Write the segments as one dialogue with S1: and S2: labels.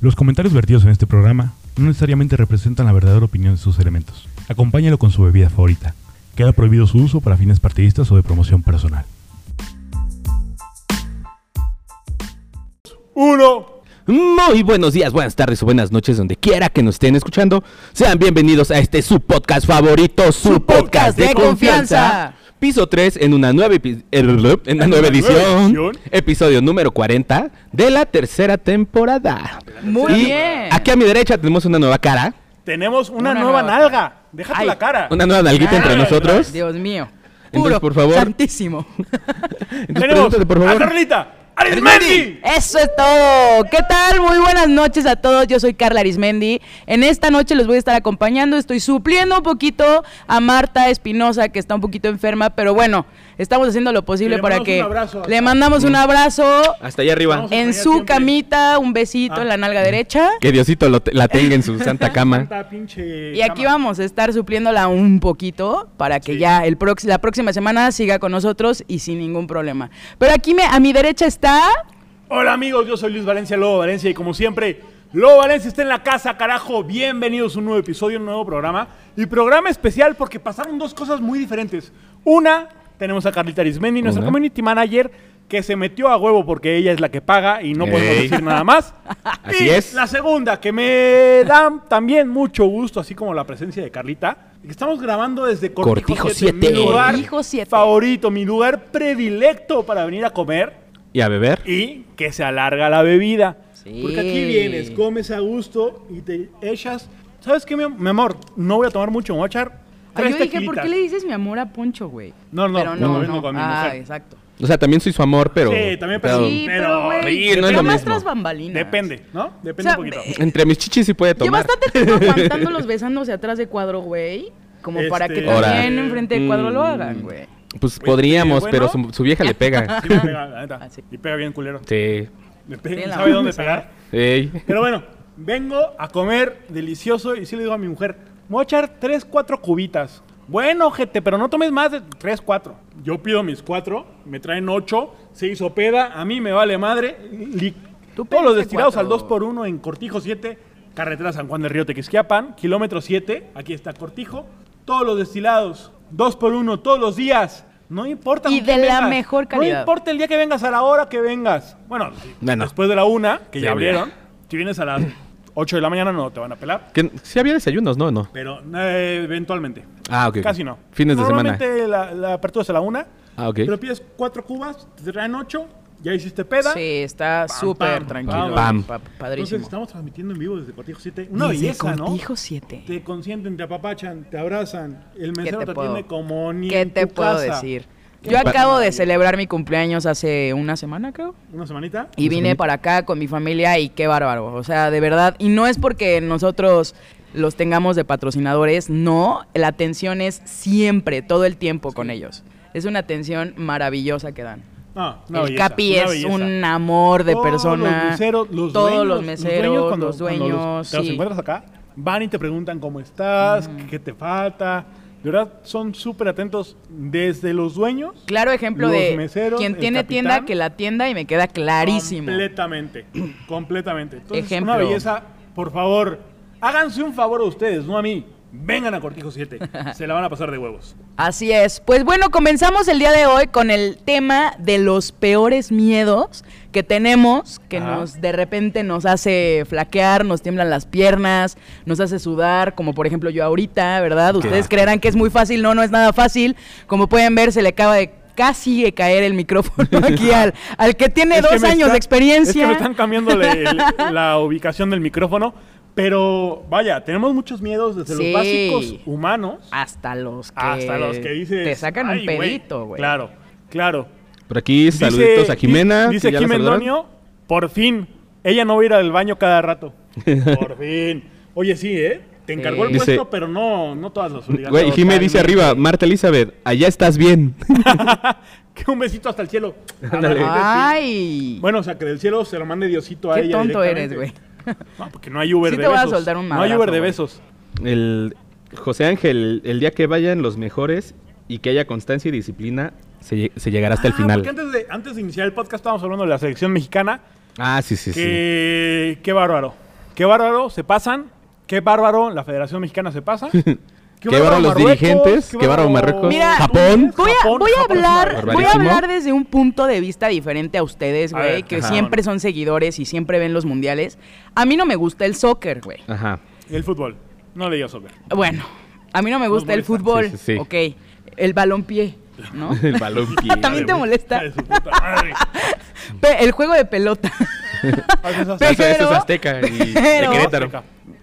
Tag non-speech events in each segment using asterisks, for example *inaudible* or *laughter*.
S1: Los comentarios vertidos en este programa no necesariamente representan la verdadera opinión de sus elementos. Acompáñalo con su bebida favorita. Queda prohibido su uso para fines partidistas o de promoción personal.
S2: Uno.
S3: Muy buenos días, buenas tardes o buenas noches, donde quiera que nos estén escuchando. Sean bienvenidos a este su podcast favorito, su, podcast, de, confianza. Piso 3 en una nueva, epi- er- en una nueva edición,
S2: edición.
S3: episodio número 40 de la tercera temporada.
S4: Muy
S3: Y
S4: bien.
S3: Aquí a mi derecha tenemos una nueva cara,
S2: Tenemos una,
S4: Una
S2: nueva,
S4: nueva
S2: nalga. Déjate
S4: Ay.
S2: la cara.
S3: una nueva nalguita entre
S4: Ay,
S3: nosotros.
S4: Dios mío.
S3: Entonces,
S4: Puro,
S3: por favor.
S4: santísimo.
S3: *laughs* Entonces,
S2: Tenemos
S3: preséntate, por favor.
S2: a Carlita Arismendi.
S4: Eso es todo. ¿Qué tal? Muy buenas noches a todos. Yo soy Carla Arismendi. En esta noche los voy a estar acompañando. Estoy supliendo un poquito a Marta Espinosa, que está un poquito enferma, pero bueno, estamos haciendo lo posible
S2: Le
S4: para
S2: mandamos
S4: que
S2: un abrazo a-
S4: le mandamos un abrazo
S3: Hasta allá arriba.
S2: Vamos a
S4: en
S2: acompañar
S4: su
S2: siempre.
S4: camita, un besito
S2: Ah.
S4: en la nalga derecha.
S3: Que Diosito lo te- la tenga en su santa
S2: *laughs*
S3: cama.
S2: Tanta pinche
S4: Y aquí
S2: cama.
S4: vamos a estar supliéndola un poquito para que
S2: Sí.
S4: ya el prox- la próxima semana siga con nosotros y sin ningún problema. Pero aquí me, a mi derecha está...
S2: Hola amigos, yo soy Luis Valencia, Lobo Valencia y como siempre, Lobo Valencia está en la casa, carajo. Bienvenidos a un nuevo episodio, un nuevo programa y programa especial porque pasaron dos cosas muy diferentes. Una, tenemos a Carlita Arismendi, nuestra
S3: Una.
S2: community manager, que se metió a huevo porque ella es la que paga y no podemos
S3: Ey.
S2: decir nada más.
S3: *laughs* Así
S2: y
S3: es.
S2: La segunda, que me da también mucho gusto, así como la presencia de Carlita, que estamos grabando desde Cortijo
S3: Cortijo
S2: 7,
S3: siete.
S2: mi lugar
S4: Cortijo siete.
S2: favorito, mi lugar predilecto para venir a comer
S3: Y a beber.
S2: y que se alarga la bebida.
S4: Sí.
S2: Porque aquí vienes, comes a gusto y te echas. ¿Sabes qué, mi, am- mi amor? No voy a tomar mucho, me voy a echar.
S4: Ay,
S2: tres
S4: Ah, yo dije, ¿por
S2: tequilitas".
S4: qué le dices mi amor a Poncho, güey?
S2: No, no,
S4: Pero
S2: no,
S4: no,
S2: no,
S4: no.
S2: no, con mi
S4: ah,
S2: mujer.
S4: exacto.
S3: O sea, también soy su amor, pero.
S2: Sí, también, pero-
S3: pero-
S4: Sí,
S2: pero,
S4: pero, güey,
S3: sí, no es
S4: pero
S3: lo
S4: más
S3: mismo.
S4: tras bambalinas.
S2: Depende, ¿no? Depende
S4: O sea,
S2: un poquito.
S4: eh,
S3: *laughs* Entre mis chichis sí puede
S4: Lleva
S3: tomar. *laughs*
S4: bastante tiempo aguantándolos besándose atrás de cuadro, güey. Como para que
S2: Este-
S4: también
S2: Ahora.
S4: enfrente de cuadro lo
S3: Mm.
S4: hagan, güey.
S3: Pues podríamos,
S2: bueno.
S3: pero su, su vieja le pega.
S2: *laughs* Sí, me pega, la neta.
S4: *laughs* Ah, sí.
S2: Y pega bien culero.
S3: Sí.
S2: Me pega,
S4: Sí, la
S2: ¿Sabe dónde
S4: vamos a
S2: pegar?
S3: Ey.
S2: Pero bueno, vengo a comer delicioso y sí le digo a mi mujer, me voy a echar 3, 4 cubitas. Bueno, gente, pero no tomes más de 3, 4. Yo pido mis 4, me traen 8, se hizo peda, a mí me vale madre. Li-
S4: Tú
S2: Todos los
S4: pediste
S2: destilados al
S4: cuatro.
S2: 2x1 en Cortijo 7, carretera San Juan del Río Tequisquiapan, kilómetro 7, aquí está Cortijo. Todos los destilados, 2x1 todos los días. No importa
S4: Y
S2: con quién
S4: de la mejor
S2: No
S4: calidad.
S2: importa el día que vengas, a la hora que vengas. Bueno, sí,
S3: Bueno.
S2: después de la una, que
S3: Sí,
S2: ya
S3: mira.
S2: abrieron. Si vienes a las *clears throat* 8 de la mañana no te van a pelar,
S3: Que, sí había desayunos, ¿no? No.
S2: pero eh, eventualmente.
S3: Ah, ok.
S2: Casi no.
S3: Fines de semana.
S2: Normalmente la, la apertura es a la una.
S3: Ah, ok.
S2: Pero pides cuatro cubas, te traen ocho, ya hiciste peda.
S4: Sí, está
S2: Pam,
S4: súper
S2: pam,
S4: tranquilo.
S3: pam.
S4: pa-
S2: Entonces
S4: Padrísimo.
S2: estamos transmitiendo en vivo desde Cortijo 7. Una
S4: Desde
S2: belleza, ¿no?
S4: Cortijo 7.
S2: Te consienten, te apapachan, te abrazan, el mesero
S4: te
S2: te,
S4: puedo-
S2: atiende como ni
S4: ¿Qué
S2: en
S4: te
S2: tu
S4: puedo
S2: casa.
S4: decir?
S2: Qué
S4: Yo
S3: pa-
S4: acabo de celebrar mi cumpleaños hace una semana, creo.
S2: ¿Una semanita?
S4: Y vine para acá con mi familia y qué bárbaro. O sea, de verdad. Y no es porque nosotros los tengamos de patrocinadores, no. La atención es siempre, todo el tiempo con ellos. Es una atención maravillosa que dan.
S2: No, Ah, una
S4: el
S2: belleza,
S4: Capi
S2: una
S4: es
S2: belleza.
S4: un amor de
S2: Todos
S4: persona.
S2: Los meseros, los
S4: todos
S2: dueños,
S4: los meseros,
S2: cuando-
S4: los
S2: cuando
S4: dueños.
S2: te los
S4: sí.
S2: encuentras acá, van y te preguntan cómo estás, qué te falta. De verdad, son súper atentos desde los dueños.
S4: Claro ejemplo
S2: Los
S4: de
S2: meseros,
S4: quien
S2: el
S4: tiene
S2: capitán.
S4: tienda, que la tienda y me queda clarísimo.
S2: Completamente, *clears throat* completamente. Entonces,
S4: Ejemplo.
S2: una belleza, por favor, háganse un favor a ustedes, no a mí. Vengan a
S4: *laughs*
S2: Cortijo 7, se la van a pasar de huevos.
S4: Así es. Pues bueno, comenzamos el día de hoy con el tema de los peores miedos que tenemos, que
S2: Ajá.
S4: nos de repente nos hace flaquear, nos tiemblan las piernas, nos hace sudar, como por ejemplo yo ahorita, ¿verdad? Ustedes creerán que es muy fácil, no, no es nada fácil. Como pueden ver, se le acaba de casi de caer el micrófono
S2: *laughs*
S4: aquí al, al que tiene
S2: Es que
S4: dos
S2: me
S4: años
S2: está-
S4: de experiencia.
S2: Es que me están cambiando
S4: *laughs*
S2: la ubicación del micrófono. Pero vaya, tenemos muchos miedos desde
S4: Sí.
S2: los básicos humanos
S4: hasta los que
S2: hasta los que dices.
S4: te sacan
S2: "Ay,
S4: un pedito, güey.
S2: Claro, claro.
S3: Por aquí,
S2: Dice-
S3: saluditos a Jimena.
S2: Dice
S3: que ya la
S2: Jim
S3: saludaron.
S2: Antonio, por fin. Ella no va a ir al baño cada rato.
S3: *laughs*
S2: Por fin. Oye, sí, ¿eh? Te encargó el
S3: Dice-
S2: puesto, pero no, no todas las
S3: *laughs*
S2: obligaciones.
S3: Güey, y Jime dice arriba, Marta Elizabeth, allá estás bien. *laughs*
S2: Que un besito hasta el cielo.
S3: Ándale.
S4: Ay.
S2: Bueno, o sea, que del cielo se lo mande Diosito a
S4: Qué
S2: ella
S4: tonto eres,
S2: directamente.
S4: güey.
S2: No, porque no hay Uber
S4: Sí
S2: de
S4: te voy a
S2: besos.
S4: soltar un
S2: No hay
S4: madrazo,
S2: Uber de
S4: güey.
S2: besos.
S3: El José Ángel, el día que vayan los mejores y que haya constancia y disciplina, se, lle- se llegará hasta el
S2: Ah,
S3: final.
S2: Porque antes de, antes de iniciar el podcast estábamos hablando de la selección mexicana.
S3: Ah, sí, sí, sí.
S2: que, Qué bárbaro. Qué bárbaro, se pasan. Qué bárbaro, la Federación Mexicana
S3: *laughs*
S2: se pasa. Qué,
S3: bárbaro los dirigentes, qué bárbaro Marruecos.
S4: Mira,
S3: Japón.
S4: Voy a,
S2: Japón,
S4: voy a
S2: Japón es una
S4: hablar, voy a
S3: barbaridad.
S4: hablar desde un punto de vista diferente a ustedes,
S2: A
S4: güey,
S2: ver,
S4: que
S2: ajá.
S4: siempre son seguidores y siempre ven los mundiales. A mí no me gusta el soccer, güey.
S3: Ajá.
S2: El fútbol. No le digas soccer.
S4: Bueno, a mí no me gusta
S2: Nos
S4: el
S2: molesta.
S4: fútbol.
S3: Sí, sí, sí.
S4: Ok, el balompié, ¿no?
S3: *laughs*
S4: *laughs*
S3: El
S2: *laughs*
S3: balón
S4: También te
S2: Dale, güey.
S4: molesta.
S2: Ay, su puta madre.
S4: *laughs* Pe- el juego de pelota.
S2: Haz esas-
S4: Pero-
S3: Eso,
S2: *laughs*
S3: eso es Azteca y de
S4: pero-
S3: Querétaro.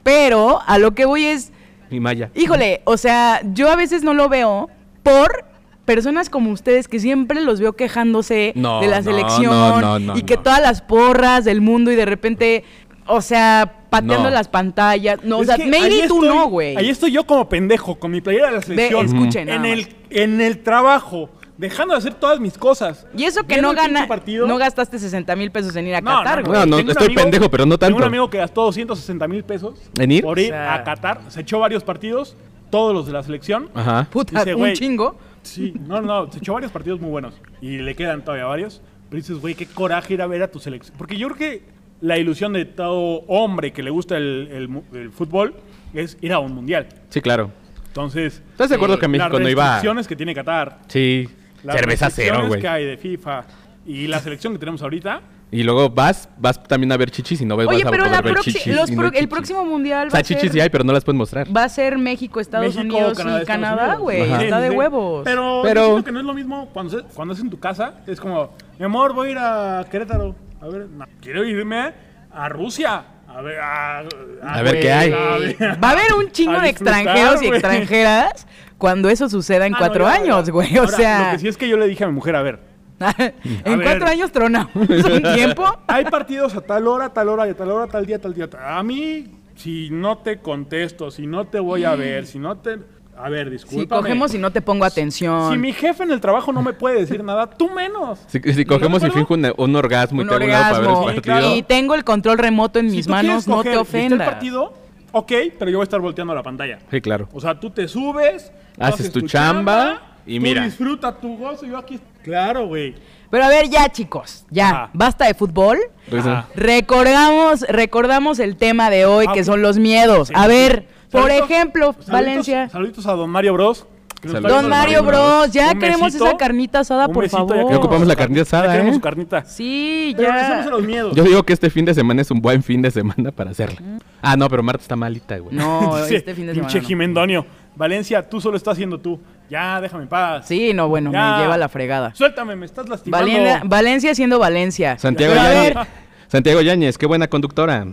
S4: Pero a lo que voy es,
S3: Y Maya.
S4: híjole, o sea, yo a veces no lo veo por personas como ustedes que siempre los veo quejándose
S3: No,
S4: de la
S3: no,
S4: selección
S3: no, no, no,
S4: y que
S3: no.
S4: todas las porras del mundo y de repente, o sea, pateando
S3: No.
S4: las pantallas. No,
S2: Es
S4: o sea,
S2: que
S4: maybe
S2: ahí
S4: tú
S2: estoy-
S4: no, güey.
S2: Ahí estoy yo como pendejo, con mi playera de la selección.
S4: escuchen, nada
S2: En
S4: más.
S2: el, en el trabajo, dejando de hacer todas mis cosas.
S4: Y eso que
S2: Viendo
S4: no
S2: el pinche
S4: gana,
S2: partido.
S4: no gastaste 60 mil pesos en ir a
S2: No,
S4: Qatar,
S2: no,
S4: güey.
S3: No, no,
S2: Tengo un
S3: estoy pendejo, pero no
S2: Tengo un
S3: tanto.
S2: amigo que gastó 260 mil pesos
S3: ¿En ir?
S2: por ir
S4: O sea.
S2: a Qatar. Se echó varios partidos, todos los de la selección.
S3: Ajá.
S4: Puta,
S2: Dice,
S4: un
S2: güey,
S4: chingo.
S2: Sí, no, no, se echó varios partidos muy buenos. Y le quedan todavía varios. Pero dices, güey, qué coraje ir a ver a tu selección. Porque yo creo que la ilusión de todo hombre que le gusta el, el mu- el fútbol es ir a un mundial.
S3: Sí, claro.
S2: Entonces,
S3: ¿Estás de acuerdo
S4: Sí,
S3: que México
S2: Eh, las
S3: no iba a...
S2: restricciones que tiene Qatar,
S3: Sí.
S2: las
S3: Cerveza
S2: restricciones
S3: cero, güey.
S2: que hay de FIFA y la selección que tenemos ahorita,
S3: Y luego vas, vas también a ver chichis y no ves,
S4: Oye,
S3: vas a
S4: pero
S3: poder
S4: la
S3: ver
S4: proxi-
S3: chichis
S4: los
S3: y no
S4: pro-
S3: hay
S4: el
S3: chichis.
S4: próximo mundial
S3: O
S4: va
S3: sea,
S4: a
S3: chichis
S4: ser...
S3: sí hay, pero no las puedes mostrar.
S4: Va a ser México, Estados
S2: México,
S4: Unidos
S2: Canadá,
S4: y
S2: Estados
S4: Canadá,
S2: Unidos.
S4: güey.
S3: Ajá.
S4: Está
S2: Sí,
S4: de
S2: sí, sí.
S4: huevos.
S2: Pero,
S3: Pero-
S2: yo siento que no es lo mismo cuando es, cuando es en tu casa, es como, mi amor, voy a ir a Querétaro. A ver, no, quiero irme a Rusia. A ver, a,
S3: A ver qué hay.
S2: a
S4: Güey,
S2: ver.
S4: Va a haber un chingo
S2: A
S4: de
S2: disfrutar,
S4: extranjeros y
S2: güey.
S4: extranjeras cuando eso suceda en
S2: Ah, no,
S4: cuatro
S2: ya, ya.
S4: años, güey. O
S2: Ahora, Lo
S4: sea,
S2: que sí es que yo le dije a mi mujer, a ver,
S4: *laughs* en
S2: A
S4: cuatro
S2: ver.
S4: años tronamos
S2: *laughs*
S4: un tiempo.
S2: hay partidos a tal hora, tal hora, y a tal hora, tal día, tal día. tal- A mí, si no te contesto, si no te voy a ver, si no te. A ver,
S4: Mm. Si
S2: discúlpame.
S4: cogemos y no te pongo atención.
S2: Si mi jefe en el trabajo no me puede decir nada, tú menos.
S3: Si, si cogemos y
S2: ¿No te acuerdo?
S3: finjo una- un orgasmo y
S4: un
S3: te hago un lado
S4: orgasmo.
S3: para ver el
S2: Sí, claro.
S3: partido.
S4: Y tengo el control remoto en
S2: Si
S4: mis
S2: tú
S4: manos,
S2: quieres
S4: no
S2: coger
S4: te
S2: y está el
S4: ofendas.
S2: partido, ok, pero yo voy a estar volteando la pantalla.
S3: Sí, claro.
S2: O sea, tú te subes, tú
S3: Haces tu chamba y
S2: tú
S3: mira.
S2: disfruta tu gozo. Yo aquí. Claro, güey.
S4: Pero a ver, ya, chicos, ya,
S2: Ajá.
S4: basta de fútbol.
S3: Pues,
S2: Ajá.
S4: Recordamos, recordamos el tema de hoy,
S2: Ah,
S4: que
S2: ok.
S4: son los miedos.
S2: Sí,
S4: a
S2: sí.
S4: ver, por
S2: Saluditos-
S4: ejemplo,
S2: saluditos-
S4: Valencia.
S2: Saluditos a don Mario Bros. que nos
S3: Saludos.
S2: está
S4: Don
S2: viendo
S4: Mario Bros, ya
S2: Un
S4: queremos
S2: besito.
S4: esa carnita asada,
S2: Un
S4: por
S2: besito,
S4: favor.
S2: ya
S3: Ya ocupamos la carnita asada,
S2: Ya
S3: ¿eh?
S2: queremos carnita.
S4: Sí,
S2: Pero regresemos
S4: ya.
S2: a los miedos. *laughs*
S3: Yo digo que este fin de semana es un buen fin de semana para hacerla. Ah, no, pero Marta está malita, güey.
S4: No,
S2: *laughs* Dice,
S4: este fin de
S2: pinche
S4: semana. no.
S2: Jimendonio. Valencia, tú solo estás siendo tú. Ya, déjame en paz.
S4: Sí, no, bueno,
S2: Ya.
S4: me lleva la fregada.
S2: Suéltame, me estás lastimando.
S4: Valen- Valencia siendo Valencia.
S2: *laughs*
S3: Santiago
S4: Pero a
S3: Yañez.
S4: ver,
S3: Santiago Yañez, qué buena conductora.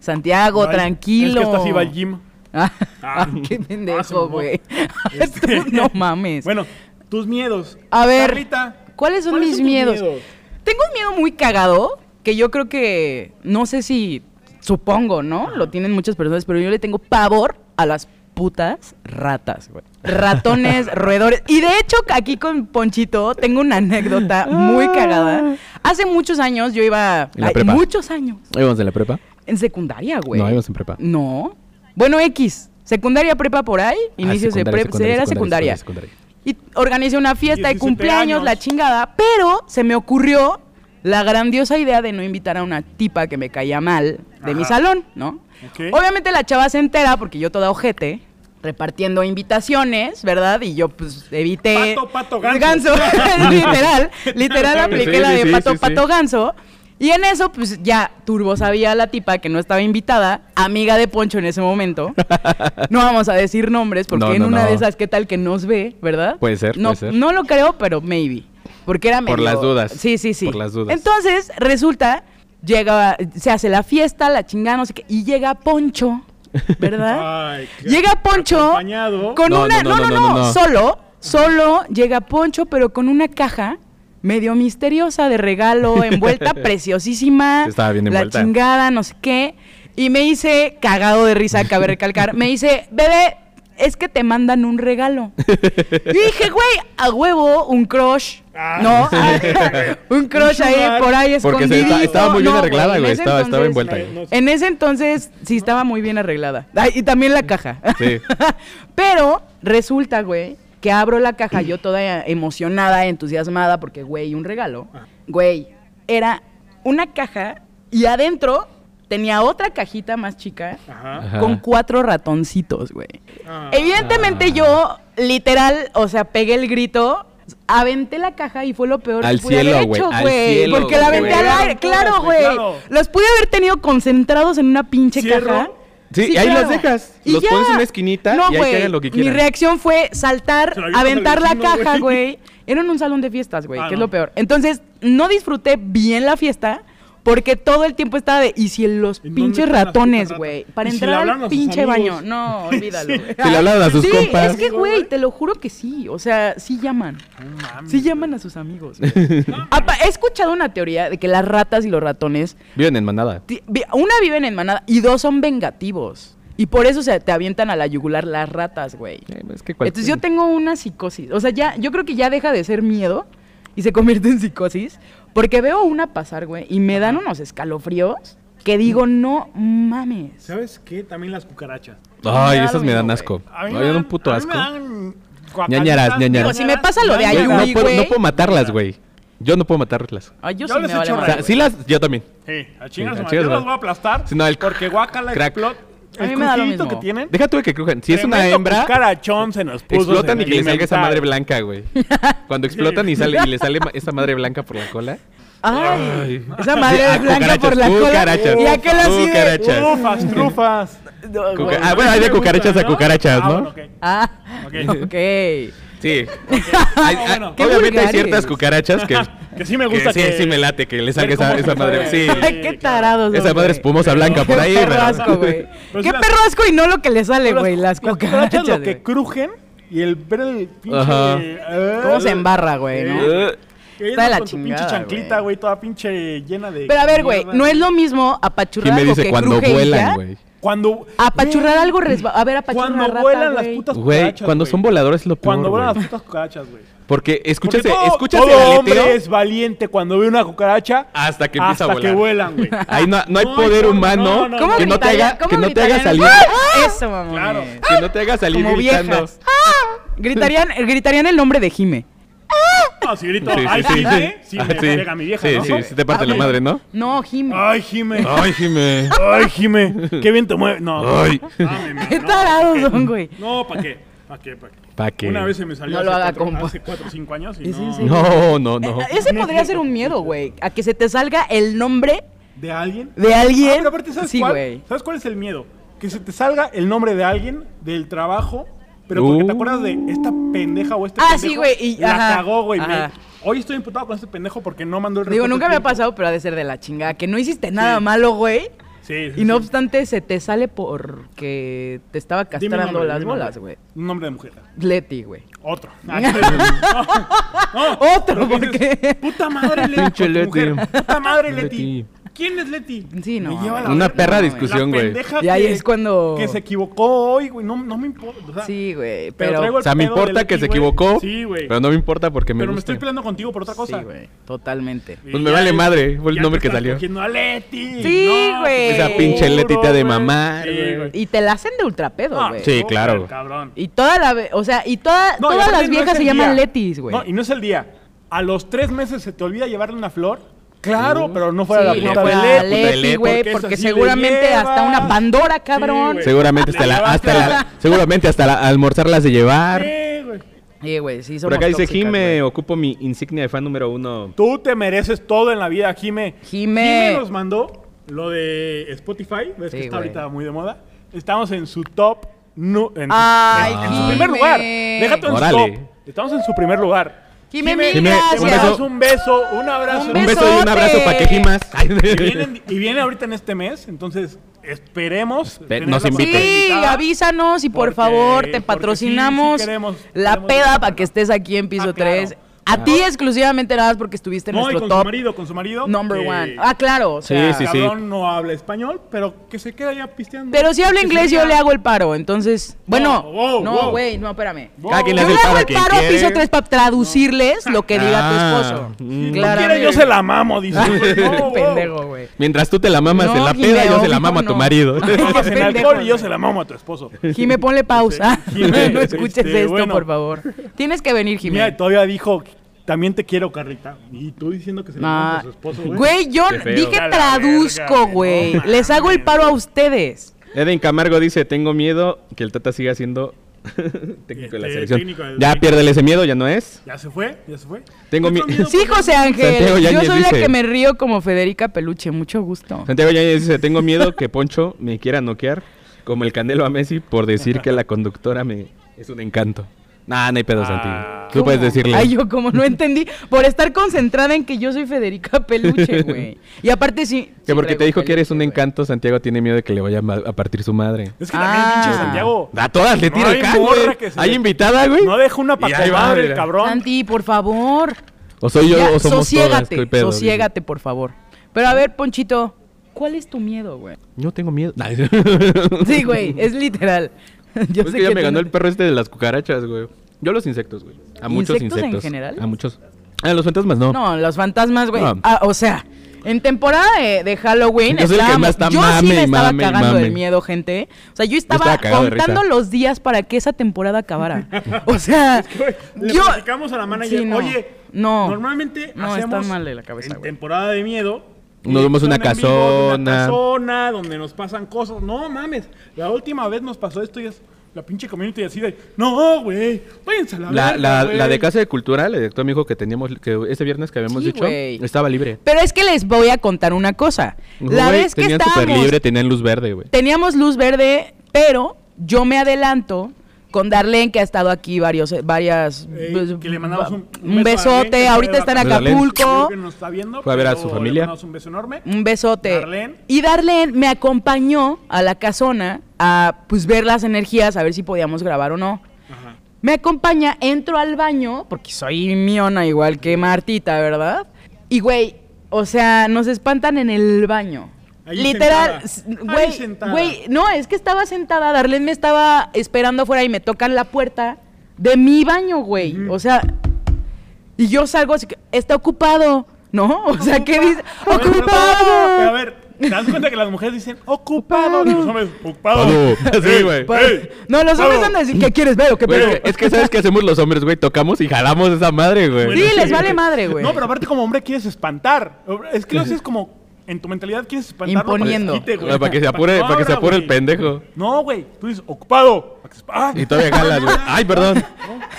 S4: Santiago,
S2: Ay,
S4: tranquilo.
S2: Es que estás iba al gym.
S4: Ah,
S2: Ah.
S4: *laughs* qué
S2: Ah, se
S4: pendejo,
S2: mamó.
S4: güey. *laughs*
S2: Este-
S4: Tú no mames.
S2: Bueno, tus miedos.
S4: A ver,
S2: Carlita,
S4: ¿cuáles son mis
S2: tus
S4: miedos? Tengo un miedo muy cagado que yo creo que no sé si supongo, ¿no? Lo tienen muchas personas, pero yo le tengo pavor a las putas ratas, güey. Ratones,
S3: *laughs*
S4: roedores. Y de hecho, aquí con Ponchito tengo una anécdota muy cagada. Hace muchos años yo iba.
S3: Ah. En la
S4: ay,
S3: prepa.
S4: Muchos años.
S3: Ahí vamos de la prepa.
S4: En secundaria, güey.
S3: No, íbamos en prepa.
S4: No. Bueno, X. Secundaria, prepa por ahí. Inicios de
S3: Ah, secundaria,
S4: prepa. pues,
S3: secundaria,
S4: Era
S3: secundaria,
S4: secundaria.
S3: secundaria,
S4: Y organicé una fiesta de
S2: 17
S4: cumpleaños,
S2: años.
S4: la chingada. Pero se me ocurrió la grandiosa idea de no invitar a una tipa que me caía mal de mi
S2: Ajá.
S4: salón, ¿no?
S2: Ok.
S4: Obviamente la chava se entera porque yo toda ojete repartiendo invitaciones, ¿verdad? Y yo pues evité
S2: Pato, pato, ganso. *laughs*
S4: *laughs* literal, literal apliqué
S3: Sí,
S4: la
S3: sí,
S4: de
S3: sí,
S4: pato
S3: sí,
S4: pato
S3: sí.
S4: ganso. Y en eso, pues ya Turbo sabía la tipa que no estaba invitada, amiga de Poncho en ese momento. *laughs* No vamos a decir nombres porque
S3: No,
S4: en
S3: no,
S4: una
S3: no.
S4: de esas, ¿qué tal que nos ve, verdad?
S3: Puede ser,
S4: no,
S3: puede ser.
S4: No lo creo, pero maybe. Porque era medio...
S3: Por las dudas.
S4: Sí, sí, sí.
S3: Por las dudas.
S4: Entonces, resulta, llega, se hace la fiesta, la chingada, no sé qué, y llega Poncho, ¿verdad?
S2: *laughs* Ay, qué-
S4: ¿Ah? llega Poncho
S2: acompañado.
S4: con
S3: No,
S4: una...
S3: no,
S4: No no no,
S3: no.
S4: solo, solo llega Poncho, pero con una caja medio misteriosa
S3: *laughs*
S4: de regalo, envuelta, preciosísima.
S3: Sí, estaba bien envuelta.
S4: La chingada, no sé qué. Y me hice, cagado de risa, cabe recalcar, me dice, bebé, es que te mandan un regalo. Y dije, güey, a huevo, un crush.
S2: Ah.
S4: ¿No? *laughs* un crush
S2: Un
S4: ahí
S2: sugar.
S4: por ahí
S3: Porque se-
S4: escondido.
S3: estaba muy bien
S4: No,
S3: arreglada,
S4: en
S3: güey,
S4: ese
S3: estaba- estaba
S4: entonces-
S3: envuelta, güey.
S4: En ese entonces sí estaba muy bien arreglada. Ay, y también la caja.
S3: Sí.
S4: *laughs* Pero resulta, güey, que abro la caja yo toda emocionada, entusiasmada, porque, güey, un regalo. Güey, era una caja y adentro tenía otra cajita más chica
S2: Ajá.
S3: Ajá.
S4: con cuatro ratoncitos, güey.
S2: Ah.
S4: Evidentemente
S3: Ah.
S4: yo, literal, o sea, pegué el grito, aventé la caja y fue lo peor
S3: Al
S4: que pude
S3: cielo,
S4: haber
S3: güey,
S4: hecho,
S3: al
S4: güey.
S3: cielo,
S4: Porque la
S3: güey.
S4: aventé al aire,
S2: Llegaron todas,
S4: claro,
S2: güey,
S4: güey.
S2: claro.
S4: Los pude haber tenido concentrados en una pinche
S2: ¿Cierro?
S4: caja.
S3: Sí, y ahí los dejas. Los pones en una esquinita y ahí que
S4: güey,
S3: hagan lo que
S4: Mi
S3: quieran.
S4: reacción fue saltar,
S2: Se lo avientas
S4: aventar
S2: al
S4: la
S2: vecino,
S4: caja,
S2: güey.
S4: güey. Era en un salón de fiestas, güey,
S2: Ah,
S4: que es
S2: no.
S4: lo peor. Entonces, no disfruté bien la fiesta porque todo el tiempo estaba de, ¿y si los
S2: ¿En dónde
S4: pinches
S2: están las
S4: ratones,
S2: putas
S4: güey?
S2: ratas?
S4: Para
S2: ¿Y si le
S4: entrar
S2: hablaron
S4: al
S2: a sus
S4: pinche
S2: amigos?
S4: baño.
S3: *laughs*
S4: No, olvídalo. güey.
S3: Se le hablaban a sus
S4: sí,
S3: compas.
S4: es que, güey, te lo juro que sí. O sea, sí llaman. Sí llaman a sus amigos. güey. Apa, He escuchado una teoría de que las ratas y los ratones
S3: Viven en manada.
S4: Ti- vi- Una viven en manada y dos son vengativos. Y por eso se te avientan a la yugular las ratas, güey.
S3: Eh, es que cual-
S4: Entonces yo tengo una psicosis. O sea, ya, yo creo que ya deja de ser miedo y se convierte en psicosis. Porque veo una pasar, güey, y me dan unos escalofríos que digo, no mames.
S2: ¿Sabes qué? También las cucarachas.
S3: Ay,
S4: Me da
S3: esas
S4: lo
S3: me dan
S4: mismo,
S3: asco.
S2: A mí
S3: No,
S2: me
S3: yo
S2: dan-
S3: un puto
S2: a mí
S3: asco.
S2: me dan guacalitas,
S3: Ñañaras,
S2: me dan
S3: ñañaras.
S4: Si me pasa lo de
S3: Güey,
S4: Ay,
S3: no,
S4: güey,
S3: puedo,
S4: güey.
S3: no puedo matarlas, güey. Yo no puedo matarlas.
S4: Ay, yo,
S2: Yo
S4: sí
S2: les
S4: me vale
S2: echo
S3: O
S2: Ay,
S4: madre,
S3: sea,
S2: rayos.
S4: güey.
S3: sí las... Yo también.
S2: Sí, a chingas,
S3: Sí, a
S2: madre,
S3: chingas,
S2: yo las
S3: madre.
S2: voy a aplastar
S3: Sí, no, el-
S2: porque guacala
S3: crack.
S2: explot.
S4: A mí
S2: el
S4: me da lo
S2: crujidito
S4: mismo.
S2: que tienen.
S3: Deja tú de que crujan. Si es una
S2: tremendo
S3: hembra,
S2: cucarachón se nos puso,
S3: explotan
S2: se
S3: y que le salga esa
S2: alimentaron.
S3: madre blanca,
S2: *laughs*
S3: güey. Cuando explotan y sale y le sale ma- esa madre blanca por la cola.
S4: Ay,
S3: Ay.
S4: esa madre
S3: Ya,
S4: blanca por la
S3: cucarachas, Uh,
S4: cola.
S3: cucarachas,
S4: Y aquel así de...
S3: cucarachas.
S2: Trufas, trufas.
S4: No,
S3: Cuca-
S4: güey.
S3: Ah, bueno, hay de
S2: Pues Me
S3: cucarachas
S2: gusta,
S3: a cucarachas,
S2: Ah,
S3: ¿no?
S2: bueno, ok.
S4: Ah,
S2: Ok.
S4: ok.
S3: Sí.
S2: *laughs* Ah,
S3: Hay- hay-
S2: bueno.
S4: Qué
S3: obviamente hay
S4: vulgares.
S3: ciertas cucarachas que,
S2: *laughs* Que sí me gusta
S3: que sí,
S2: que-
S3: sí me late que le salga
S2: cómo
S3: esa,
S2: se
S3: esa madre.
S2: mueve.
S3: Sí.
S2: Ay,
S4: Qué
S2: claro.
S4: tarados.
S3: Esa madre
S4: hombre.
S3: espumosa blanca por ahí.
S4: Qué
S3: pero-
S4: perro asco, güey.
S3: *laughs*
S2: Pero
S4: Qué
S2: si las-
S4: perro asco y no lo que le sale,
S2: Pero
S4: güey. Las
S2: las
S4: cucarachas,
S2: lo que
S4: güey.
S2: crujen y el ver el pinche.
S3: Ajá.
S2: eh,
S4: ¿Cómo se embarra, güey, no?
S3: Eh,
S2: que
S4: Está
S2: andas
S4: de la
S2: con tu
S4: chingada,
S2: Pinche chanclita,
S4: güey.
S2: güey, toda pinche llena de.
S4: Pero a ver, güey,
S2: mierda.
S4: no es lo mismo
S3: ¿Quién
S4: apachurrar
S3: me
S4: algo que
S3: dice cuando
S4: cruje y ya,
S3: vuelan, güey?
S2: Cuando.
S4: Apachurrar algo resba... A ver, apachurrar
S2: Cuando
S4: una rata,
S2: vuelan las
S4: güey.
S2: putas
S3: Güey,
S2: cucarachas.
S3: cuando
S2: güey.
S3: son voladores es lo peor.
S2: Cuando vuelan
S3: güey.
S2: las putas cucarachas, güey.
S3: Porque escuchas,
S2: Porque todo-
S3: escuchas el
S2: todo hombre
S3: aleteo
S2: es valiente cuando ve una cucaracha.
S3: hasta que empieza a
S2: hasta
S3: volar.
S2: que
S3: *laughs*
S2: vuelan, güey.
S3: Ahí no, no hay
S2: No,
S3: poder
S2: no, no,
S3: humano
S2: no, no,
S4: ¿Cómo
S3: que no te
S4: gritarían-
S3: haga, que
S4: cómo
S3: no te haga
S4: gritarían?
S3: salir,
S4: ¡Ah! Eso, mamá.
S2: Claro.
S3: que no te haga salir
S4: Como
S3: gritando.
S4: viejas. ¡Ah! Gritarían, gritarían el nombre de Jime.
S2: No, si grito,
S3: Sí, sí,
S2: ay,
S3: sí,
S2: Jime,
S3: sí.
S2: sí,
S3: Ah,
S2: me
S3: sí.
S2: pega mi vieja,
S3: Sí,
S2: ¿no?
S3: sí, sí, te parte
S4: Ah,
S3: la
S4: güey.
S3: madre, ¿no?
S4: No, Jime.
S2: Ay, Jime,
S3: Ay, Jimé.
S2: ay, Jime, qué bien te mueve. No,
S3: Ay.
S2: dame, no,
S4: Qué
S2: no,
S4: tarados
S2: ¿pa' qué?
S4: son, güey.
S2: No, ¿para qué? ¿Para qué? ¿Para qué?
S3: ¿Pa' qué?
S2: Una vez se me salió
S4: No lo
S2: hace
S4: haga,
S2: cuatro-
S4: compa.
S2: hace 4 o 5 años y
S4: Es en
S2: no.
S4: serio.
S3: No, no, no.
S4: Eh, Ese podría ser un miedo, güey. A que se te salga el nombre
S2: ¿De alguien?
S4: de
S2: Ah,
S4: alguien.
S2: pero aparte, ¿sabes,
S4: sí,
S2: cuál?
S4: güey.
S2: ¿sabes cuál es el miedo? Que se te salga el nombre de alguien del trabajo, pero porque te
S3: Uh.
S2: acuerdas de esta pendeja o este
S4: Ah,
S2: pendejo.
S4: sí, güey, y-
S2: La
S4: ajá,
S2: cagó, güey. me-
S4: ajá.
S2: Hoy estoy imputado con este pendejo porque no mandó el
S4: Digo,
S2: reporte
S4: nunca
S2: a
S4: me ha
S2: tiempo.
S4: pasado, pero ha de ser de la chingada. Que no hiciste nada
S2: Sí.
S4: malo, güey.
S2: Sí, sí,
S4: Y no
S2: sí.
S4: obstante, se te sale porque te estaba
S2: Dime un
S4: castrando
S2: nombre,
S4: las
S2: dime un
S4: bolas,
S2: nombre.
S4: güey.
S2: Un nombre de mujer.
S4: Leti, güey. *laughs*
S2: Otro. Ah, no, no,
S4: Otro,
S2: lo que
S4: ¿por
S2: dices,
S4: qué?
S2: Puta madre, Leti.
S3: Pinche
S2: con tu mujer.
S3: Leti.
S2: Puta madre,
S3: Leti.
S2: Leti. ¿Quién es Leti?
S4: Sí, no,
S2: Me lleva
S4: güey.
S2: la
S3: Una
S2: verga,
S3: perra
S2: güey.
S3: discusión,
S2: La
S3: güey.
S2: pendeja
S4: Y ahí
S2: que-
S4: es cuando-
S2: Que se equivocó hoy, güey. No, no me importa. o sea,
S4: Sí, güey.
S2: pero
S4: Pero,
S2: traigo
S3: O sea, me
S2: pedo de
S3: importa que
S2: Leti,
S3: se
S2: güey.
S3: equivocó,
S2: Sí, güey.
S3: pero no me importa porque me
S2: Pero me
S3: gusta.
S2: estoy peleando contigo por otra cosa.
S4: sí, güey. Totalmente.
S2: Y
S3: este. Pues me
S2: ya
S3: vale
S2: es-
S3: madre, fue el
S2: ya
S3: nombre
S2: te
S3: que
S2: estás
S3: salió.
S2: cogiendo a Leti.
S4: Sí, güey.
S2: no, pues,
S4: Esa
S3: pinche
S2: seguro,
S3: Letita de
S2: güey.
S3: mamá.
S2: Sí, güey.
S4: Y te la hacen de ultrapedo,
S2: Ah,
S4: güey.
S3: sí.
S2: súper
S3: claro.
S2: Cabrón.
S4: Y toda la... ve- O sea, y toda,
S2: No, y
S4: todas
S2: aparte
S4: las
S2: no
S4: viejas
S2: es
S4: se
S2: el
S4: llaman
S2: día.
S4: Letis, güey.
S2: No, y no es el día. A los tres meses se te olvida llevarle una flor. Claro, pero no fuera
S4: Sí,
S2: la
S4: no
S2: puta
S4: fue
S2: de
S4: a
S2: Leti.
S3: Leti,
S4: Leti,
S3: Leti,
S4: güey,
S2: porque es
S4: porque
S2: así de
S4: seguramente
S2: llevas.
S4: hasta una Pandora, cabrón.
S2: güey.
S3: Seguramente hasta
S2: La
S3: la, hasta
S2: llevaste
S3: la, seguramente hasta la almorzar las de llevar.
S2: Sí, güey.
S4: Sí, güey, sí, somos
S3: Por acá dice
S4: tóxicas,
S3: Jime,
S4: güey.
S3: ocupo mi insignia de fan número uno.
S2: Tú te mereces todo en la vida, Jime.
S4: Jime.
S2: nos mandó lo de Spotify, ves
S4: Sí,
S2: que está
S4: güey.
S2: ahorita muy de moda. Estamos en su top. nu- en,
S4: Ay,
S2: en su
S4: Jime.
S2: primer lugar. Déjate en
S3: Órale.
S2: su top. Estamos en su primer lugar.
S4: Jime, mil
S3: Jime,
S2: te mandamos
S4: gracias.
S2: un beso, un abrazo.
S4: Un
S3: Un beso y un
S4: Besote.
S3: abrazo para que Jimas. *laughs*
S2: Y, vienen- y viene ahorita en este mes, entonces esperemos. tener
S3: nos
S2: la
S3: inviten.
S2: persona
S4: Sí,
S2: invitada.
S4: avísanos y por
S2: Porque-
S4: favor
S2: porque
S4: te
S2: sí,
S4: patrocinamos
S2: sí queremos-
S4: la
S2: queremos
S4: peda
S2: verla.
S4: para que estés aquí en piso
S2: Ah, claro.
S4: 3. A ti exclusivamente nada más porque estuviste en
S2: No, y
S4: nuestro
S2: con su
S4: top
S2: marido, con su marido.
S4: number
S2: que
S4: one. Ah, claro. o
S3: Sí,
S4: sea,
S3: sí, sí.
S2: Cabrón no habla español, pero que se queda ya pisteando.
S4: Pero si habla
S2: Que se
S4: inglés yo
S2: queda-
S4: le hago el paro, entonces... Bueno,
S2: wow,
S4: no,
S2: wow.
S4: güey, no, espérame.
S2: Wow.
S3: Cada quien le
S4: Yo
S3: hace
S4: le
S3: el
S4: hago
S3: paro a
S4: el
S3: quien
S4: paro a piso
S3: quiere.
S4: 3 para traducirles lo que diga
S3: Ah,
S4: tu
S3: mm.
S4: esposo.
S2: Si
S4: Claro.
S2: quiere, yo se la
S4: *laughs*
S2: mamo, dice. No,
S4: Pendejo, güey.
S3: Mientras tú te la mamas
S4: No,
S3: en la
S4: Jime,
S3: peda, yo se la
S4: obvio
S3: mamo a
S4: no.
S3: tu
S4: *laughs*
S3: marido.
S2: Tú mamas en
S4: Pendejo,
S2: alcohol y yo
S4: güey.
S2: se la mamo a tu esposo.
S4: Jime, ponle pausa. *laughs*
S2: Jime,
S4: no escuches
S2: este,
S4: esto,
S2: bueno.
S4: por favor. Tienes que venir, Jime.
S2: Mira, todavía dijo, También te quiero, Carlita. Y tú diciendo que se
S4: No.
S2: enoja con su esposo, güey.
S4: Güey, yo
S3: Qué feo.
S4: dije
S2: A la verga,
S4: traduzco,
S2: güey,
S4: güey.
S2: no
S4: Les hago el
S2: mames.
S4: paro a ustedes.
S3: Eden Camargo dice, tengo miedo que el Tata siga siendo *laughs* técnico de la
S2: Este,
S3: selección.
S2: técnico de-
S3: Ya piérdele ese miedo, ya no es.
S2: Ya se fue, ya se fue.
S3: Tengo
S2: Yo
S3: mi-
S2: miedo,
S4: Sí,
S2: por-
S4: José
S3: Santiago
S4: Ángel. Yo
S3: Yáñez
S4: soy la
S3: dice-
S4: que me río como Federica Peluche. Mucho gusto.
S3: Santiago Yañez dice, tengo miedo que Poncho me quiera noquear como el Canelo a Messi por decir que la conductora me es un encanto. Nah, no hay pedo,
S2: Ah.
S3: Santi. Tú puedes
S4: ¿Cómo?
S3: decirle.
S4: Ay, yo como no entendí. Por estar concentrada en que yo soy Federica
S3: *laughs*
S4: Peluche, güey. Y aparte sí.
S3: que porque te dijo que eres un
S4: encanto.
S3: encanto, Santiago tiene miedo de que le vaya ma- a partir su madre.
S2: Es que también
S4: Ah.
S2: pinche Santiago.
S3: A todas le
S2: No
S3: tira
S2: hay
S3: el can,
S2: morra
S3: güey.
S2: que se
S3: Hay
S2: le-
S3: invitada, güey.
S2: No deja una
S3: Y ahí va,
S2: patada el
S3: mira.
S2: cabrón.
S4: Santi, por favor.
S3: O soy yo
S4: Ya,
S3: o somos todas.
S4: sosiégate,
S3: qué pedo,
S4: sosiégate, por favor. Pero a ver, Ponchito, ¿cuál es tu miedo,
S3: *laughs*
S4: güey?
S3: dice. Yo tengo
S4: *laughs*
S3: miedo. Nah, es-
S4: Sí, güey, es literal. *laughs* Yo
S3: Pues
S4: sé
S3: que ya
S4: que
S3: me
S4: tú
S3: ganó
S4: no-
S3: el perro este de las cucarachas, güey. Yo los insectos, güey. A muchos
S4: ¿Insectos en
S3: insectos.
S4: general?
S3: A muchos. A los fantasmas no.
S4: No, los fantasmas, güey.
S3: No.
S4: Ah, o sea, en temporada de, de Halloween
S3: Yo soy el que
S4: estábamos-
S3: más está
S4: yo sí
S3: mame
S4: me
S3: y
S4: estaba
S3: mame y
S4: cagando
S3: mame.
S4: del miedo, gente. O sea, yo estaba,
S3: estaba cagado de
S4: contando
S3: risa.
S4: los días para que esa temporada
S2: *laughs*
S4: acabara. O sea, *laughs*
S2: Le
S4: yo
S2: platicamos a la manager,
S4: Sí, no.
S2: oye,
S4: No.
S2: normalmente
S4: No, está
S2: hacemos
S4: mal de la cabeza,
S2: en
S4: güey.
S2: temporada de miedo.
S3: Nos vemos una
S2: dirección en vivo de una
S3: casona.
S2: casona donde nos pasan cosas. No mames, la última vez nos pasó esto y es la pinche community así de, no, güey, váyanse a la
S3: La,
S2: verga,
S3: la-
S2: güey".
S3: la de Casa de Cultura, le director me dijo que teníamos, que este viernes que habíamos
S4: Sí,
S3: dicho,
S4: güey.
S3: estaba libre.
S4: pero es que les voy a contar una cosa. La
S3: Güey,
S4: vez que
S3: tenían
S4: estábamos
S3: súper libre, tenían luz verde, güey.
S4: teníamos luz verde, pero yo me adelanto con Darlene, que ha estado aquí varios, eh, varias...
S2: Ey,
S4: pues,
S2: que le mandamos un,
S4: un besote,
S2: a Darlene, que
S4: ahorita
S2: de
S4: está en
S2: vacaciones,
S4: Acapulco.
S2: que nos está viendo,
S3: Fue a ver a
S2: pero
S3: su
S2: le
S3: familia.
S2: mandamos un beso enorme.
S4: Un besote.
S2: Darlene.
S4: Y Darlene me acompañó a la casona a pues ver las energías, a ver si podíamos grabar o no.
S2: Ajá.
S4: Me acompaña, entro al baño, porque soy miona igual que Martita, ¿verdad? Y güey, o sea, nos espantan en el baño.
S2: Ahí
S4: Literal,
S2: sentada.
S4: s-
S2: Ahí
S4: güey,
S2: sentada.
S4: güey, no, es que estaba sentada, Darlene me estaba esperando afuera y me tocan la puerta de mi baño, güey. O sea, y yo salgo así, que, está ocupado, ¿no? *laughs* O sea, ¿qué dice?
S2: A ver, pero- pero
S4: ¡Ocupado!
S2: A ver, ¿te das cuenta que las mujeres dicen ocupado? Y los hombres, ocupado. *laughs*
S3: Ocupado. Sí,
S2: Ey,
S3: güey.
S4: Pa-
S2: ey.
S4: Pues, No, los hombres
S2: Ocupado.
S4: andan así, ¿qué quieres ver o qué
S3: Güey,
S4: pedo?
S3: es que sabes que hacemos los hombres, güey. Tocamos y jalamos esa madre, güey.
S4: Sí, les vale madre, güey.
S2: No, pero aparte como hombre quieres espantar. Es que lo haces como en tu mentalidad quieres espantar
S4: Imponiendo.
S3: Güey, Para que se apure, para que se apure el pendejo.
S2: No, güey, tú dices ocupado. para que se- Ah.
S3: Y todavía jalas, güey. Ay, perdón.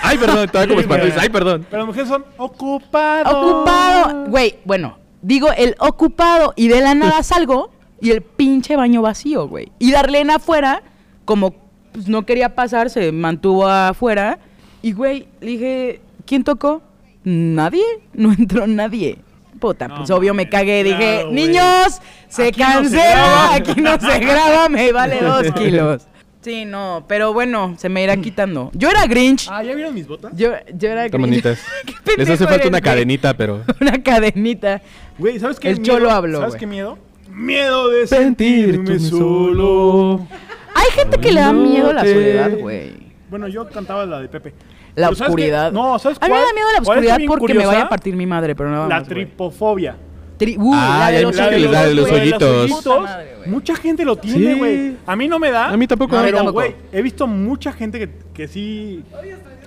S3: Ay, perdón. Todavía como
S2: Sí, güey.
S3: espanto, dices, Ay, perdón.
S2: Pero las mujeres son ocupado.
S4: Ocupado. Güey, bueno, digo el ocupado y de la nada salgo y el pinche baño vacío, güey. Y Darlene afuera, como pues, no quería pasar, se mantuvo afuera. Y, güey, le dije, ¿quién tocó? Nadie. No entró nadie. Puta,
S2: No
S4: pues obvio me
S2: mames,
S4: cagué. Dije,
S2: claro, güey.
S4: niños, se
S2: Aquí no se
S4: cancela, *laughs*
S2: graba".
S4: aquí no se graba, me vale
S2: *laughs*
S4: dos kilos. Sí, no, pero bueno, se me irá quitando. Yo era Grinch.
S2: Ah, ¿ya vieron mis botas?
S4: Yo, yo era
S3: Están bonitas.
S4: *laughs* Qué
S3: Les
S4: pendejo
S3: hace falta
S4: eres,
S3: una
S4: güey.
S3: cadenita, pero.
S4: Una cadenita.
S2: Güey, ¿sabes qué?
S4: El
S2: miedo?
S4: cholo habló,
S2: ¿Sabes
S4: güey.
S2: qué miedo? Miedo de sentirme
S3: Sentirme
S2: solo.
S4: Hay gente que le da
S3: No
S4: miedo a la
S3: te-
S4: soledad, güey.
S2: Bueno, yo cantaba la de Pepe.
S4: La
S2: Pero ¿sabes qué?
S4: oscuridad.
S2: No, ¿sabes
S4: A mí me
S2: cuál?
S4: da miedo la
S2: ¿Cuál está
S4: oscuridad
S2: bien
S4: porque me
S2: curiosa?
S4: vaya a partir mi madre, pero nada
S2: La
S4: más. güey.
S2: tripofobia.
S4: Tri- Uy,
S3: Ah,
S4: la
S3: ya
S4: de
S3: hay
S4: los
S3: mucha
S2: de
S3: gente que
S4: hoyitos,
S3: les da de los
S4: güey.
S2: de los
S3: hoyitos.
S2: hoyitos,
S4: Puta madre, güey.
S2: mucha gente lo tiene,
S3: Sí.
S2: güey. A mí no me da.
S3: A mí tampoco.
S4: No, a mí
S2: pero,
S4: tampoco.
S2: güey, he visto mucha gente que, que sí.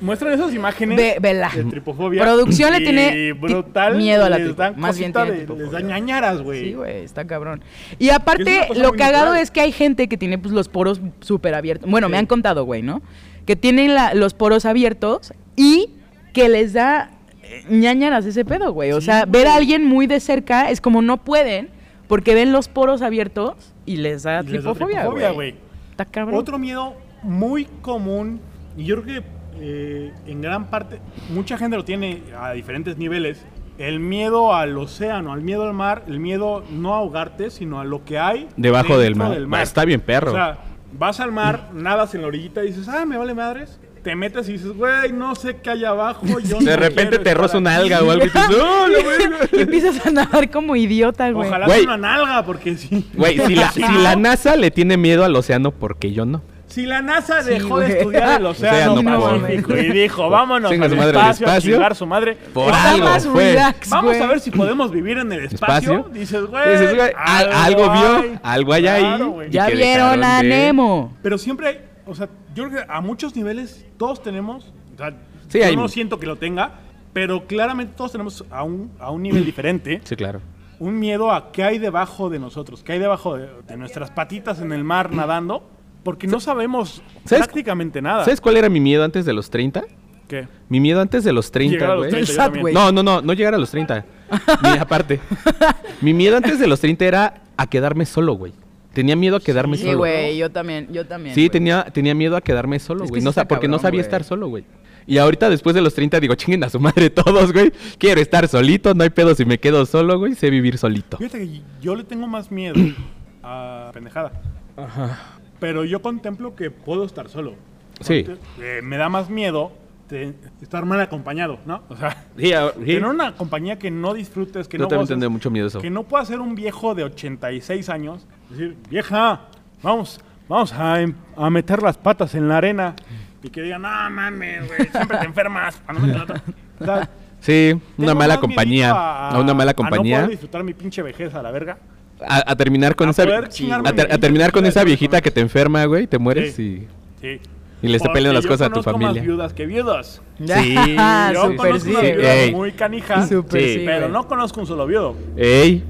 S2: Muestran esas imágenes.
S4: Ve- vela.
S2: De tripofobia.
S4: Producción le
S2: y
S4: tiene
S2: brutal,
S4: ti- miedo a la
S2: les
S4: tripo-
S2: dan
S4: más bien
S2: cosita
S4: tiene
S2: de- Les
S4: tripofobia.
S2: dan ñañaras, güey.
S4: Sí, güey, está cabrón. Y
S2: Es una
S4: aparte,
S2: cosa
S4: lo
S2: muy
S4: cagado
S2: natural.
S4: es que hay gente que tiene pues, los poros súper abiertos. Bueno, me han contado, güey, ¿no? Que tienen la- los poros abiertos y que les da eh, ñañaras ese pedo, güey. O
S2: Sí,
S4: sea,
S2: güey.
S4: ver a alguien muy de cerca es como no pueden porque ven los poros abiertos y les da
S2: Y les da
S4: tripofobia,
S2: tripofobia,
S4: güey.
S2: güey.
S4: Está cabrón.
S2: Otro *laughs* miedo muy común, y yo creo que eh, en gran parte, mucha gente lo tiene a diferentes niveles, el miedo al océano, al miedo al mar, el miedo no a ahogarte, sino a lo que hay
S3: Debajo del
S2: dentro
S3: mar. Está bien perro.
S2: O sea, vas al mar, nadas en la orillita y dices, ah, me vale madres. Te metes y dices, güey, no sé qué hay abajo. Yo
S3: De
S2: no
S3: repente
S2: quiero
S3: te
S2: estar
S3: roza una
S2: aquí".
S3: alga o algo y
S4: *laughs*
S3: dices, ¡No, la verga!
S4: y empiezas a nadar como idiota, güey.
S2: Ojalá
S3: Güey.
S2: sea una nalga, porque Ah, sí.
S3: Güey, si la, si
S2: *laughs*
S3: la NASA le tiene miedo al océano, ¿por qué yo no?
S2: Si la NASA
S4: Sí,
S2: dejó
S4: güey.
S2: de estudiar
S3: *laughs*
S2: el Océano
S3: Océano
S2: Pacífico
S4: Pacífico.
S2: y dijo, vámonos
S3: Chinga
S2: al
S3: su madre al
S2: espacio, a
S3: espacio.
S2: chingar su madre. Pues
S3: Por
S4: Está
S3: algo
S4: más
S3: fue.
S4: relax,
S2: Vamos
S4: güey.
S2: a ver si podemos vivir en el espacio.
S3: ¿Espacio?
S2: Dices,
S3: Dices,
S2: güey,
S3: güey, al- algo vio, algo hay ahí.
S2: Claro, güey.
S3: y
S4: Ya
S3: que
S4: vieron
S3: dejaron
S4: a
S3: de-
S4: Nemo.
S2: Pero siempre, o sea, yo creo que a muchos niveles todos tenemos, o sea,
S3: Sí,
S2: yo
S3: hay-
S2: no siento que lo tenga, Pero claramente todos tenemos a un, a un nivel diferente
S3: Sí, claro.
S2: un miedo a qué hay debajo de nosotros, qué hay debajo de, de nuestras patitas en el mar nadando, porque no sabemos
S3: ¿Sabes?
S2: prácticamente nada.
S3: ¿Sabes cuál era mi miedo antes de los 30?
S2: ¿Qué?
S3: Mi miedo antes de los 30,
S2: Llegar a los
S3: güey.
S2: 30 yo
S4: El SAT,
S2: también.
S4: güey.
S3: No, no, no, no llegar a los 30.
S4: *laughs*
S3: Ni aparte. Mi miedo antes de los 30 era a quedarme solo, güey. Tenía miedo a quedarme
S4: Sí,
S3: solo.
S4: güey, yo también, yo también.
S3: Sí,
S4: güey.
S3: tenía, tenía miedo a quedarme solo,
S4: Es que
S3: güey.
S4: sí
S3: no, sa-
S4: está
S3: porque no
S4: cabrón,
S3: sabía
S4: güey.
S3: estar solo, güey. Y ahorita después de los 30 digo, chinguen a su madre todos, güey. Quiero estar solito, no hay pedo si me quedo solo, güey. Sé vivir solito.
S2: Fíjate que yo le tengo más miedo a pendejada. Pero yo contemplo que puedo estar solo.
S3: Sí.
S2: Eh, me da más miedo de estar mal acompañado, ¿no? O sea,
S3: Sí, ahora- *laughs* sí.
S2: tener una compañía que no disfrutes, que
S3: Yo
S2: no
S3: también
S2: goces,
S3: tendría mucho miedo eso.
S2: Que no pueda ser un viejo de 86 años, decir, vieja, vamos, vamos a, em- a meter las patas en la arena. Y que diga, no mames, güey, siempre
S3: *laughs*
S2: te enfermas. cuando metes la otra". O sea,
S3: Sí, una
S2: tengo
S3: mala
S2: más
S3: compañía.
S2: miedito a-
S3: A una mala
S2: A no
S3: compañía.
S2: poder disfrutar mi pinche vejez a la verga.
S3: A, a terminar con
S2: A
S3: esa.
S2: poder
S3: a
S2: chingarme
S3: ter-
S2: mi
S3: a terminar con
S2: vida
S3: esa
S2: de
S3: viejita
S2: personas.
S3: que te enferma, güey. Te mueres
S2: Sí. Sí.
S3: y, y le está
S2: Porque
S3: peleando las
S2: yo
S3: cosas a tu
S2: conozco más
S3: familia.
S2: viudas que viudos.
S3: Sí,
S2: *laughs* Yo
S3: Ah,
S4: super
S2: conozco
S4: sí.
S2: unas
S3: sí,
S2: viudas
S3: ey.
S2: muy canijas,
S4: Súper
S3: Sí.
S4: sí,
S2: pero
S4: güey.
S2: no conozco un solo viudo.
S3: Ey.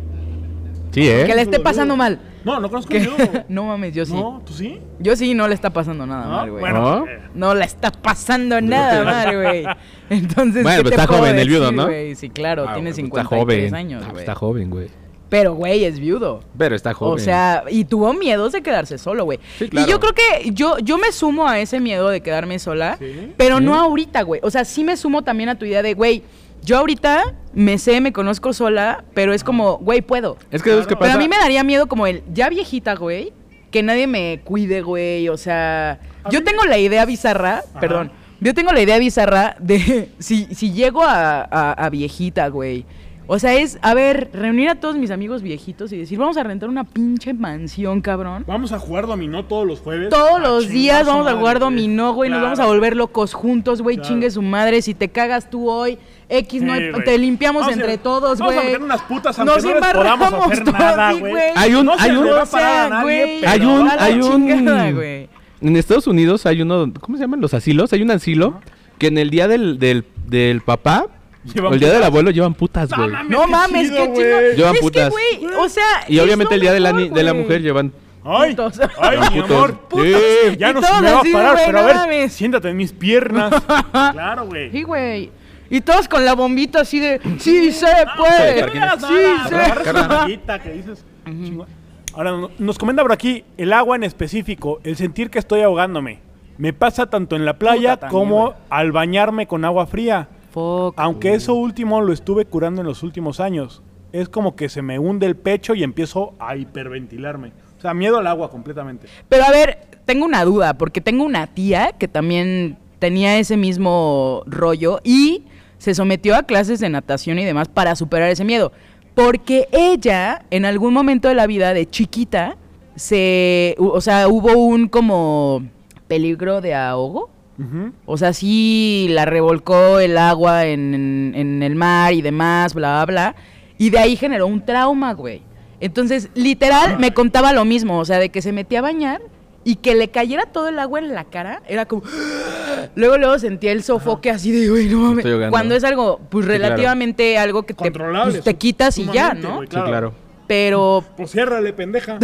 S3: Sí, ¿eh?
S4: Que le esté
S2: Solo
S4: pasando
S2: viudo.
S4: mal.
S2: No, no conozco
S4: Que-
S2: un viudo.
S4: *laughs* no mames, yo sí.
S2: No, ¿tú sí?
S4: Yo sí no le está pasando nada
S2: No,
S4: mal, güey.
S2: bueno,
S3: ¿No?
S2: eh,
S4: No le está pasando nada mal,
S2: *laughs*
S4: güey. Entonces,
S3: Bueno,
S4: ¿qué
S3: pues
S4: te
S3: está
S4: puedo
S3: joven el
S4: decir,
S3: viudo, ¿no?
S4: güey? Sí, claro,
S3: Ah,
S4: tiene
S3: pues
S4: 53
S3: joven.
S4: años,
S3: Ah, pues
S4: güey.
S3: Está joven, güey.
S4: Pero, güey, es viudo.
S3: Pero está joven.
S4: O sea, y tuvo miedo de quedarse solo, güey.
S3: Sí, claro.
S4: Y yo creo que yo, yo me sumo a ese miedo de quedarme sola,
S2: ¿Sí?
S4: pero no
S3: Sí.
S4: ahorita, güey. O sea, sí me sumo también a tu idea de, güey, yo ahorita me sé, me conozco sola, pero es como, güey, puedo.
S3: es que ¿sabes qué
S2: Claro.
S3: pasa?
S4: Pero a mí me daría miedo como el, ya viejita, güey, que nadie me cuide, güey. O sea,
S2: A
S4: yo
S2: mí-
S4: tengo la idea bizarra,
S2: Ajá.
S4: perdón, yo tengo la idea bizarra de *laughs* si, si llego a, a- a viejita, güey. O sea, es, a ver, reunir a todos mis amigos viejitos y decir, vamos a rentar una pinche mansión, cabrón.
S2: Vamos a jugar dominó todos los jueves.
S4: Todos
S2: Ah,
S4: los
S2: chinga
S4: días
S2: su
S4: vamos a
S2: madre,
S4: jugar dominó, güey. Nos
S2: Claro.
S4: vamos a volver locos juntos, güey.
S2: Claro.
S4: Chingue su madre. Si te cagas tú hoy, X no hay-
S2: Sí, güey.
S4: Te limpiamos
S2: Vamos a-
S4: entre todos,
S2: vamos
S4: güey.
S2: a meter unas putas aunque no les podamos
S4: embarramos
S2: hacer nada,
S4: sí,
S2: güey.
S3: Hay un-
S2: No se
S3: hay
S2: le
S3: un-
S2: va
S4: o
S2: a parar
S4: sea,
S2: a nadie,
S4: güey.
S2: pero-
S3: Hay un,
S4: A la
S3: hay un.
S4: chingada, güey.
S3: En Estados Unidos hay uno, ¿cómo se llaman los asilos? Hay un asilo que en el día del, del, del papá
S2: Llevan
S3: o el día del abuelo llevan putas,
S2: No
S3: güey.
S2: mames.
S4: No
S2: Qué
S4: mames,
S2: chido,
S4: qué
S2: güey.
S4: chido.
S3: Llevan
S4: es
S3: putas.
S4: que, güey, o sea.
S3: y obviamente el día de la, ni-
S4: niña
S3: de la mujer llevan.
S2: Ay,
S4: Putos.
S2: ay, mi
S3: Putos.
S2: amor, putos.
S3: Sí.
S2: Ya
S4: Y
S2: no se
S4: todos
S2: me va a
S4: así,
S2: parar,
S4: güey,
S2: pero a
S4: no
S2: ver,
S4: mames.
S2: siéntate en
S4: *laughs*
S2: mis piernas. claro, güey.
S4: Sí, güey. Y todos con la bombita así de. Sí, se puede.
S3: pero
S2: Ah, Sí,
S3: ¿quién es?
S4: Sí,
S2: sí.
S4: se
S2: Agarras una amiguita que dices, "Chinga". Ahora no- nos comenta por aquí el agua en específico, el sentir que estoy ahogándome. Me pasa tanto en la
S4: Puta,
S2: playa
S4: también,
S2: como
S4: güey.
S2: al bañarme con agua fría.
S4: *laughs* Fuck.
S2: Aunque eso último lo estuve curando en los últimos años. Es como que se me hunde el pecho y empiezo a hiperventilarme. O sea, miedo al agua completamente.
S4: Pero a ver, tengo una duda, porque tengo una tía que también tenía ese mismo rollo y se sometió a clases de natación y demás para superar ese miedo. Porque ella, en algún momento de la vida, de chiquita, se. u- O sea, hubo un como peligro de ahogo.
S2: Ujú.
S4: O sea, sí la revolcó el agua en, en- en el mar y demás, bla, bla, bla. Y de ahí generó un trauma, güey. Entonces, literal, me contaba lo mismo. O sea, de que se metía a bañar y que le cayera todo el agua en la cara. Era como... *gasps* Luego, luego sentía el sofoque así de, güey, no mames.
S3: Estoy ahogando.
S4: Cuando es algo, pues
S3: Sí, claro.
S4: relativamente algo que te,
S2: Controlable,
S4: pues, te quitas y ya,
S2: sumamente,
S4: ¿no?
S2: güey.
S3: Sí, claro.
S4: Pero
S2: Pues ciérrale,
S4: *laughs*
S2: pendeja.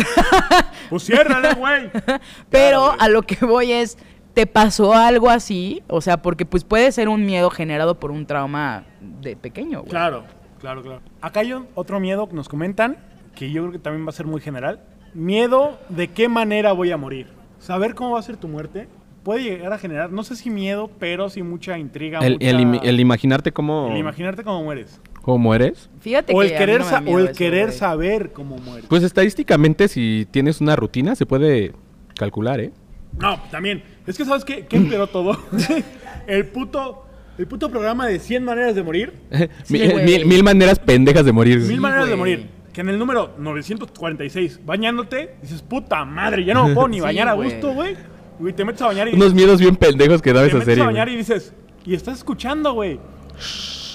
S2: pues ciérrale, güey.
S4: Pero
S2: Claro, güey.
S4: a lo que voy es, ¿te pasó algo así? O sea, porque pues puede ser un miedo generado por un trauma de pequeño, güey.
S2: Claro, claro, claro. Acá hay un- otro miedo que nos comentan, que yo creo que también va a ser muy general. Miedo de qué manera voy a morir. Saber cómo va a ser tu muerte puede llegar a generar, no sé si miedo, pero sí mucha intriga.
S3: El,
S2: mucha-
S3: el, im- el imaginarte cómo,
S2: el imaginarte cómo mueres.
S3: cómo mueres.
S4: Fíjate
S2: O
S4: que
S2: el
S4: a mí
S2: querer,
S4: no me da
S2: sa-
S4: miedo
S2: o el
S4: eso,
S2: querer
S4: güey.
S2: saber cómo mueres.
S3: Pues estadísticamente, si tienes una rutina, se puede calcular, ¿eh?
S2: No, también. Es que, ¿sabes qué? ¿Qué empeoró todo? *laughs* el puto... El puto programa de 100 maneras de morir.
S3: *laughs*
S4: Sí,
S3: mil,
S4: güey.
S3: mil- mil maneras pendejas de morir.
S2: Mil maneras de
S4: güey.
S2: morir. Que en el número 946, bañándote, dices, puta madre, ya no me puedo
S3: *laughs*
S2: ni
S4: Sí,
S2: bañar a
S4: güey.
S2: gusto, güey. Y te metes a bañar y
S3: Unos miedos bien pendejos que daba
S2: te
S3: esa
S2: metes
S3: serie.
S2: a bañar
S3: güey.
S2: y dices, y estás escuchando, güey.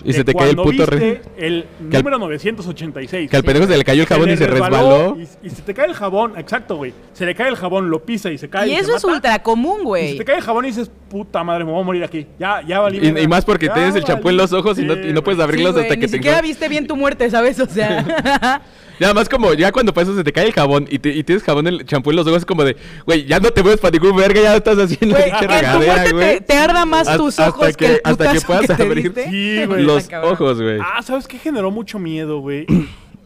S3: Y
S2: de
S3: se te cayó el
S2: cuando
S3: puto re-
S2: viste
S3: *laughs*
S2: el
S3: que al-
S2: número 986.
S3: Que al pendejo se le cayó el jabón y se resbaló.
S2: Y, y se te cae el jabón, exacto, güey. Se le cae el jabón, lo pisa y se cae.
S4: Y
S2: se
S4: eso es
S2: mata.
S4: ultra común,
S2: Y
S4: güey.
S2: se te cae el jabón y dices, puta madre, me voy a morir aquí. Ya, ya valí.
S3: Y,
S2: verga.
S3: y más porque
S2: Ya
S3: tienes el champú en los ojos y no,
S2: valí,
S3: y no puedes
S4: Sí,
S3: abrirlos
S4: güey,
S3: hasta que
S4: ni
S3: te
S4: siquiera
S3: encuentres.
S4: viste bien tu muerte, ¿sabes? O *laughs* sea,
S3: Nada más como ya cuando pasas se te cae el jabón y, te- y tienes jabón en el champú en los ojos es como de, güey, ya no te mueves para ningún verga, ya estás
S2: *laughs*
S3: haciendo
S4: güey, que tu muerte te, te arda más
S3: Haz-
S4: tus
S3: hasta
S4: ojos que, el
S3: que- hasta que
S4: putazo
S3: puedas
S4: te
S3: abrir
S4: diste.
S2: Sí, güey.
S3: los
S4: Está cabrón.
S3: ojos, güey.
S2: Ah, ¿sabes qué generó mucho miedo, güey?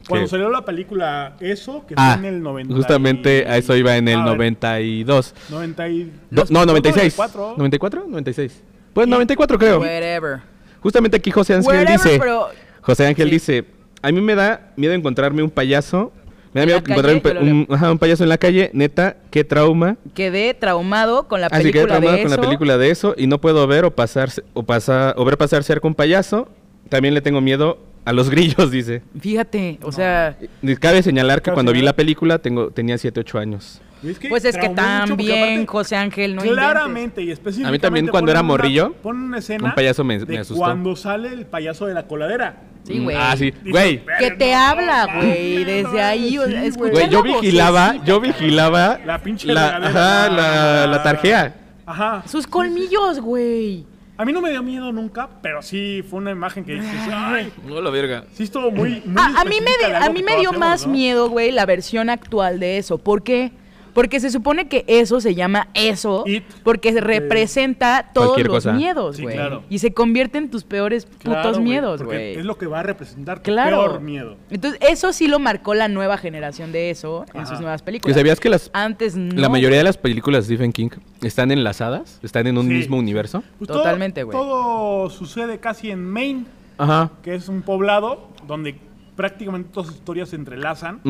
S2: Cuando
S3: *clears throat* ¿Qué?
S2: salió la película Eso, que
S3: Ah,
S2: fue en el 90. y-
S3: justamente a eso iba en el
S2: A ver,
S3: 92.
S2: 90 y...
S3: Do- no, 96.
S2: 94.
S3: ¿94? 96. Pues 94 creo.
S4: Whatever.
S3: Justamente aquí José Ángel
S4: Whatever,
S3: dice,
S4: pero
S3: José Ángel
S4: Sí.
S3: dice, a mí me da miedo encontrarme un payaso. Me da
S4: ¿En
S3: miedo
S4: la calle?
S3: encontrar un,
S4: Yo
S3: pa-
S4: lo leo.
S3: un- ajá, un payaso en la calle. Neta, qué trauma.
S4: quedé traumado con la
S3: Así que
S4: película
S3: Ah, traumado
S4: de
S3: con
S4: eso.
S3: la película de eso y no puedo ver o pasar o pasar o ver pasar cerca un payaso. También le tengo miedo a los *laughs* grillos, dice.
S4: Fíjate, o sea,
S3: Y Cabe señalar que
S2: Cabe
S3: cuando vi
S2: señalar.
S3: la película tengo tenía 7, 8 años.
S2: Es que
S4: pues es que
S2: traumó mucho porque
S4: también,
S2: aparte-
S4: José Ángel, no inventes.
S2: Claramente y específicamente.
S3: cuando era
S2: ponen una-
S3: morrillo,
S2: ponen una escena
S3: un payaso me-
S2: de
S3: me asustó.
S2: cuando sale el payaso de la coladera.
S4: Sí,
S3: Mm,
S4: güey.
S3: Ah, sí.
S2: Dices,
S3: Güey,
S2: "Verga,
S4: Que te
S2: no
S4: habla,
S2: mames,
S4: güey, desde ahí, o sea,
S2: güey".
S4: escucha-
S3: güey, yo
S4: la
S3: vigilaba,
S4: vocecita,
S3: yo vigilaba
S2: La pinche
S3: la,
S2: regadera.
S3: ajá, la, la tarjea.
S2: Ajá.
S4: Sus colmillos, güey.
S2: A mí no me dio miedo nunca, pero sí fue una imagen que dices, ay,
S3: No la verga.
S2: sí estuvo muy, muy
S4: A, a mí me,
S2: específica
S4: de-
S2: de
S4: a
S2: algo
S4: mí
S2: que
S4: me dio
S2: todos
S4: más
S2: hacemos, ¿no?
S4: miedo, güey, la versión actual de eso. ¿Por qué? Porque se supone que eso se llama eso,
S2: It.
S4: porque se representa todos
S3: Cualquier
S4: los
S3: cosa.
S4: miedos,
S2: Sí,
S4: güey.
S2: claro.
S4: Y se convierte en tus peores
S2: Claro,
S4: putos
S2: güey,
S4: miedos,
S2: porque
S4: güey.
S2: Es lo que va a representar tu
S4: Claro.
S2: peor miedo.
S4: Entonces, eso sí lo marcó la nueva generación de eso en
S2: Ajá.
S4: sus nuevas
S3: ¿Que
S4: películas.
S3: sabías que las
S4: Antes no.
S3: La mayoría de las películas de Stephen King están enlazadas, están en un
S2: Sí.
S3: mismo universo.
S2: Pues
S4: Totalmente,
S2: todo-
S4: güey.
S2: Todo sucede casi en Maine,
S3: Ajá.
S2: que es un poblado donde prácticamente todas las historias se entrelazan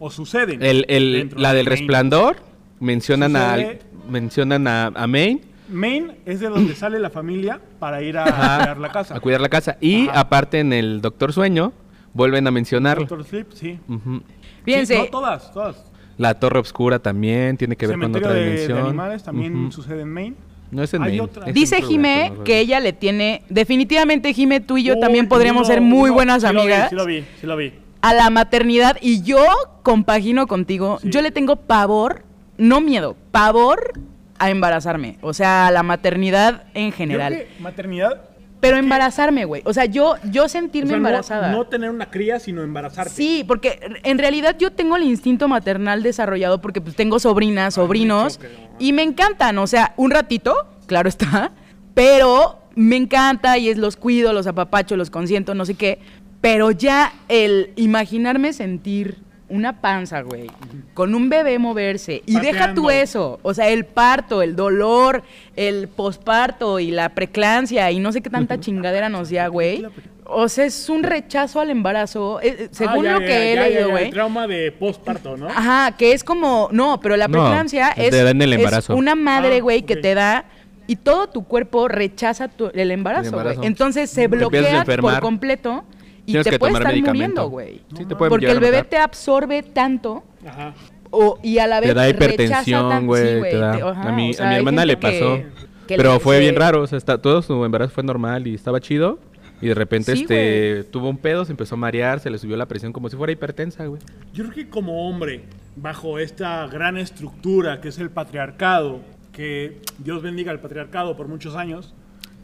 S2: o suceden.
S3: Mm. el, el-
S2: dentro
S3: la
S2: de
S3: del
S2: Maine.
S3: resplandor, mencionan,
S2: Sucede-
S3: al, mencionan a, a Maine
S2: Maine es de donde sale la familia para ir a
S3: Ajá.
S2: cuidar la casa.
S3: a cuidar la casa. Y
S2: Ajá.
S3: aparte en el Doctor Sueño, vuelven a mencionarlo.
S2: Doctor Sleep, sí.
S3: Ujú.
S4: Fíjense,
S2: Sí, no todas, todas.
S3: La Torre Obscura también tiene que ver con
S2: Cementerio
S3: otra
S2: de- de,
S3: dimensión.
S2: animales también
S3: Ujú.
S2: sucede en Maine.
S3: No es en
S2: Hay
S3: Maine.
S2: otra.
S3: es
S4: dice
S3: en otro lugar,
S4: Jimé
S3: pero no
S4: que ella le tiene. Definitivamente, Jimé, tú y yo
S2: Uy,
S4: también podríamos
S2: uno-
S4: ser muy
S2: uno-
S4: buenas
S2: sí lo vi,
S4: amigas.
S2: Sí lo vi, sí lo vi.
S4: a la maternidad y yo compagino contigo.
S2: Sí.
S4: Yo le tengo pavor, no miedo, pavor a embarazarme. O sea, a la maternidad en general.
S2: Creo que maternidad.
S4: Pero
S2: es que-
S4: embarazarme, güey. O sea, yo, yo sentirme
S2: o sea, no-
S4: embarazada.
S2: No, tener una cría, sino embarazarte.
S4: Sí, porque en realidad yo tengo el instinto maternal desarrollado porque pues tengo sobrinas, sobrinos
S2: me choca, no.
S4: y me encantan, o sea, un ratito, claro está, pero me encanta y es los cuido, los apapacho, los consiento, no sé qué, pero ya el imaginarme sentir una panza, güey, con un bebé moverse y deja tú
S2: Pateando.
S4: eso, o sea, el parto, el dolor, el posparto y la preclancia y no sé qué tanta chingadera nos da, güey. O sea, es un rechazo al embarazo. eh, eh, según
S2: Ah, ya,
S4: lo
S2: ya,
S4: que he
S2: ya, ya,
S4: leído,
S2: ya,
S4: güey.
S2: El trauma de postparto, ¿no?
S4: Ajá, que es como. No, pero la
S3: No,
S4: preclancia
S3: te
S4: es,
S3: da en el
S4: es
S3: embarazo.
S4: una madre,
S2: Ah,
S4: güey, que
S2: ok.
S4: te da. Y todo tu cuerpo rechaza tu- el embarazo,
S3: El
S4: güey.
S3: embarazo.
S4: Entonces se
S3: Te empiezas a
S4: bloquea por
S3: enfermar.
S4: completo y
S3: Tienes
S4: te
S3: que
S4: puede
S3: tomar
S4: estar
S3: medicamento.
S4: muriendo, güey.
S3: Sí, te pueden
S4: Porque
S3: llegar
S4: el
S3: a
S4: bebé
S3: matar.
S4: te absorbe tanto
S2: Ajá.
S4: o, y a la vez
S3: Te da
S4: rechaza
S3: hipertensión,
S4: tanto- sí,
S3: güey. te da-
S4: te- ajá,
S3: a, mi,
S4: o sea,
S3: a mi
S4: hay
S3: hermana le
S4: gente que-
S3: pasó.
S4: que
S3: pero
S4: le-
S3: fue
S4: se-
S3: bien raro. O sea, está- todo su embarazo fue normal y estaba chido. Y de repente
S4: Sí,
S3: este tuvo un pedo, se empezó a marear, se le subió la presión como si fuera hipertensa, güey.
S2: Yo creo que como hombre, bajo esta gran estructura que es el patriarcado, que Dios bendiga al patriarcado por muchos años,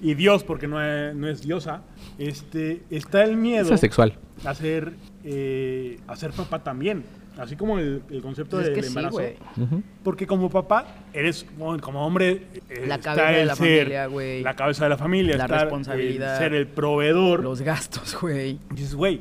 S2: y Dios porque no es, no es diosa, este, está el miedo
S3: Es asexual.
S2: a ser, eh, a ser papá también. Así como el, el concepto
S4: Pues es
S2: del
S4: que sí,
S2: embarazo.
S4: güey.
S2: porque como papá, eres bueno, como hombre. eh,
S4: La
S2: está
S4: cabeza de
S2: el
S4: la
S2: ser,
S4: familia, güey.
S2: La cabeza de la familia.
S4: La
S2: está el
S4: responsabilidad.
S2: ser el proveedor.
S4: Los gastos, güey.
S2: Dices, güey,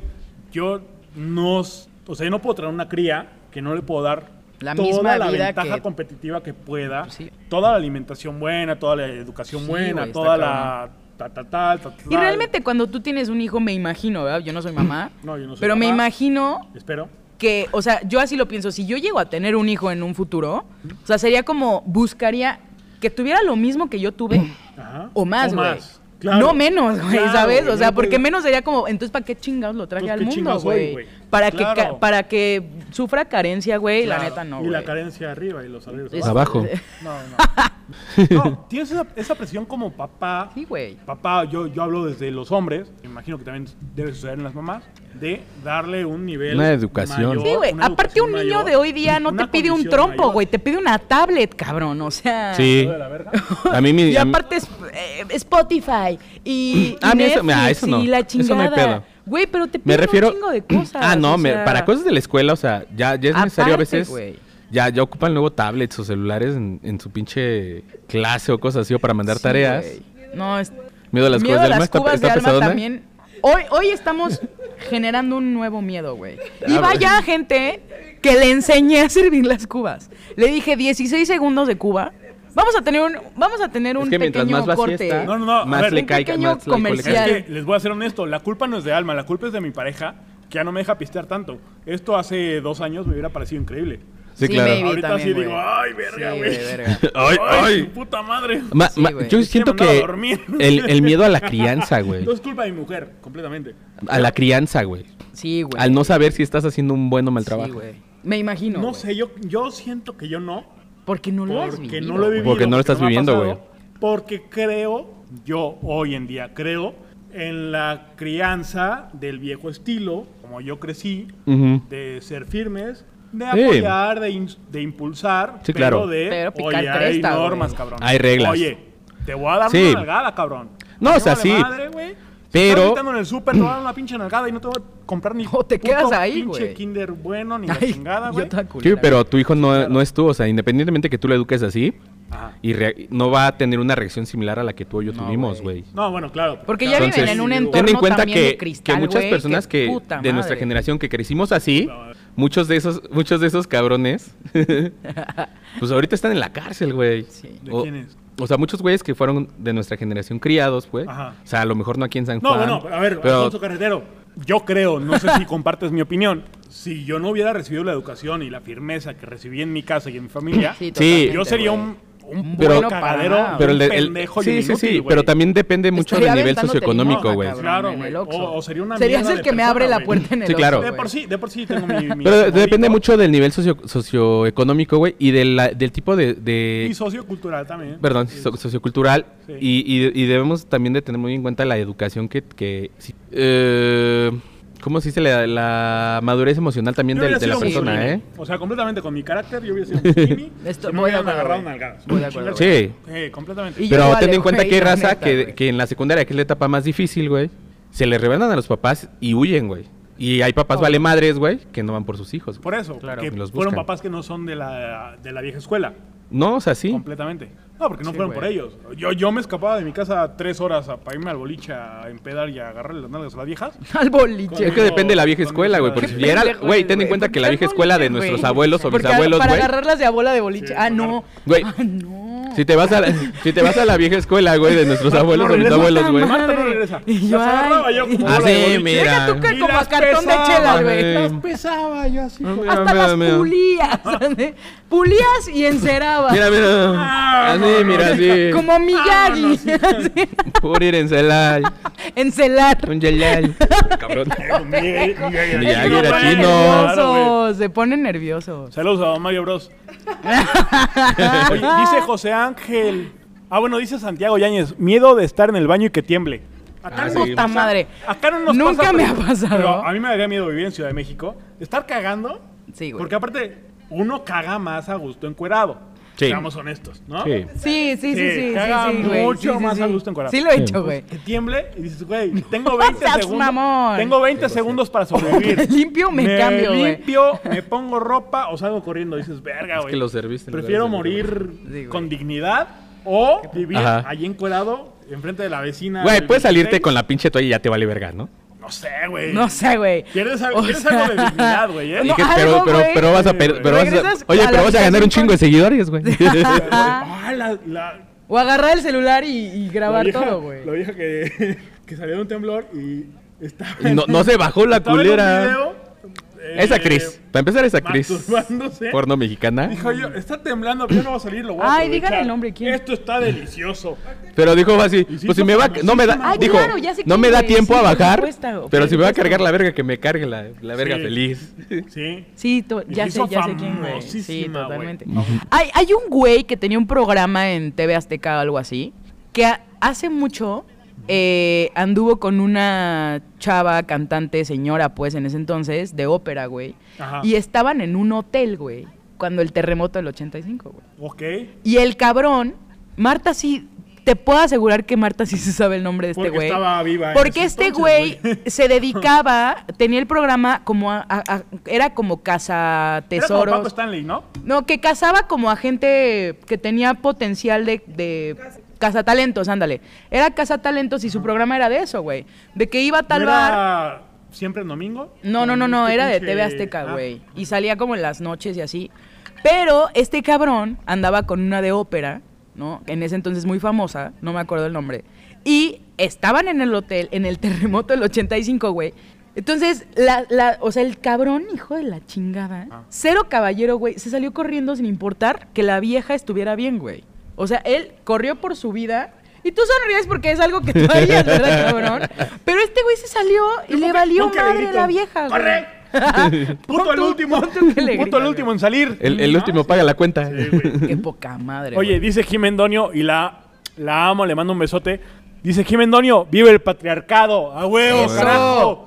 S2: yo no, s- o sea, yo no puedo traer una cría que no le puedo dar
S4: La
S2: toda
S4: misma
S2: la
S4: vida
S2: ventaja
S4: que- Pues
S2: competitiva que pueda,
S4: Sí.
S2: toda la alimentación buena, toda la educación
S4: Sí,
S2: buena,
S4: güey, está
S2: toda la ta ta ta, ta, ta,
S4: Y
S2: ta.
S4: realmente cuando tú tienes un hijo, me imagino, ¿verdad? Yo no soy mamá.
S2: No, yo no soy
S4: pero me
S2: mamá.
S4: imagino
S2: espero.
S4: que, o sea, yo así lo pienso. Si yo llego a tener un hijo en un futuro, o sea, sería como buscaría que tuviera lo mismo que yo tuve
S2: Ajá.
S4: o más,
S2: O
S4: güey.
S2: más. Claro.
S4: No menos, güey,
S2: Claro,
S4: ¿sabes?
S2: güey,
S4: O sea,
S2: no
S4: porque
S2: puede-
S4: menos sería como, entonces, ¿para qué chingados lo traje
S2: Pues,
S4: al
S2: ¿qué
S4: mundo,
S2: chingados soy,
S4: güey?
S2: güey?
S4: Para, que ca-
S2: Claro.
S4: para que sufra carencia, güey, la
S2: Claro.
S4: neta no,
S2: Y la
S4: güey.
S2: carencia arriba y los salarios
S4: Es-
S2: abajo.
S3: Abajo.
S2: No, no. No, tienes esa, esa presión como papá.
S4: *laughs* Sí, güey.
S2: Papá, yo, yo hablo desde los hombres, me imagino que también debe suceder en las mamás, de darle un nivel.
S3: Una educación.
S2: mayor,
S4: Sí, güey.
S2: una
S4: Aparte, un
S2: educación
S4: niño
S2: mayor,
S4: de hoy día no te
S2: una
S4: pide un
S2: condición
S4: trompo,
S2: mayor.
S4: güey. Te pide una tablet, cabrón. O sea.
S3: Sí.
S2: Hijo de la verga.
S3: A mí mi.
S4: Ah. *laughs* Y
S3: a mí-
S4: aparte es, eh, Spotify y, y
S3: Ah, mira, eso- mira,
S4: Netflix
S3: eso no.
S4: y la
S3: Eso no
S4: chingada.
S3: hay pedo.
S4: Güey, pero te
S3: me
S4: piden
S3: refiero.
S4: un
S3: *clears throat*
S4: chingo de cosas.
S3: ah, no,
S4: o
S3: me-
S4: sea,
S3: para cosas de la escuela, o sea, ya, ya es necesario
S4: Aparte,
S3: a veces.
S4: güey.
S3: Ya, ya ocupan luego tablets o celulares en, en su pinche clase o cosas así o para mandar
S4: sí,
S3: tareas.
S4: güey. No, es...
S3: Miedo a las
S4: miedo
S3: cubas del
S4: a
S3: alma,
S4: las
S3: está-
S4: cubas
S3: está
S4: de alma
S3: pesadona.
S4: también. Hoy, hoy estamos generando un nuevo miedo, güey. Y
S3: Ah,
S4: vaya gente que le enseñé a servir las cubas. Le dije 16 segundos de cuba. Vamos a tener un, vamos a tener
S3: es
S4: un
S3: que mientras
S4: pequeño
S3: más vacía
S4: corte.
S3: está,
S2: No, no, no, a
S3: más
S2: ver,
S3: le
S4: un
S3: cae
S4: pequeño
S3: más le-
S4: comercial.
S2: Es que les voy a ser honesto, la culpa no es de Alma, la culpa es de mi pareja, que ya no me deja pistear tanto. Esto hace dos años me hubiera parecido increíble.
S3: Sí, claro.
S4: maybe
S2: Ahorita
S4: también,
S2: sí
S4: güey.
S2: digo, ay, verga,
S4: Sí,
S2: güey.
S4: güey, verga.
S3: Ay,
S2: *laughs* Ay, su
S3: ay.
S2: puta madre.
S3: Ma-
S4: Sí,
S3: ma-
S4: güey.
S3: yo
S4: Es
S2: que
S3: siento
S2: me mandaba
S3: que
S2: a dormir.
S3: el, el miedo a la
S2: *laughs*
S3: crianza, güey.
S2: No es culpa de mi mujer, completamente.
S3: A la crianza, güey.
S4: Sí, güey.
S3: Al no saber si estás haciendo un buen o mal trabajo.
S4: Sí, güey. Me imagino.
S2: No,
S4: güey.
S2: sé, yo, yo siento que yo no,
S4: Porque no lo has
S2: porque
S4: vivido,
S2: no lo he
S4: güey.
S2: vivido.
S3: Porque no lo estás
S2: me ha
S3: viviendo,
S2: pasado,
S3: güey.
S2: Porque creo, yo hoy en día creo, en la crianza del viejo estilo, como yo crecí,
S3: Ujú.
S2: de ser firmes, de
S3: Sí.
S2: apoyar, de, ins- de impulsar,
S3: Sí, claro.
S2: pero de,
S4: Pero picar
S2: oye,
S4: cresta,
S2: hay
S4: güey.
S2: normas, cabrón.
S3: Hay reglas.
S2: Oye, te voy a dar
S3: Sí.
S2: una nalgada, cabrón.
S3: No,
S2: Me
S3: o sea,
S2: vale
S3: sí.
S2: madre, güey. Si
S3: Pero-
S2: estás gritando en el súper, te voy
S3: *clears throat*
S2: a dar una pinche nalgada y no te voy a comprar ni
S4: O te
S2: puto
S4: quedas ahí,
S2: pinche
S4: güey.
S2: kinder bueno, ni la
S4: Ay,
S2: chingada,
S4: yo
S2: güey.
S4: toda
S3: Sí,
S4: culera,
S3: pero tu hijo no, no es tú. O sea, independientemente que tú lo eduques así,
S2: Ajá.
S3: y rea- no va a tener una reacción similar a la que tú o yo tuvimos, güey.
S2: No, bueno, claro.
S4: Porque ya viven
S3: Entonces,
S4: en un
S2: ten
S4: entorno
S3: Ten en cuenta
S4: también
S3: que,
S4: de cristal,
S3: que muchas
S4: güey,
S3: personas que, de
S4: puta
S3: nuestra
S4: madre.
S3: generación que crecimos así,
S2: No,
S3: muchos de esos, muchos de esos
S4: *laughs*
S3: cabrones, pues ahorita están en la cárcel, güey.
S4: Sí.
S2: ¿De
S3: O-
S2: quiénes?
S3: O sea, muchos güeyes que fueron de nuestra generación criados, güey.
S2: Ajá.
S3: O sea, a lo mejor no aquí en San
S2: No,
S3: Juan.
S2: bueno, a ver,
S3: pero-
S2: Alfonso Carretero, yo creo, no sé si compartes mi opinión, si yo no hubiera recibido la educación y la firmeza que recibí en mi casa y en mi familia,
S3: Sí,
S4: Sí,
S2: yo
S4: totalmente,
S2: sería
S4: güey.
S2: un, un
S3: Pero-
S2: bueno cagadero,
S4: para nada.
S3: pero el,
S2: un
S3: de- el-
S2: pendejo y
S3: sí,
S2: un
S3: sí,
S2: inútil,
S3: sí,
S2: güey.
S3: pero también depende mucho
S4: Estaría
S3: del nivel
S4: aventándote
S3: socioeconómico,
S4: limosna,
S3: güey.
S4: cabrón,
S2: Claro,
S4: en
S2: güey.
S4: el Oxxo.
S2: O- o sería una
S4: Serías
S2: mierda
S4: el
S2: de
S4: que me abre
S2: persona,
S4: la
S2: güey.
S4: puerta en el
S3: Sí, claro.
S4: Oxxo,
S2: De
S4: güey.
S2: por sí, de por sí tengo mi... mi
S3: Pero
S2: huevito
S3: depende mucho del nivel socio- socioeconómico, güey, y de la- del tipo de... de-
S2: Y sociocultural también.
S3: perdón, so- sociocultural.
S2: Sí.
S3: Y, y- y debemos también de tener muy en cuenta la educación que... que si- eh, ¿Cómo se dice? La, la madurez emocional también
S2: Yo
S3: del-
S2: hubiera
S3: de, la
S2: sido
S3: persona,
S2: Mussolini.
S3: ¿eh?
S2: O sea, completamente con mi carácter, yo hubiera sido
S3: *laughs*
S2: Mussolini.
S4: Esto-
S2: y me
S4: voy de
S2: hubieran
S4: acuerdo,
S2: agarrado
S4: güey.
S2: nalgadas.
S4: Voy de acuerdo,
S2: Chingarse.
S3: güey.
S2: Sí, completamente.
S4: Y-
S3: Pero
S4: yo
S3: ten
S4: vale,
S3: en cuenta
S4: güey,
S3: que hay
S4: la
S3: raza
S4: neta,
S3: que,
S4: güey.
S3: que en la secundaria, que es la etapa más difícil, güey, se le revelan a los papás y huyen, güey. Y hay papás vale madres, güey, que no van por sus hijos. güey.
S2: Por eso,
S3: Claro.
S2: que
S3: Los
S2: fueron
S3: buscan.
S2: papás que no son de la, de la vieja escuela,
S3: No, o sea, sí.
S2: completamente. No, porque no
S4: Sí,
S2: fueron
S4: güey.
S2: por ellos. Yo, yo me escapaba de mi casa tres horas a, para irme al boliche a empedar y a agarrarle las nalgas a las viejas.
S4: Al boliche.
S3: Es que depende de la vieja
S2: Con-
S3: escuela, güey.
S2: con-
S3: Porque
S2: Qué
S3: si era,
S4: pendejos,
S3: güey, ten en cuenta que la
S4: Al
S3: vieja escuela de
S4: boliche,
S3: nuestros
S4: güey.
S3: abuelos o
S4: Porque a-
S3: bisabuelos,
S4: Para
S3: güey.
S4: agarrarlas de abuela de boliche.
S2: Sí,
S4: ah,
S2: para
S4: no.
S3: Güey,
S4: Ah, no.
S3: si te vas a la, si te vas a la vieja escuela, güey, de nuestros abuelos o
S2: regresa.
S3: bisabuelos, güey.
S2: Marta no
S4: Madre.
S2: regresa.
S4: Y
S2: Las
S4: yo,
S2: agarraba
S4: ay.
S2: yo como
S3: Ah,
S2: bola de
S3: sí,
S2: boliche.
S3: mira.
S4: Deja tú que
S2: Y
S4: como
S2: las
S4: a cartón de
S2: pesaba,
S4: chelas, güey.
S3: güey.
S2: Las pesaba yo así.
S4: Hasta las pulías. Pulías y encerabas.
S3: Mira, mira. Así, mira, así.
S4: Como Miyagi.
S2: Ah, no, *laughs* sí.
S4: así,
S3: Por ir en Celal.
S4: Encelar.
S3: Un yelal. Cabrón.
S2: *laughs* Miguel- Miguel-
S3: Ya
S2: Miguel-
S3: era
S2: Miguel-
S3: chino.
S2: Claro, güey.
S4: Nerviosos, se ponen nerviosos.
S2: Saludos a Don
S3: *laughs*
S2: Mario Bros. Oye, dice José Ángel. Ah, bueno, dice Santiago Yáñez, miedo de estar en el baño y que tiemble. Acá
S3: Ah,
S2: no nos
S3: sí.
S4: Puta
S2: pasa-
S4: madre.
S2: Acá no nos
S4: Nunca
S2: pasa,
S4: me
S2: pero-
S4: ha pasado.
S2: pero a mí me daría miedo vivir en Ciudad de México. Estar cagando.
S4: Sí, güey.
S2: Porque aparte, uno caga más a gusto encuerado.
S3: Sí.
S2: Seamos honestos, ¿no?
S3: Sí.
S4: Sí, sí, sí,
S2: Sí,
S4: sí, sí,
S2: caga
S4: sí, güey.
S2: mucho
S4: Sí, sí,
S2: más
S4: sí.
S2: a gusto encuerado.
S4: Sí lo he hecho, güey.
S2: Que tiemble y dices, güey, tengo 20
S4: seas
S2: segundos.
S4: mamón.
S2: Tengo 20 segundos para
S4: *laughs*
S2: sobrevivir.
S4: me limpio, me cambio, güey.
S2: limpio, me pongo ropa o salgo corriendo. Dices, verga,
S3: Es
S2: güey.
S3: que lo serviste en
S2: Prefiero
S3: lugar de-
S2: morir
S4: güey.
S2: con dignidad o vivir
S3: Ajá.
S2: allí encuerado enfrente de la vecina.
S3: Güey,
S2: del
S3: puedes salirte
S2: 26.
S3: con la pinche toalla y ya te vale verga, ¿no?
S2: No sé, güey.
S4: No sé, güey.
S2: Pierdes algo-
S4: O
S2: pierdes
S4: sea,
S2: algo de dignidad, güey, ¿eh?
S4: *laughs* No,
S3: Y que- pero,
S4: algo,
S3: pero,
S4: güey.
S3: pero vas a,
S2: Sí,
S3: per-
S2: güey.
S3: pero vas a
S4: Regresas
S3: oye,
S4: a la
S3: pero vas a ganar un
S4: habitación
S3: chingo de seguidores, güey.
S2: Ah, la, la-
S4: O agarrar el celular y, y
S2: la
S4: grabar
S2: vieja-
S4: todo, güey.
S2: La vieja *laughs* que, que salió de un temblor y estaba.
S3: Y no, no se bajó la
S2: estaba en un
S3: culera.
S2: video eh,
S3: Es actriz. Para empezar, es actriz.
S2: masturbándose.
S3: Porno mexicana.
S2: Dijo yo, está temblando, pero yo no va a salir, lo voy a
S4: Ay,
S2: aprovechar.
S4: dígale el nombre, ¿quién?
S2: Esto está delicioso.
S3: Pero dijo así,
S2: Y sí,
S3: pues si me va,
S2: sí,
S3: no me da,
S4: Ay,
S3: dijo,
S4: claro, ya sé
S3: no
S4: quién,
S3: me da
S4: güey,
S3: tiempo
S4: sí,
S3: a
S4: por
S3: bajar,
S4: supuesto, por
S3: pero si me va a
S4: supuesto.
S3: cargar la verga, que me cargue la, la verga
S2: Sí.
S3: feliz.
S2: Sí.
S4: Sí, to-
S2: Y
S4: ya
S2: se
S4: sé,
S2: hizo
S4: ya sé quién, güey. Sí,
S2: famosísima, güey.
S4: totalmente. Hay, hay un güey que tenía un programa en TV Azteca o algo así, que ha- hace mucho eh, anduvo con una chava, cantante, señora, pues, en ese entonces, de ópera, güey.
S2: Ajá.
S4: Y estaban en un hotel, güey, cuando el terremoto del 85, güey.
S2: Ok.
S4: Y el cabrón, Marta sí, te puedo asegurar que Marta sí se sabe el nombre de este
S2: Porque
S4: güey.
S2: estaba viva en
S4: Porque
S2: ese
S4: este
S2: entonces,
S4: güey
S2: güey.
S4: se dedicaba, tenía el programa como a, a- a- era como casa
S2: Era como Paco
S4: tesoros.
S2: Stanley, ¿no?
S4: No, que cazaba como a gente que tenía potencial de, de cazatalentos, ándale. Era cazatalentos y su programa era de eso, güey. De que iba a tal
S2: ¿No
S4: bar.
S2: era siempre en domingo?
S4: No, no, no,
S2: Con
S4: no,
S2: este
S4: era de
S2: pinche-
S4: TV Azteca,
S2: Ah,
S4: güey. Y salía como en las noches y así. Pero este cabrón andaba con una de ópera, ¿no? En ese entonces muy famosa, no me acuerdo el nombre. Y estaban en el hotel, en el terremoto del 85, güey. Entonces, la, la- o sea, el cabrón, hijo de la chingada,
S2: Ah.
S4: cero caballero, güey, se salió corriendo sin importar que la vieja estuviera bien, güey. O sea, él corrió por su vida. Y tú sonríes porque es algo que tú harías, ¿verdad,
S2: *laughs*
S4: cabrón? Pero este güey se salió y le
S2: nunca-
S4: valió
S2: nunca le
S4: madre
S2: grito,
S4: la vieja,
S3: *laughs*
S4: güey.
S2: "Corre". Puto el
S4: Tú-
S2: último.
S4: tú que le
S2: Puto el
S4: gritas,
S2: último en salir. Ah.
S3: El, el
S2: ¿No?
S3: último paga la cuenta.
S2: Sí,
S3: *laughs*
S2: güey.
S4: Qué poca madre.
S2: Oye,
S4: güey.
S2: dice Jimendonio y la, la amo, le mando un besote. Dice Jimendonio, vive el patriarcado. A huevo,
S3: Eso.
S2: carajo.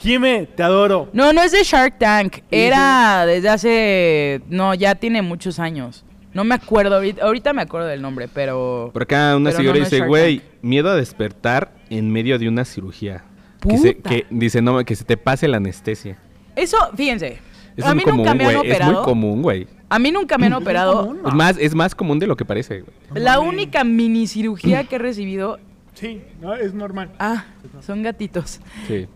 S2: Jime, te adoro.
S4: No, no es de Shark Tank. Era desde hace. No, ya tiene muchos años. No me acuerdo. Ahorita, ahorita me acuerdo del nombre, pero.
S3: Por acá una
S4: Pero no,
S3: señora
S4: no es
S3: dice,
S4: Shark
S3: güey,
S4: Tank.
S3: miedo a despertar en medio de una cirugía. Que, se-
S4: Puta.
S3: que dice, no, que se te pase la anestesia.
S4: Eso, fíjense.
S3: Es
S4: a
S3: muy
S4: mí
S3: común,
S4: nunca me han
S3: güey. Es muy
S4: operado.
S3: común, güey.
S4: a mí nunca me han operado.
S2: común.
S3: Es más, es más común de lo que parece, güey.
S4: La única minicirugía que he recibido.
S2: Sí, no, es normal. *laughs*
S4: Ah, son gatitos.
S3: Sí.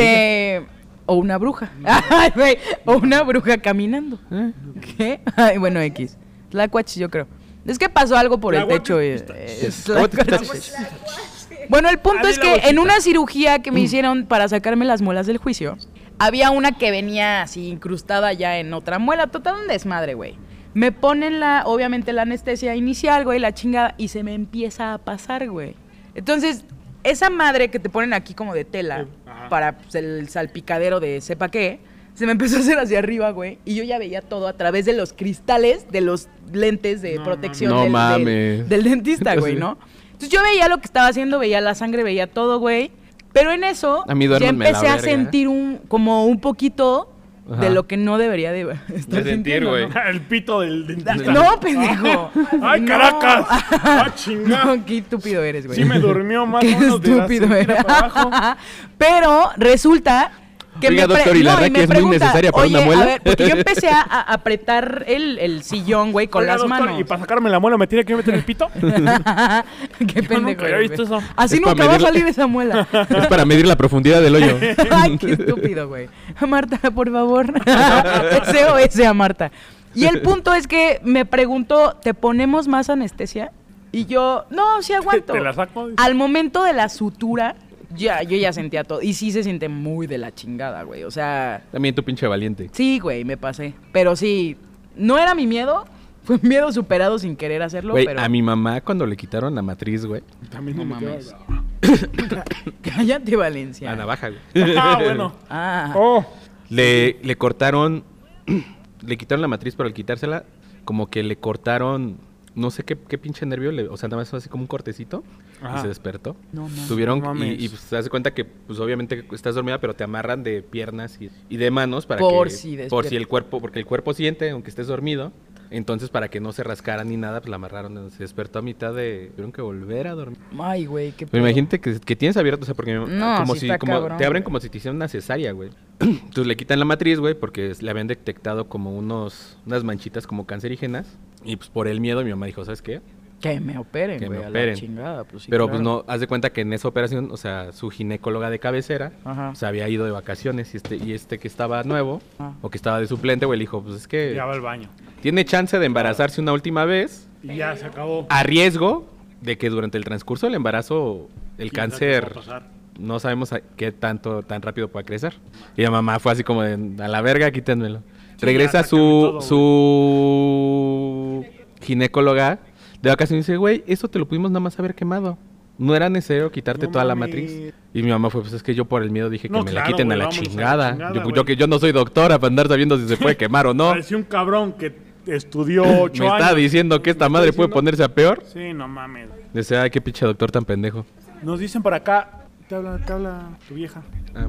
S4: Este. O una bruja. *laughs* Ay, güey, o una bruja caminando.
S3: Eh.
S4: ¿Qué? *laughs* Ay, bueno, X. Tlacuaches, yo creo. Es que pasó algo por el
S2: Tlacuaches,
S4: techo. eh,
S2: pistaches.
S4: eh,
S3: Tlacuaches,
S4: tlacuaches.
S3: pistaches.
S4: Bueno, el punto
S2: Ah,
S4: es
S2: di la Mm.
S4: que
S2: bochita.
S4: en una cirugía que me hicieron para sacarme las muelas del juicio, había una que venía así incrustada ya en otra muela. Total un desmadre, güey. Me ponen la, obviamente, la anestesia inicial, güey, la chingada, y se me empieza a pasar, güey. Entonces, esa madre que te ponen aquí como de tela
S2: Sí, ajá.
S4: para pues, el salpicadero de sepa qué, se me empezó a hacer hacia arriba, güey. Y yo ya veía todo a través de los cristales de los lentes de
S2: No
S3: mames.
S4: protección del-
S3: No
S4: del-
S3: mames.
S4: del dentista, güey,
S3: Sí.
S4: ¿no? Entonces yo veía lo que estaba haciendo, veía la sangre, veía todo, güey. Pero en eso
S3: A mí
S4: ya
S3: duérmanme la
S4: empecé a
S3: verga.
S4: sentir un, como un poquito
S3: Ajá.
S4: de lo que no debería de *laughs* estar
S3: sentir,
S4: sintiendo,
S3: güey.
S4: ¿no?
S2: El pito del dentista.
S4: No, pendejo.
S2: *laughs* ¡Ay,
S4: No. *laughs*
S2: Caracas! ¡Ah, chingada!
S4: No, qué estúpido eres, güey.
S2: Sí
S4: *laughs*
S2: me durmió más o
S4: Qué
S2: menos de la
S4: estúpido
S2: cintura
S4: eres.
S2: para abajo.
S4: Pero resulta que
S3: Oiga,
S4: me pre-
S3: doctor, ¿y la
S4: no,
S3: raquia
S4: me
S3: es muy
S4: pregunta,
S3: necesaria para
S4: "Oye,
S3: una muela?"
S4: A ver, porque
S3: *laughs*
S4: yo empecé a, a apretar el, el sillón, güey, *laughs* con
S2: Oiga,
S4: las
S2: doctor,
S4: manos.
S2: ¿Y para sacarme la muela me tiene que meter el
S4: *laughs*
S2: pito?
S4: Qué pendejo.
S2: nunca había
S4: eres,
S2: visto
S4: güey.
S2: eso.
S4: Así
S3: Es pa'
S4: nunca va a
S3: medir-
S4: salir esa muela.
S3: *laughs* Es para medir la profundidad del hoyo.
S4: *laughs* Ay, qué estúpido, güey. Marta,
S3: *laughs*
S4: por favor. SOS a Marta. Y el punto es que me preguntó, ¿te ponemos más anestesia? Y yo, no, sí aguanto.
S2: *laughs*
S4: Ah.
S2: ¿Te la saco?
S4: Al momento de la sutura, ya, yo ya sentía todo. Y sí se siente muy de la chingada, güey. O sea,
S3: También tu pinche valiente.
S4: sí, güey, me pasé. Pero sí, no era mi miedo. Fue un miedo superado sin querer hacerlo,
S3: Güey,
S4: pero...
S3: a mi mamá cuando le quitaron la matriz, güey.
S2: También
S4: No
S2: me quedo-
S4: mames. *laughs* Cállate, Valencia.
S3: La navaja, güey. *laughs*
S2: *laughs* *laughs* Ah, bueno.
S4: Ah.
S2: Oh,
S3: Le, le cortaron. *clears throat* le quitaron la matriz, pero al quitársela, como que le cortaron. No sé qué, qué pinche nervio, le- o sea, nada más fue así como un cortecito
S2: Ajá.
S3: y se despertó.
S4: No mames.
S3: Tuvieron
S2: No
S3: y,
S2: mames.
S3: y, pues, te das cuenta que, pues obviamente estás dormida, pero te amarran de piernas y, y de manos para
S4: Por
S3: que por si
S4: si despierta.
S3: el cuerpo, porque el cuerpo siente aunque estés dormido, entonces para que no se rascara ni nada, pues la amarraron, se despertó a mitad de, tuvieron que volver a dormir.
S4: Ay, güey, qué
S3: Pero
S4: pedo.
S3: imagínate que, que tienes abierto, o sea, porque ah,
S4: No,
S3: como
S4: sí
S3: si,
S4: está
S3: como
S4: cabrón,
S3: te abren
S4: güey.
S3: como si te hicieran una cesárea, güey. *clears throat* Entonces le quitan la matriz, güey, porque es- le habían detectado como unos, unas manchitas como cancerígenas. Y pues por el miedo mi mamá dijo, ¿sabes qué?
S4: Que me operen,
S3: Que
S4: güey,
S3: me
S4: a
S3: operen.
S4: la chingada, pues sí,
S3: Pero
S4: claro.
S3: pues no, haz de cuenta que en esa operación, o sea, su ginecóloga de cabecera
S4: Ajá.
S3: se había ido de vacaciones y este, y este que estaba nuevo
S4: Ah.
S3: o que estaba de suplente, güey, le dijo, pues es que
S2: ya va al baño.
S3: tiene chance de embarazarse una última vez
S2: Y ya se acabó.
S4: Ah,
S3: a riesgo de que durante el transcurso del embarazo el
S2: ¿Quién sabe
S3: cáncer
S2: qué va a pasar?
S3: no sabemos a qué tanto, tan rápido pueda crecer. Y la mamá fue así como de, a la verga, quítenmelo.
S2: Sí,
S3: Regresa
S2: ya,
S3: su,
S2: sácame todo,
S3: su ginecóloga de vacaciones y dice, güey, eso te lo pudimos nada más haber quemado. No era necesario quitarte
S2: No
S3: toda la
S2: mames.
S3: matriz. Y mi mamá fue, pues es que yo por el miedo dije que
S2: No,
S3: me la
S2: claro,
S3: quiten
S2: güey,
S3: a la
S2: vámonos a la
S3: chingada.
S2: chingada,
S3: yo,
S2: güey.
S3: yo que yo no soy doctora para andar sabiendo si se puede quemar o no.
S2: Parecía un cabrón que
S4: *coughs*
S2: estudió ocho
S3: Me
S2: años.
S3: está diciendo que esta
S2: Me está
S3: madre puede
S2: diciendo-
S3: ponerse a peor.
S2: Sí, no mames.
S3: Dice, ay, qué pinche doctor tan pendejo.
S2: Nos dicen por acá. Te habla, te habla tu vieja.
S3: Ah,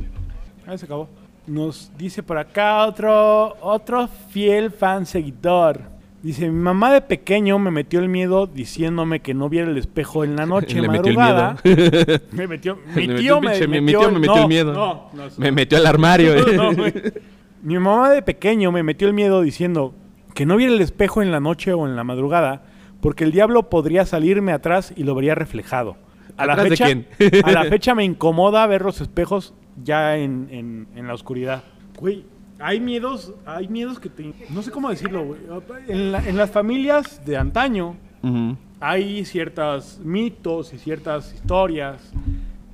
S2: Ah, se acabó. Nos dice por acá otro, otro fiel fan seguidor. Dice, mi mamá de pequeño me metió el miedo diciéndome que no viera el
S3: *laughs*
S2: espejo en la noche
S3: Le metió el
S2: madrugada.
S3: miedo.
S2: *laughs*
S3: *laughs*
S2: Me metió,
S3: Le
S2: mi
S3: metió
S2: tío
S3: un
S2: me,
S3: pinche- mi- mi
S2: metió,
S3: tío me metió
S2: no,
S3: el miedo.
S2: No, no,
S3: Me metió al armario. eh. *laughs*
S2: no, güey. Mi mamá de pequeño me metió el miedo diciendo que no viera el espejo en la noche o en la madrugada porque el diablo podría salirme atrás y lo vería reflejado. A la,
S3: ¿Atrás de
S2: fecha,
S3: quién?
S2: a la fecha me incomoda ver los espejos ya en, en- en la oscuridad. Güey, hay miedos, hay miedos que te... No sé cómo decirlo, güey. En, la- en las familias de antaño
S3: Ujú.
S2: hay ciertos mitos y ciertas historias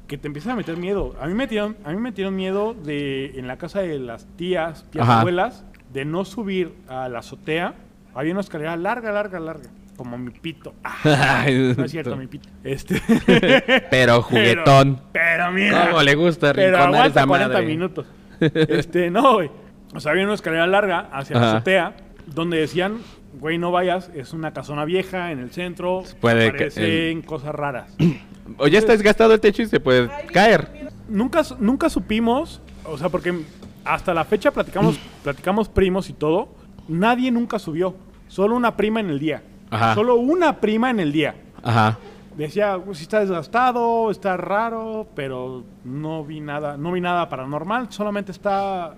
S2: que te empiezan a meter miedo. A mí me metieron, a mí me metieron miedo de en la casa de las tías, tías
S3: Ajá.
S2: abuelas, de no subir a la azotea. Había una escalera larga, larga, larga, como mi pito. Ah,
S3: Ay,
S2: no es
S3: *laughs*
S2: cierto, mi pito. Este. *laughs*
S3: Pero juguetón.
S2: Pero, pero mira.
S3: ¿Cómo le gusta
S2: Pero
S3: arrinconar
S2: aguanta
S3: esa
S2: 40
S3: madre?
S2: minutos. Este, no, güey. O sea, había una escalera larga hacia la
S3: Ajá.
S2: azotea donde decían, güey, no vayas, es una casona vieja en el centro,
S3: puede que-
S2: aparecen cosas raras. *clears throat*
S3: O ya está desgastado el techo y se puede caer.
S2: nunca, su- nunca supimos, o sea, porque hasta la fecha
S3: *clears throat*
S2: platicamos, platicamos primos y todo, nadie nunca subió, solo una prima en el día.
S3: Ajá.
S2: Solo una prima en el día.
S3: Ajá.
S2: Decía, "Pues, sí está desgastado, está raro, pero no vi nada, no vi nada paranormal, solamente está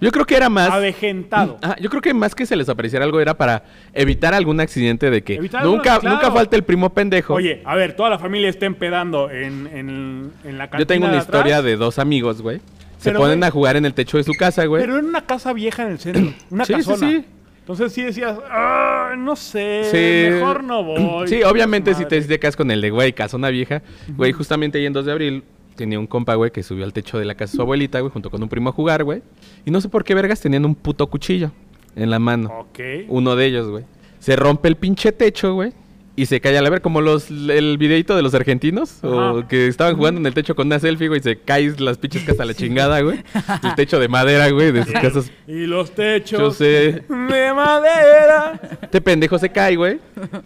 S3: Yo creo que era más.
S2: avejentado.
S3: Ah, yo creo que más que se les apareciera algo era para evitar algún accidente de que
S2: Evitar algo,
S3: nunca,
S2: claro.
S3: nunca falta el primo pendejo.
S2: Oye, a ver, toda la familia está empedando en, en- en la cantina
S3: yo tengo una
S2: de atrás,
S3: historia de dos amigos, güey. Se
S2: Pero,
S3: ponen
S2: güey-
S3: a jugar en el techo de su casa, güey.
S2: Pero en una casa vieja en
S3: *clears throat*
S2: el centro, una
S3: Sí, sí,
S2: casona.
S3: sí.
S2: Entonces sí decías, "Ah, no sé,
S3: Sí.
S2: mejor no voy.
S3: Sí, obviamente si te,
S2: Madre.
S3: si te quedas con el de, güey, casona vieja. Güey, justamente ahí en 2 de abril tenía un compa, güey, que subió al techo de la casa de su abuelita, güey, junto con un primo a jugar, güey. Y no sé por qué vergas tenían un puto cuchillo en la mano.
S2: Ok.
S3: Uno de ellos, güey. Se rompe el pinche techo, güey. Y se cae a la ver como los el videito de los argentinos o
S2: Ajá.
S3: que estaban jugando en el techo con una selfie, güey, y se caen las pinches casas a
S2: *laughs*
S3: la chingada, güey. El techo de madera, güey, de sus casas.
S2: Y los techos
S3: Yo sé.
S2: de
S3: *laughs*
S2: madera.
S3: Este pendejo se cae, güey.
S2: *laughs*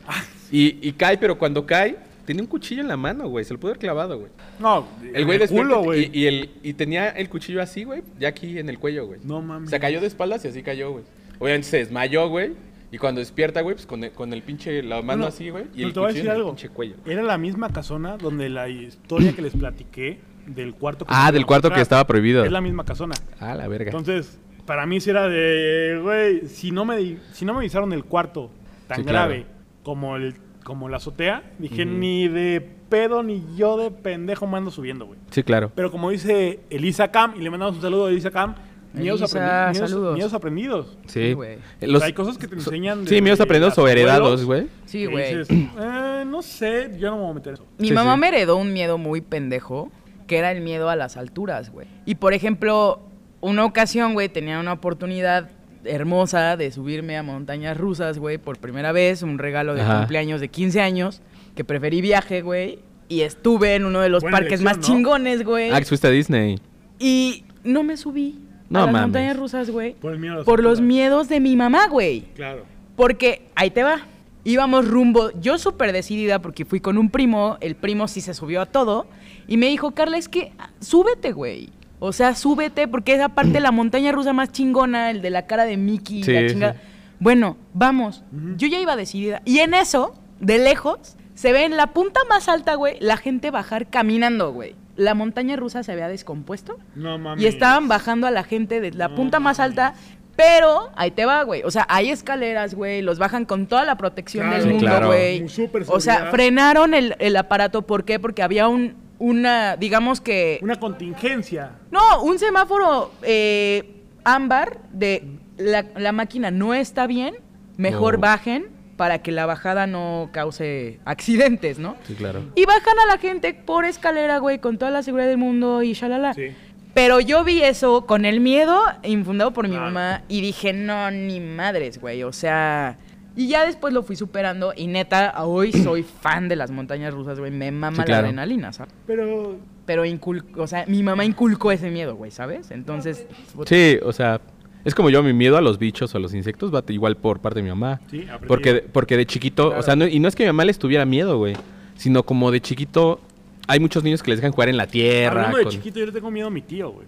S3: Y, y cae, pero cuando cae, tenía un cuchillo en la mano, güey. Se lo pudo haber clavado, güey.
S2: No,
S3: El güey despierta
S2: culo,
S3: y-
S2: güey.
S3: y, el, y tenía el cuchillo así, güey, ya aquí en el cuello, güey.
S2: No mames.
S3: Se cayó de espaldas y así cayó, güey. Obviamente se desmayó, güey. Y cuando despierta, güey, pues con el, con el pinche, la mano
S2: No,
S3: así, güey. Y
S2: pero
S3: el
S2: te voy
S3: cuchillo
S2: a decir
S3: en el
S2: algo. Eh,
S3: pinche cuello.
S2: Era la misma casona donde la historia que les platiqué del cuarto. que
S3: Ah,
S2: se
S3: del
S2: iba a
S3: cuarto que
S2: mostrar.
S3: estaba prohibido.
S2: Es la misma casona.
S3: Ah, la verga.
S2: Entonces, para mí sí era de, güey, si no me di- si no me avisaron el cuarto tan
S3: Sí, claro.
S2: grave como el como la azotea, dije ni de pedo ni yo de pendejo me ando subiendo, güey.
S3: sí, claro.
S2: Pero como dice Elisa Cam y le mandamos un saludo a Elisa Cam, miedos,
S4: Elisa,
S2: aprendi- miedos-
S4: saludos.
S2: miedos aprendidos.
S3: Sí.
S4: güey.
S3: Eh, los-
S2: hay cosas que te
S3: so-
S2: enseñan
S3: Sí,
S2: desde
S3: míos aprendidos o
S2: los
S3: heredados,
S2: abuelos.
S3: güey.
S4: Sí,
S2: Que
S4: güey.
S2: dices, "Eh, no sé, yo no me voy a meter eso.
S4: Mi
S3: Sí,
S4: mamá
S3: sí.
S4: me heredó un miedo muy pendejo, que era el miedo a las alturas, güey. Y por ejemplo, una ocasión, güey, tenía una oportunidad hermosa de subirme a montañas rusas, güey, por primera vez, un regalo de
S3: Ajá.
S4: cumpleaños de 15 años, que preferí viaje, güey, y estuve en uno de los
S2: Buena
S4: parques
S2: elección,
S4: más
S2: ¿no?
S4: chingones, güey.
S3: Ah, que fuiste a Disney.
S4: Y no me subí
S3: No
S4: a las
S3: mames.
S4: montañas rusas, güey,
S2: Por el miedo a las
S4: por los
S2: alturas.
S4: miedos de mi mamá, güey.
S2: Claro.
S4: Porque ahí te va. Íbamos rumbo, yo súper decidida porque fui con un primo, el primo sí se subió a todo, y me dijo, Carla, es que ah, súbete, güey. O sea, súbete, porque es aparte la montaña rusa más chingona, el de la cara de Mickey,
S3: Sí,
S4: la chingada.
S3: sí.
S4: Bueno, vamos. Yo ya iba decidida. Y en eso, de lejos, se ve en la punta más alta, güey, la gente bajar caminando, güey. La montaña rusa se había descompuesto.
S2: No mames.
S4: Y estaban bajando a la gente de la
S2: No
S4: punta más
S2: mames.
S4: alta. Pero ahí te va, güey. O sea, hay escaleras, güey. Los bajan con toda la protección
S2: Claro.
S4: del
S2: Sí,
S4: mundo,
S3: claro.
S4: güey.
S2: Muy súper
S4: o sea,
S2: seguridad.
S4: frenaron el, el aparato. ¿Por qué? Porque había un, una, digamos que...
S2: Una contingencia.
S4: No, un semáforo eh, ámbar de la, la máquina no está bien. Mejor
S3: No.
S4: bajen. para que la bajada no cause accidentes, ¿no?
S3: Sí, claro.
S4: Y bajan a la gente por escalera, güey, con toda la seguridad del mundo y shalala.
S2: Sí.
S4: Pero yo vi eso con el miedo infundado por mi
S2: Claro.
S4: mamá y dije, no, ni madres, güey, o sea... Y ya después lo fui superando y neta, a hoy soy fan de las montañas rusas, güey, me mama
S3: Sí, claro.
S4: la adrenalina, ¿sabes?
S2: Pero
S4: Pero inculcó, o sea, mi mamá inculcó ese miedo, güey, ¿sabes? Entonces,
S3: Sí, o sea, es como yo, mi miedo a los bichos o a los insectos va igual por parte de mi mamá.
S2: Sí, aprendí.
S3: porque, porque de chiquito, o
S2: Claro.
S3: sea, no- y no es que mi mamá les tuviera miedo, güey, sino como de chiquito hay muchos niños que les dejan jugar en la tierra.
S2: hablando de
S3: con-
S2: chiquito, yo le tengo miedo a mi tío,
S3: *laughs*
S2: güey.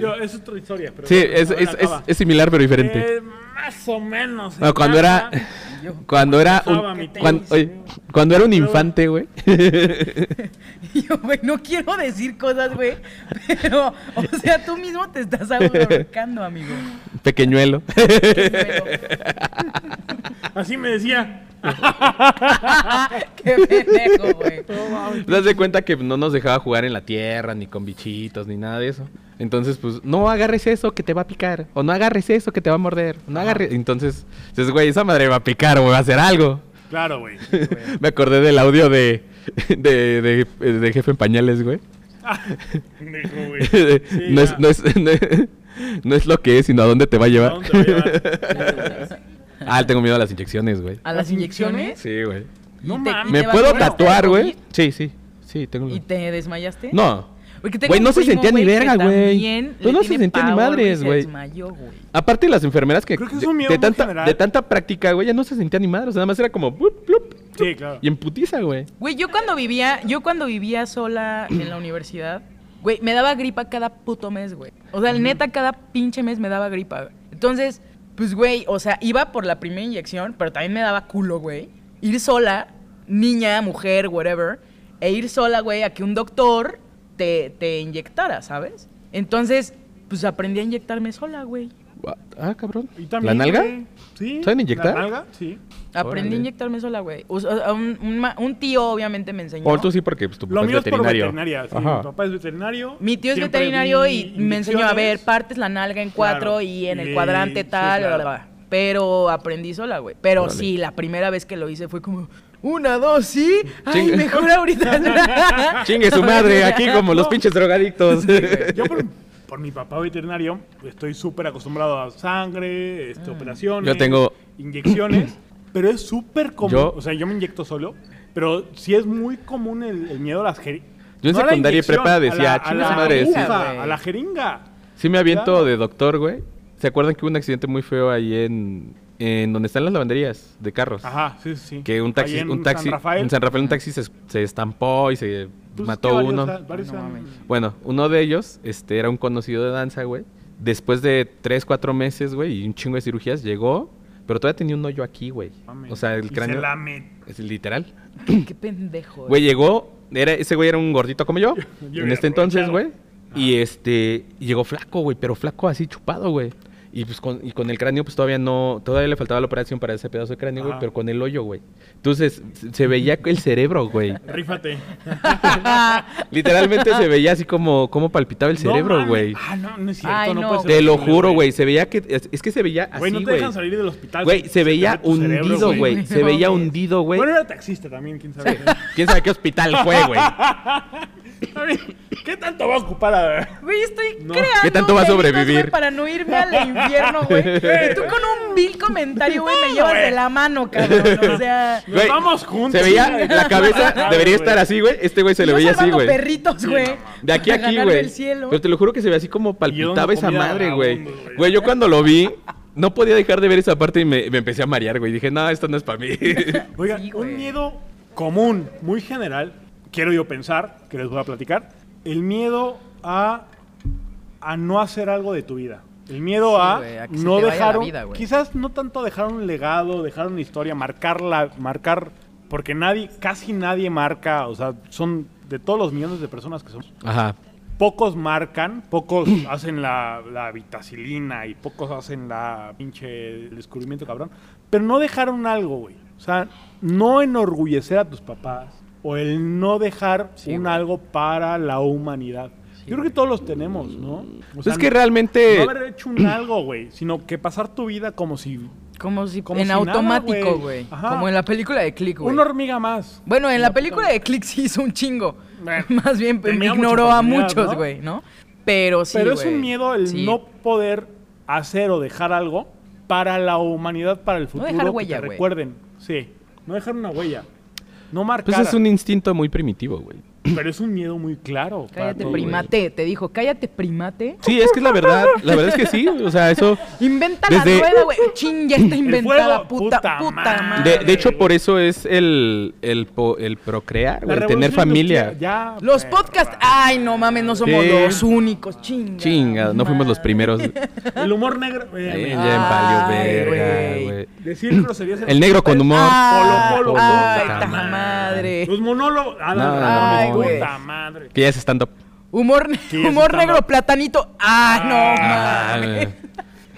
S2: Yo, es otra historia, pero.
S3: Sí,
S2: bueno,
S3: es,
S2: ahora
S3: es- es-
S2: acaba.
S3: es similar pero diferente.
S2: Eh, más o menos.
S3: No, cuando era-
S2: Yo.
S3: Cuando era un,
S2: Abrazaba a mi tío,
S3: cuan-
S2: sí.
S3: oye, cuando era un
S2: Pero-
S3: infante, güey. *laughs*
S4: Y *laughs* yo, güey, no quiero decir cosas, güey, pero, o sea, tú mismo te estás ahorcando, amigo.
S3: Pequeñuelo.
S4: Qué feo.
S2: Así me decía.
S4: Ah, Qué pendejo, güey.
S3: *laughs* Te das de cuenta que no nos dejaba jugar en la tierra, ni con bichitos, ni nada de eso. Entonces, pues, no agarres eso que te va a picar. O no agarres eso que te va a morder. No agarres. Entonces, dices, güey, esa madre va a picar, güey, va a hacer *laughs* algo.
S2: Claro, güey.
S3: Me acordé del audio de, de, de- de Jefe en Pañales, güey.
S2: Ah, pendejo, güey. Sí,
S3: *laughs* no, es, *laughs*
S2: ya.
S3: no, es, no, es, no es lo que es, sino a dónde te va a
S2: ¿A
S3: llevar.
S2: dónde te va a llevar?
S3: *laughs* ah, le tengo miedo a las inyecciones, güey.
S4: ¿A las inyecciones?
S3: Sí, güey.
S2: No
S4: te-
S2: mames.
S3: ¿Me
S4: te va a
S3: puedo
S4: doler?
S3: tatuar, güey?
S4: ¿Te
S3: Sí, sí. Sí, tengo...
S4: ¿Y te desmayaste?
S3: No.
S4: Güey, que tengo
S3: Güey,
S4: un
S3: no se
S4: primo,
S3: sentía ni
S4: güey, que
S3: verga, güey.
S4: también
S3: Pues
S4: le
S3: no se
S4: tiene
S3: sentía ni
S4: pavor,
S3: madres,
S4: se
S3: güey.
S4: desmayó, güey.
S3: Aparte las enfermeras que,
S2: Creo que es
S3: de,
S2: un miedo
S3: de
S2: muy
S3: tanta,
S2: general.
S3: de tanta práctica, güey, ya no se sentía ni madre, o sea, nada más era como blup, blup,
S2: Sí, claro.
S3: y en putiza, güey.
S4: Güey, yo cuando vivía, yo cuando vivía sola en la universidad, güey, me daba gripa cada puto mes, güey. O sea, neta, cada pinche mes me daba gripa. güey. Entonces, pues, güey, o sea, iba por la primera inyección, pero también me daba culo, güey. Ir sola, niña, mujer, whatever, e ir sola, güey, a que un doctor te, te inyectara, ¿sabes? Entonces, pues aprendí a inyectarme sola, güey.
S3: What? Ah, cabrón.
S2: ¿Y también,
S3: ¿La nalga?
S2: güey? Sí.
S3: ¿Saben inyectar?
S2: ¿La nalga? Sí.
S4: Aprendí
S3: Órale.
S4: a inyectarme sola, güey. O sea, un, un ma- un tío obviamente me enseñó.
S3: O tú sí porque pues, tu
S2: Lo
S3: papá es
S2: mío es por
S3: veterinario.
S2: veterinaria. sí,
S3: Ajá.
S2: Mi papá es veterinario.
S4: Mi tío es
S2: siempre
S4: veterinario
S2: di
S4: y me enseñó a ver,
S2: inyecciones.
S4: partes la nalga en cuatro
S2: Claro.
S4: y en el
S2: Y-
S4: cuadrante
S2: sí,
S4: tal,
S2: claro.
S4: bla, bla, bla. pero aprendí sola, güey. Pero
S3: Órale.
S4: sí, la primera vez que lo hice fue como, una, dos, sí, ay,
S3: Chingue-
S4: mejor
S3: *laughs*
S4: ahorita.
S3: Chingue su
S2: *laughs*
S3: madre,
S4: *laughs*
S3: aquí como los pinches drogadictos.
S2: Yo por, por mi papá veterinario estoy súper acostumbrado a sangre,
S4: Ah.
S2: este, operaciones,
S3: Yo tengo-
S2: inyecciones, pero es súper común.
S3: Yo-
S2: O sea, yo me inyecto solo, pero sí es muy común el, el miedo a las jeringas.
S3: Yo en secundaria y prepa decía,
S2: a
S3: "Chinga
S2: la,
S4: su madre", sí.
S2: aguja,
S4: güey.
S2: a la jeringa.
S3: *laughs* sí me aviento
S2: Claro.
S3: de doctor, güey. ¿Se acuerdan que hubo un accidente muy feo ahí en, en donde están las lavanderías de carros?
S2: Ajá, sí, sí.
S3: Que un taxi,
S2: Ahí en
S3: un taxi,
S2: San Rafael.
S3: en San Rafael un taxi se, se estampó y se
S2: Pues es que
S3: mató
S2: varios
S3: uno.
S2: han- varios
S4: No
S2: han-
S4: mames.
S3: Bueno, uno de ellos este, era un conocido de danza, güey. Después de 3, 4 meses, güey, y un chingo de cirugías, llegó, pero todavía tenía un hoyo aquí, güey.
S2: mames.
S3: O sea,
S2: Y
S3: el
S2: se
S3: cráneo.
S2: la met-
S3: Es literal.
S4: Qué pendejo.
S3: Güey, llegó. Era, ese güey era un gordito como
S2: *laughs*
S3: yo. en
S2: hubiera
S3: este entonces, güey.
S2: aprovechado.
S3: Y este. y Llegó flaco, güey, pero flaco así chupado, güey. Y pues con, y con el cráneo, pues todavía no. Todavía le faltaba la operación para ese pedazo de cráneo, güey,
S2: Ajá.
S3: pero con el hoyo, güey. Entonces, se- se veía el cerebro,
S2: *laughs*
S3: güey.
S2: Rífate.
S3: Literalmente se veía así como, como palpitaba el
S2: No
S3: cerebro,
S2: mames.
S3: güey.
S2: Ah, no, no es cierto.
S4: Ay, no,
S2: no puede ser
S3: Te lo
S2: posible,
S3: juro, güey. Se veía que. Es, es que se veía así,
S2: Güey,
S3: güey.
S2: no te dejan salir del hospital.
S3: Güey, se,
S2: te
S3: veía
S2: mete tu cerebro,
S3: hundido, güey.
S4: güey.
S3: Se
S4: No
S3: veía
S4: mames.
S3: hundido, güey.
S2: Bueno, era taxista también, quién *laughs* sabe.
S3: ¿Quién sabe qué hospital
S2: *laughs*
S3: fue, güey?
S2: A ver, ¿Qué tanto va a ocupar a
S4: *laughs* Güey, estoy
S2: No.
S4: creando
S3: ¿Qué tanto va a
S4: delitos, güey,
S3: sobrevivir?
S4: para no irme al infierno, güey.
S3: *laughs*
S4: Y tú con un vil comentario, güey, me llevas de la mano, cabrón. O sea,
S2: Nos vamos juntos.
S3: Se veía la cabeza, debería estar así, güey. Este güey se le
S4: yo
S3: veía así,
S4: salvando
S3: güey.
S4: perritos, güey.
S3: De aquí a
S4: para
S3: aquí,
S4: ganarme
S3: güey.
S4: el cielo.
S3: Pero te lo juro que se veía así como palpitaba esa
S2: comida
S3: madre, güey.
S2: vagabundo, güey.
S3: Güey, yo cuando lo vi, no podía dejar de ver esa parte y me, me empecé a marear, güey. Dije, no, esto no es para
S2: *laughs*
S3: mí.
S2: Oiga,
S4: Sí, güey.
S2: un miedo común, muy general, quiero yo pensar, que les voy a platicar, el miedo a, a no hacer algo de tu vida. El miedo
S4: Sí,
S2: a,
S4: güey, a que se
S2: no
S4: te vaya la
S2: dejar, un-
S4: vida, güey.
S2: quizás no tanto dejar un legado, dejar una historia, marcarla, marcar, porque nadie, casi nadie marca, o sea, son de todos los millones de personas que somos,
S3: Ajá.
S2: pocos marcan, pocos *clears throat* hacen la, la vitacilina y pocos hacen la pinche el descubrimiento cabrón, pero no dejaron algo, güey. O sea, no enorgullecer a tus papás o el no dejar un algo para la humanidad. Yo creo que todos los tenemos, ¿no? O
S3: Pues es que realmente.
S2: no haber hecho un algo, güey, sino que pasar tu vida como si
S4: Como si
S2: Como
S4: en
S2: si nada,
S4: automático,
S2: güey.
S4: güey.
S2: Ajá.
S4: Como en la película de Click, güey.
S2: Una hormiga más.
S4: Bueno, en la película de Click sí hizo un chingo.
S2: Bueno,
S4: *laughs* Más bien pues, me
S2: tenía
S4: ignoró
S2: mucha
S4: a
S2: oportunidad,
S4: muchos,
S2: ¿no?
S4: güey, ¿no? Pero sí,
S2: Pero es
S4: güey.
S2: un miedo el
S4: Sí.
S2: no poder hacer o dejar algo para la humanidad, para el futuro.
S4: dejar
S2: que te
S4: huella, güey.
S2: recuerden, sí. No dejar una huella. No marcar.
S3: Pues es un instinto muy primitivo, güey.
S2: Pero es un miedo muy claro. para
S4: Cállate,
S2: todos.
S3: prima.
S4: primate. Te dijo, cállate, primate.
S3: Sí, es que es la verdad. La verdad es que sí. O sea, eso.
S4: Inventa
S3: Desde-
S4: la rueda, güey. Ching, ya está
S2: fuego,
S4: inventada, puta, puta,
S2: puta
S4: madre.
S2: madre.
S3: De, de hecho, por eso es el, el, po- el procrear,
S2: La
S3: güey, el tener
S2: revolución
S3: familia.
S2: industrial, Ya,
S4: Los
S2: perra.
S4: podcasts. Ay, no mames, no somos
S3: Sí.
S4: los únicos. Chinga.
S3: Chinga, no fuimos los
S4: madre.
S3: primeros.
S2: El humor negro. eh,
S3: Eh,
S2: eh,
S3: ya
S4: Ay,
S3: valió verga,
S4: güey.
S3: güey.
S2: Decir groserías. en
S3: El negro con humor.
S4: Ah,
S2: Pues, Polo, polo,
S4: ay,
S2: puta
S4: ta
S2: madre.
S4: madre.
S2: Los monólogos. Ah, no,
S3: No,
S2: no,
S3: no,
S4: Ay,
S2: no,
S4: güey.
S2: puta madre.
S3: Que ya es stand-up.
S4: Humor, ne- *laughs*
S2: Sí, eso
S4: humor
S2: está
S4: negro,
S2: mal.
S4: platanito. Ay,
S3: Ah,
S4: no
S3: güey.
S4: mames.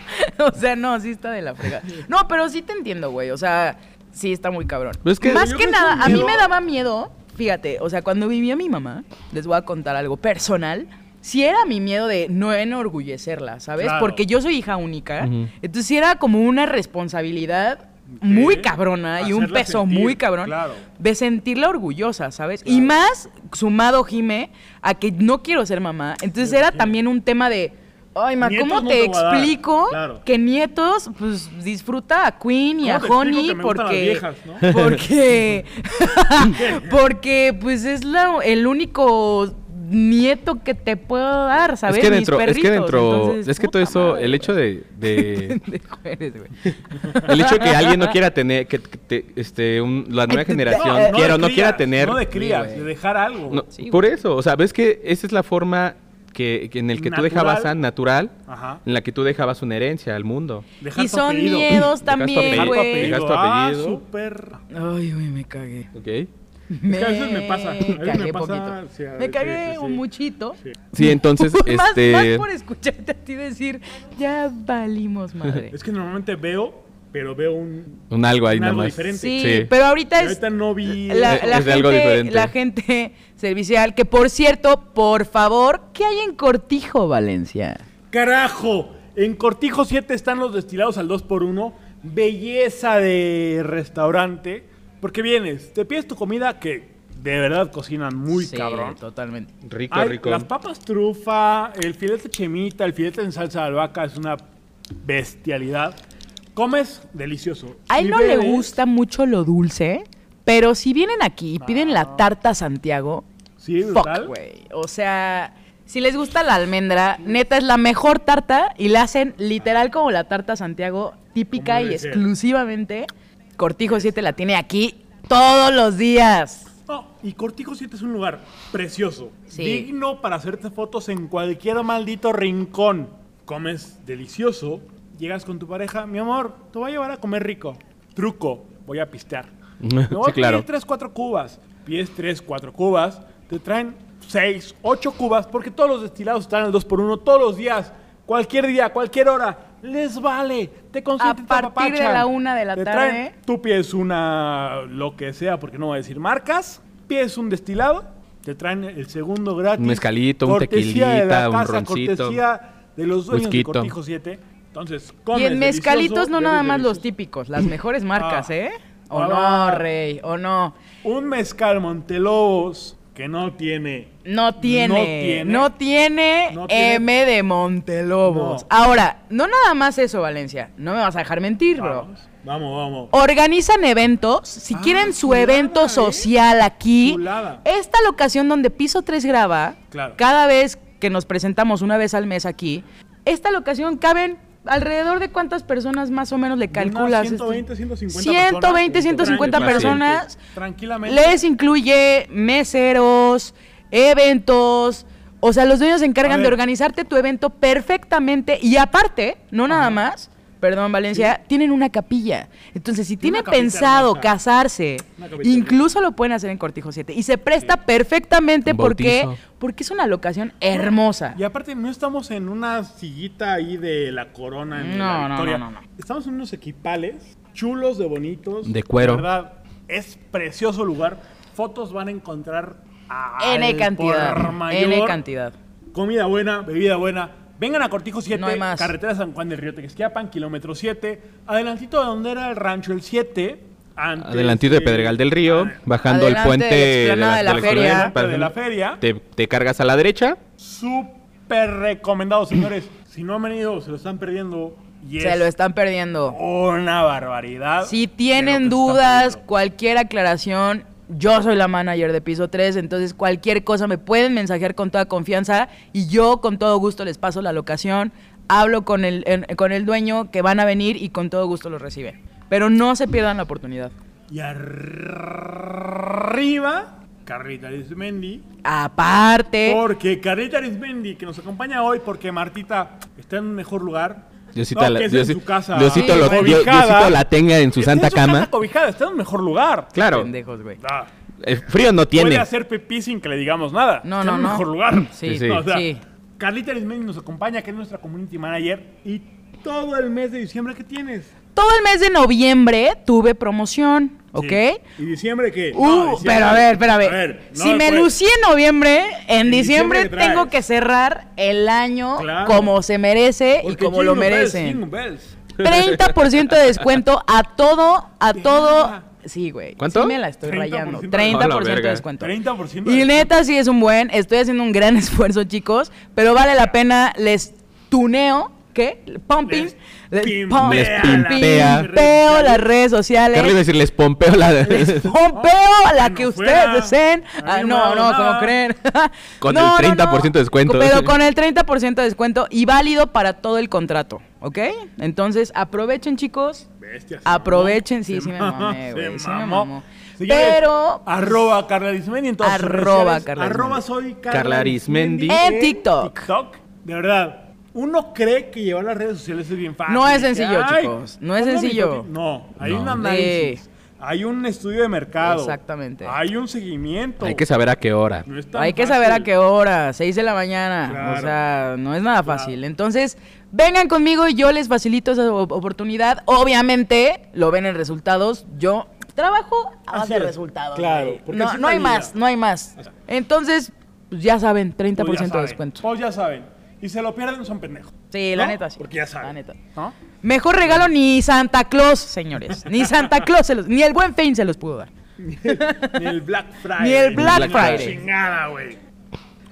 S4: *laughs* O sea, no, sí está de la fregada. No, pero sí te entiendo, güey. O sea, sí está muy cabrón.
S3: Pero es que-
S4: Más
S2: Yo
S4: que
S2: creo que
S4: nada,
S2: un
S4: a mí
S2: miedo-
S4: me daba miedo, fíjate, o sea, cuando vivía mi mamá, les voy a contar algo personal. Sí era mi miedo de no enorgullecerla, ¿sabes?
S2: Claro.
S4: Porque yo soy hija única.
S3: Ujú.
S4: Entonces sí era como una responsabilidad muy
S2: Sí.
S4: cabrona y un
S2: Hacerla
S4: peso
S2: sentir,
S4: muy cabrón
S2: claro.
S4: de sentirla orgullosa, ¿sabes? Y más sumado, Jime, a que no quiero ser mamá. Entonces era también un tema de, ay, ma,
S2: Nietos
S4: ¿cómo
S2: no
S4: te
S2: te voy a dar".
S4: explico
S2: Claro.
S4: que nietos, pues disfruta a Queen y a
S2: ¿Cómo te
S4: Honey
S2: explico que me gustan
S4: porque...
S2: las viejas,
S4: *laughs*
S2: no? *laughs*
S4: Porque... *laughs* porque pues es la- el único nieto que te puedo dar, ¿sabes?
S3: Es que
S4: Mis
S3: dentro, es que
S4: perritos.
S3: dentro,
S4: Entonces,
S3: es que todo
S4: puta
S3: eso,
S4: madre,
S3: el
S4: güey.
S3: hecho de,
S4: *laughs*
S3: de-
S4: Pendejo eres, güey.
S3: el hecho de que alguien no quiera tener, que, que te- este, un- la nueva generación
S4: no de
S3: quiera o
S2: de
S3: no
S2: crías,
S3: quiera tener,
S2: No de crías,
S4: Sí,
S2: de
S4: güey.
S2: dejar algo.
S3: no,
S4: Sí, güey.
S3: por eso, o sea, ves que esa es la forma que, que en el que tú
S2: Natural.
S3: dejabas a natural,
S2: Ajá.
S3: en la que tú dejabas una herencia al mundo.
S2: Dejar
S4: Y
S2: tu
S4: son
S2: apellido.
S3: Dejar
S4: miedos
S3: tu
S4: también,
S2: Dejar tu
S4: güey.
S3: Dejar tu
S2: apellido. Ah,
S3: apellido.
S2: súper.
S4: Ay, güey, me cagué.
S3: ¿ok?
S2: que a veces me pasa, a veces me
S4: cagué
S2: pasa,
S4: poquito.
S2: sí, a
S4: me
S2: veces,
S4: cagué
S2: sí,
S4: un
S2: pues, sí.
S4: muchito. *laughs*
S2: Sí.
S3: Sí,
S2: *laughs*
S3: entonces,
S4: más,
S3: este,
S4: más por escucharte a ti decir, ya valimos madre.
S2: Es que normalmente veo, pero veo un.
S3: un algo ahí
S2: un
S3: nada
S2: algo
S3: más.
S2: diferente.
S4: sí,
S3: sí.
S4: pero ahorita es
S2: Ahorita no vi.
S4: la,
S3: Es-
S4: la
S3: es de
S4: gente,
S3: algo diferente.
S4: la gente servicial. Que por cierto, por favor, ¿qué hay en Cortijo, Valencia?
S2: ¡Carajo! En Cortijo 7 están los destilados al 2x1. Belleza de restaurante. Porque vienes, te pides tu comida que de verdad cocinan muy
S4: Sí,
S2: cabrón.
S4: Totalmente.
S3: Rico,
S2: Hay
S3: rico.
S2: Las papas trufa, el filete chemita, el filete en salsa de albahaca es una bestialidad. Comes delicioso.
S4: A él
S2: Y
S4: no le
S2: bebes-
S4: gusta mucho lo dulce, pero si vienen aquí y piden la tarta Santiago,
S2: Sí,
S4: fuck,
S2: brutal.
S4: güey. O sea, si les gusta la almendra, neta es la mejor tarta y la hacen literal como la tarta Santiago, típica
S2: Como
S4: y
S2: debe ser.
S4: exclusivamente. Cortijo 7 la tiene aquí todos los días.
S2: No, y Cortijo 7 es un lugar precioso,
S4: Sí.
S2: digno para hacerte fotos en cualquier maldito rincón. Comes delicioso, llegas con tu pareja, mi amor, te voy a llevar a comer rico. Truco, voy a pistear. Me
S3: *laughs*
S2: voy
S3: Sí,
S2: a
S3: claro.
S2: pedir 3, 4 cubas. Pides 3, 4 cubas, te traen 6, 8 cubas, porque todos los destilados están al 2x1 todos los días, cualquier día, cualquier hora. Les vale, te consienten, te
S4: partir de
S2: apapachan.
S4: la una de la
S2: Te
S4: tarde.
S2: traen Tú pides una, lo que sea, porque no voy a decir marcas, pides un destilado, te traen el segundo gratis.
S3: Un mezcalito, un
S2: cortesía de la
S3: tequilita, un
S2: casa,
S3: roncito.
S2: Cortesía de los dueños de
S3: Whisquito.
S2: Cortijo 7. Entonces, comes
S4: y en mezcalitos
S2: delicioso,
S4: no nada
S2: bebes
S4: más los
S2: delicioso.
S4: típicos, las mejores marcas,
S2: Ah.
S4: ¿eh? O
S2: Ah.
S4: no, rey, o no.
S2: Un mezcal Montelobos que no tiene...
S4: No tiene, no tiene,
S2: no tiene-
S4: M de Montelobos.
S2: No.
S4: Ahora, no nada más eso, Valencia. No me vas a dejar mentir, bro.
S2: Vamos, vamos, vamos.
S4: Organizan eventos. Si
S2: Ah,
S4: quieren su
S2: chulada,
S4: evento
S2: ¿eh?
S4: social aquí,
S2: Chulada.
S4: esta locación donde Piso 3 graba,
S2: Claro.
S4: cada vez que nos presentamos una vez al mes aquí, esta locación caben alrededor de cuántas personas más o menos le
S2: Unas
S4: calculas. este? esto?
S2: 120, 150
S4: 120,
S2: personas.
S4: 150
S3: Tranquilamente.
S4: personas.
S2: Tranquilamente.
S4: Les incluye meseros, eventos. O sea, los dueños se encargan
S2: A
S4: de
S2: ver.
S4: organizarte tu evento perfectamente. Y aparte, no nada más, perdón, Valencia, tienen una capilla. Entonces, si
S2: Tiene
S4: tienen
S2: una capilla
S4: pensado
S2: hermosa.
S4: casarse,
S2: Una capilla
S4: incluso lo pueden hacer en Cortijo 7. Y se presta perfectamente
S3: Un
S4: porque,
S3: bautizo.
S4: porque es una locación hermosa.
S2: Y aparte, no estamos en una sillita ahí de la corona. En
S4: No,
S2: la
S4: no,
S2: Victoria.
S4: no, no, no.
S2: Estamos en unos equipales chulos de bonitos.
S3: De cuero.
S2: De verdad, es precioso lugar. Fotos van a encontrar a
S4: N cantidad. N cantidad.
S2: Comida buena, bebida buena. Vengan a Cortijo 7,
S4: No hay más.
S2: carretera San Juan del Río Tequisquiapan, kilómetro 7. Adelantito de donde era el rancho, el 7. antes
S3: Adelantito de Pedregal del Río, bajando el
S4: Adelante,
S3: puente
S4: explanada de la feria.
S3: explanada,
S2: Adelante
S3: para-
S2: ah, de la feria.
S3: Te, te cargas a la derecha.
S2: Súper recomendado, señores. si no han venido, se lo están perdiendo. Y
S4: Se
S2: es
S4: lo están perdiendo.
S2: una barbaridad.
S4: Si
S2: de
S4: tienen
S2: lo que se está
S4: dudas,
S2: perdiendo.
S4: cualquier aclaración, yo soy la manager de piso 3, entonces cualquier cosa me pueden mensajear con toda confianza y yo con todo gusto les paso la locación, hablo con el, en- con el dueño que van a venir y con todo gusto los reciben. Pero no se pierdan la oportunidad.
S2: Y arriba, Carlita Arismendi.
S4: Aparte,
S2: Porque Carlita Arismendi, que nos acompaña hoy, porque Martita está en un mejor lugar.
S3: Diosito,
S2: No,
S3: la,
S2: que es
S3: Diosi-
S2: en su casa.
S3: Diosito
S4: Sí,
S3: lo-
S4: bueno.
S3: Dio-
S2: Cobijada.
S3: Diosito la tenga en su
S2: Está
S3: santa
S2: casa
S3: cama.
S2: cobijada, está en un mejor lugar.
S3: Claro,
S4: pendejos, güey.
S2: Ah,
S3: el frío no
S2: Puede
S3: tiene.
S2: hacer pipí sin que le digamos nada.
S4: No,
S2: está
S4: no,
S2: en un
S4: no.
S2: mejor lugar.
S4: Sí,
S3: Sí.
S2: No, o sea,
S4: sí.
S2: Carlita Arismendi nos acompaña, que es nuestra community manager. Y todo el mes de diciembre, ¿qué tienes?
S4: Todo el mes de noviembre tuve promoción, ¿ok?
S2: Sí. ¿Y diciembre qué?
S4: Uh,
S2: No, diciembre-
S4: pero a ver, pero a ver.
S2: no
S4: si me
S2: puedes.
S4: lucí en noviembre, en diciembre,
S2: En diciembre que traes.
S4: tengo que cerrar el año
S2: Claro.
S4: como se merece y
S2: Porque
S4: como lo
S2: Jingle Bells,
S4: merecen.
S2: Jingle Bells.
S4: 30% de descuento a todo, a todo.
S2: Verga.
S4: Sí, güey.
S3: ¿Cuánto?
S4: Sí me la estoy rayando.
S2: 30%
S4: 30%
S3: A la
S4: de
S3: verga.
S4: descuento.
S2: 30% de
S4: Y neta, sí es un buen. Estoy haciendo un gran *laughs* esfuerzo, chicos. Pero vale la pena. Les tuneo. ¿Qué? Pumping.
S2: Les
S4: pum-
S3: Les
S4: pimpeo
S3: pimpea.
S4: las redes sociales.
S3: Carlos iba a decir, les pompeo la. *laughs*
S4: *laughs* Pompeo, la
S2: no
S4: que
S2: fuera.
S4: ustedes deseen.
S2: A
S4: Ah,
S2: mí no
S4: no,
S2: me ha
S4: no,
S2: dado
S4: como
S2: nada.
S4: creen. *laughs*
S3: Con
S4: No,
S3: el
S4: no,
S3: 30% de
S4: no.
S3: descuento. ¿eh?
S4: Pero con el 30% de descuento y válido para todo el contrato, ¿ok? Entonces, aprovechen, chicos.
S2: Bestia, se
S4: Aprovechen,
S2: mamó.
S4: sí,
S2: Se
S4: sí me
S2: mamó,
S4: mamé,
S2: se
S4: güey. Sí me
S2: mamó.
S4: mamó.
S2: Señores,
S4: Pero-
S2: Arroba Carla Arismendi en todas sus redes
S4: Arroba
S2: sociales.
S4: Carla
S2: Arroba
S4: Arismendi.
S2: soy
S3: Carla Arismendi.
S4: En TikTok.
S2: TikTok. De verdad, uno cree que llevar las redes sociales es bien fácil.
S4: No es
S2: que,
S4: sencillo,
S2: ay,
S4: chicos, no es
S2: pongo mi
S4: sencillo.
S2: topi- No, hay
S3: No.
S2: un análisis.
S4: Sí.
S2: Hay un estudio de mercado.
S4: Exactamente.
S2: Hay un seguimiento.
S3: Hay que saber a qué hora.
S2: No es tan
S4: Hay que saber a
S2: fácil.
S4: qué hora, 6 de la mañana.
S2: Claro.
S4: O sea, no es nada fácil. Entonces, vengan conmigo y yo les facilito esa op- oportunidad. Obviamente, lo ven en resultados. Yo trabajo a
S2: Así
S4: base de
S2: es,
S4: resultados.
S2: claro,
S4: güey.
S2: porque
S4: No,
S2: así es
S4: no
S2: la
S4: hay
S2: vida.
S4: más, no hay más. Entonces, pues ya saben, 30%
S2: Pues ya
S4: de
S2: saben,
S4: descuento.
S2: Pues ya saben. Y se lo pierden,
S4: *laughs*
S2: son pendejos.
S4: Sí, la
S2: ¿no?
S4: neta, sí.
S2: Porque ya saben.
S4: La neta.
S2: ¿No?
S4: Mejor regalo ni Santa Claus, señores. Ni Santa Claus, se los- ni el buen fin se los pudo dar.
S2: Ni el Black Friday.
S4: Ni el Black
S2: la
S4: Friday.
S2: Chingada, güey.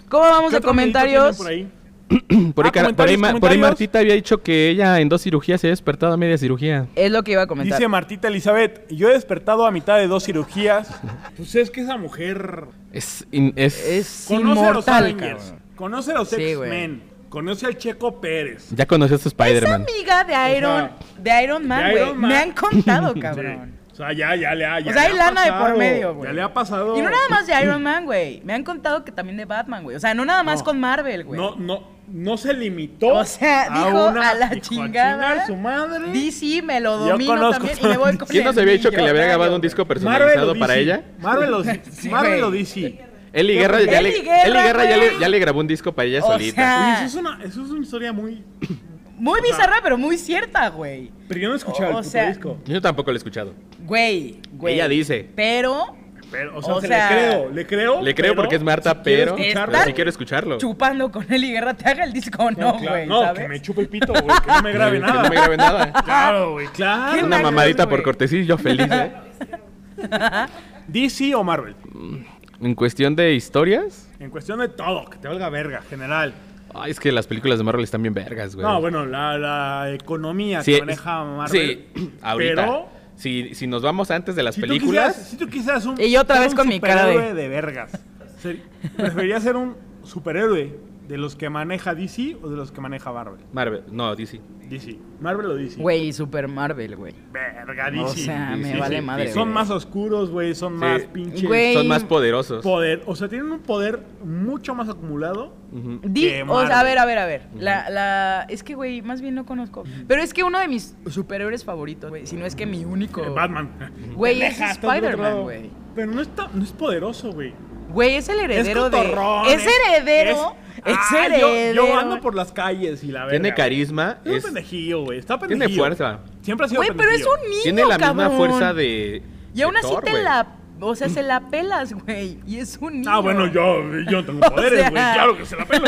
S4: ¿Cómo vamos
S2: ¿Qué
S4: a
S2: otro medito
S4: comentarios?
S2: tienen por ahí?
S3: Por ahí,
S2: Ah,
S3: cara- por, ahí,
S2: comentarios,
S3: Ma- por ahí
S2: comentarios.
S3: Martita había dicho que ella en dos cirugías se había despertado a media cirugía.
S4: Es lo que iba a comentar.
S2: Dice Martita Elizabeth, yo he despertado a mitad de dos cirugías. Pues es que esa mujer
S3: Es, in- es-
S4: es
S2: conoce a los
S4: inmortal,
S2: Avengers,
S4: cabrón.
S2: conoce a los
S4: Sí, güey.
S2: X-Men, conoce al Checo Pérez.
S3: Ya conoces a Spider-Man.
S4: amiga de Iron, de Iron Man,
S2: Pues de
S4: güey.
S2: Iron Man.
S4: Me han contado,
S2: *laughs* Sí.
S4: cabrón.
S2: O sea, ya, ya le ha ya
S4: O sea,
S2: le
S4: hay
S2: ha
S4: lana de
S2: pasado,
S4: por medio, güey.
S2: Ya le ha pasado.
S4: Y no nada
S2: *laughs*
S4: más de Iron Man, güey. Me han contado que también de Batman, güey. O sea, no nada más
S2: No.
S4: con Marvel, güey.
S2: No, no, no se limitó.
S4: O sea, dijo
S2: una-
S4: a la
S2: dijo,
S4: chingada.
S2: chingar su madre.
S4: DC me lo
S2: Yo
S4: domino
S2: conozco
S4: también y
S2: todo.
S4: me
S2: *laughs*
S4: voy con
S3: ¿Quién
S4: el
S3: nos había dicho que le había
S4: millonario,
S3: grabado un
S4: güey?
S3: disco
S2: Marvel
S3: personalizado
S2: o
S3: para
S2: DC.
S3: ella?
S2: Marvel o, *laughs*
S4: Sí,
S2: Marvel o
S4: güey.
S2: DC.
S3: Eli Guerra, ya,
S4: Eli
S3: le,
S4: Guerra,
S3: Eli Guerra ya,
S4: güey.
S3: le, ya le grabó un disco para ella
S4: O
S3: solita.
S4: sea,
S2: Oye, eso es una, eso es una historia muy.
S4: Muy bizarra, pero muy cierta, güey.
S2: Pero yo no he escuchado
S4: O
S2: el puto
S4: sea,
S2: disco.
S3: Yo tampoco lo he escuchado.
S4: Güey, güey.
S3: Ella dice.
S4: Pero
S2: Pero, o sea,
S4: o
S2: se
S4: sea,
S2: le creo, le creo.
S3: Le creo
S2: pero
S3: porque es Marta,
S2: si quiero
S3: pero,
S2: escucharlo.
S3: pero
S4: Está-
S3: sí quiero escucharlo.
S4: chupando con Eli Guerra te haga el disco, no,
S2: claro.
S4: güey.
S2: No,
S4: ¿sabes?
S2: que me chupe el pito, güey. Que
S3: *laughs*
S2: no me grabe
S3: Que
S2: nada.
S3: No me grabe
S2: *laughs*
S3: nada.
S2: Claro, güey,
S4: ¿Qué
S2: claro.
S3: Una
S4: nacos,
S3: mamadita por
S4: güey.
S3: cortesía, yo feliz, ¿eh?
S2: DC o Marvel.
S3: En cuestión de historias,
S2: En cuestión de todo, que te valga verga, general.
S3: ay, es que las películas de Marvel están bien vergas, güey.
S2: No, bueno, la, la economía
S3: Sí,
S2: que maneja Marvel.
S3: Sí, *clears throat* ahorita.
S2: Pero
S3: Si, si nos vamos antes de las
S2: si tú,
S3: películas,
S2: quisieras, si tú quisieras un.
S4: Y yo otra
S2: ser
S4: vez
S2: un
S4: con mi cara de-
S2: superhéroe de vergas. ser- Preferiría ser un superhéroe de los que maneja DC o de los que maneja Marvel.
S3: Marvel, no, DC.
S2: DC. Marvel o DC.
S4: Güey, Super Marvel, güey.
S2: Verga, DC.
S4: O sea,
S3: sí,
S4: me
S3: sí,
S4: vale
S3: sí.
S4: madre.
S2: Son
S4: güey.
S2: más oscuros, güey. Son más pinches.
S4: Güey.
S3: Son más poderosos.
S2: Poder. O sea, tienen un poder mucho más acumulado.
S4: Di-
S2: que
S4: o sea, a
S2: Marvel.
S4: ver, a ver, a ver. La, la, es que, güey, más bien no conozco. Pero es que uno de mis superhéroes favoritos, güey, si no es que mi único.
S2: Eh, Batman.
S4: Güey, es
S2: Pendeja, está del otro
S4: Spider-Man,
S2: lado.
S4: güey.
S2: Pero no, está, no es poderoso, güey.
S4: Güey, es el heredero de.
S2: cotorrón,
S4: Es heredero.
S2: es-
S4: Es,
S2: Ah, yo-
S4: heredero.
S2: Yo, ando por las calles y la verga.
S3: Tiene carisma,
S2: Es un
S3: es-
S2: pendejillo, güey. Está
S3: tiene
S2: pendejillo.
S3: fuerza.
S2: Siempre ha sido
S4: Güey, pero es
S2: pendejillo.
S4: un niño.
S3: tiene la misma
S4: cabrón.
S3: fuerza de.
S4: Y aún
S3: de
S4: así
S3: Thor,
S4: te
S3: güey.
S4: la O sea, se la pelas, güey. Y es un niño.
S2: Ah, bueno, yo, yo
S4: *laughs*
S2: tengo poderes,
S4: sea-
S2: güey. Claro que se
S4: *laughs*
S2: la pelo.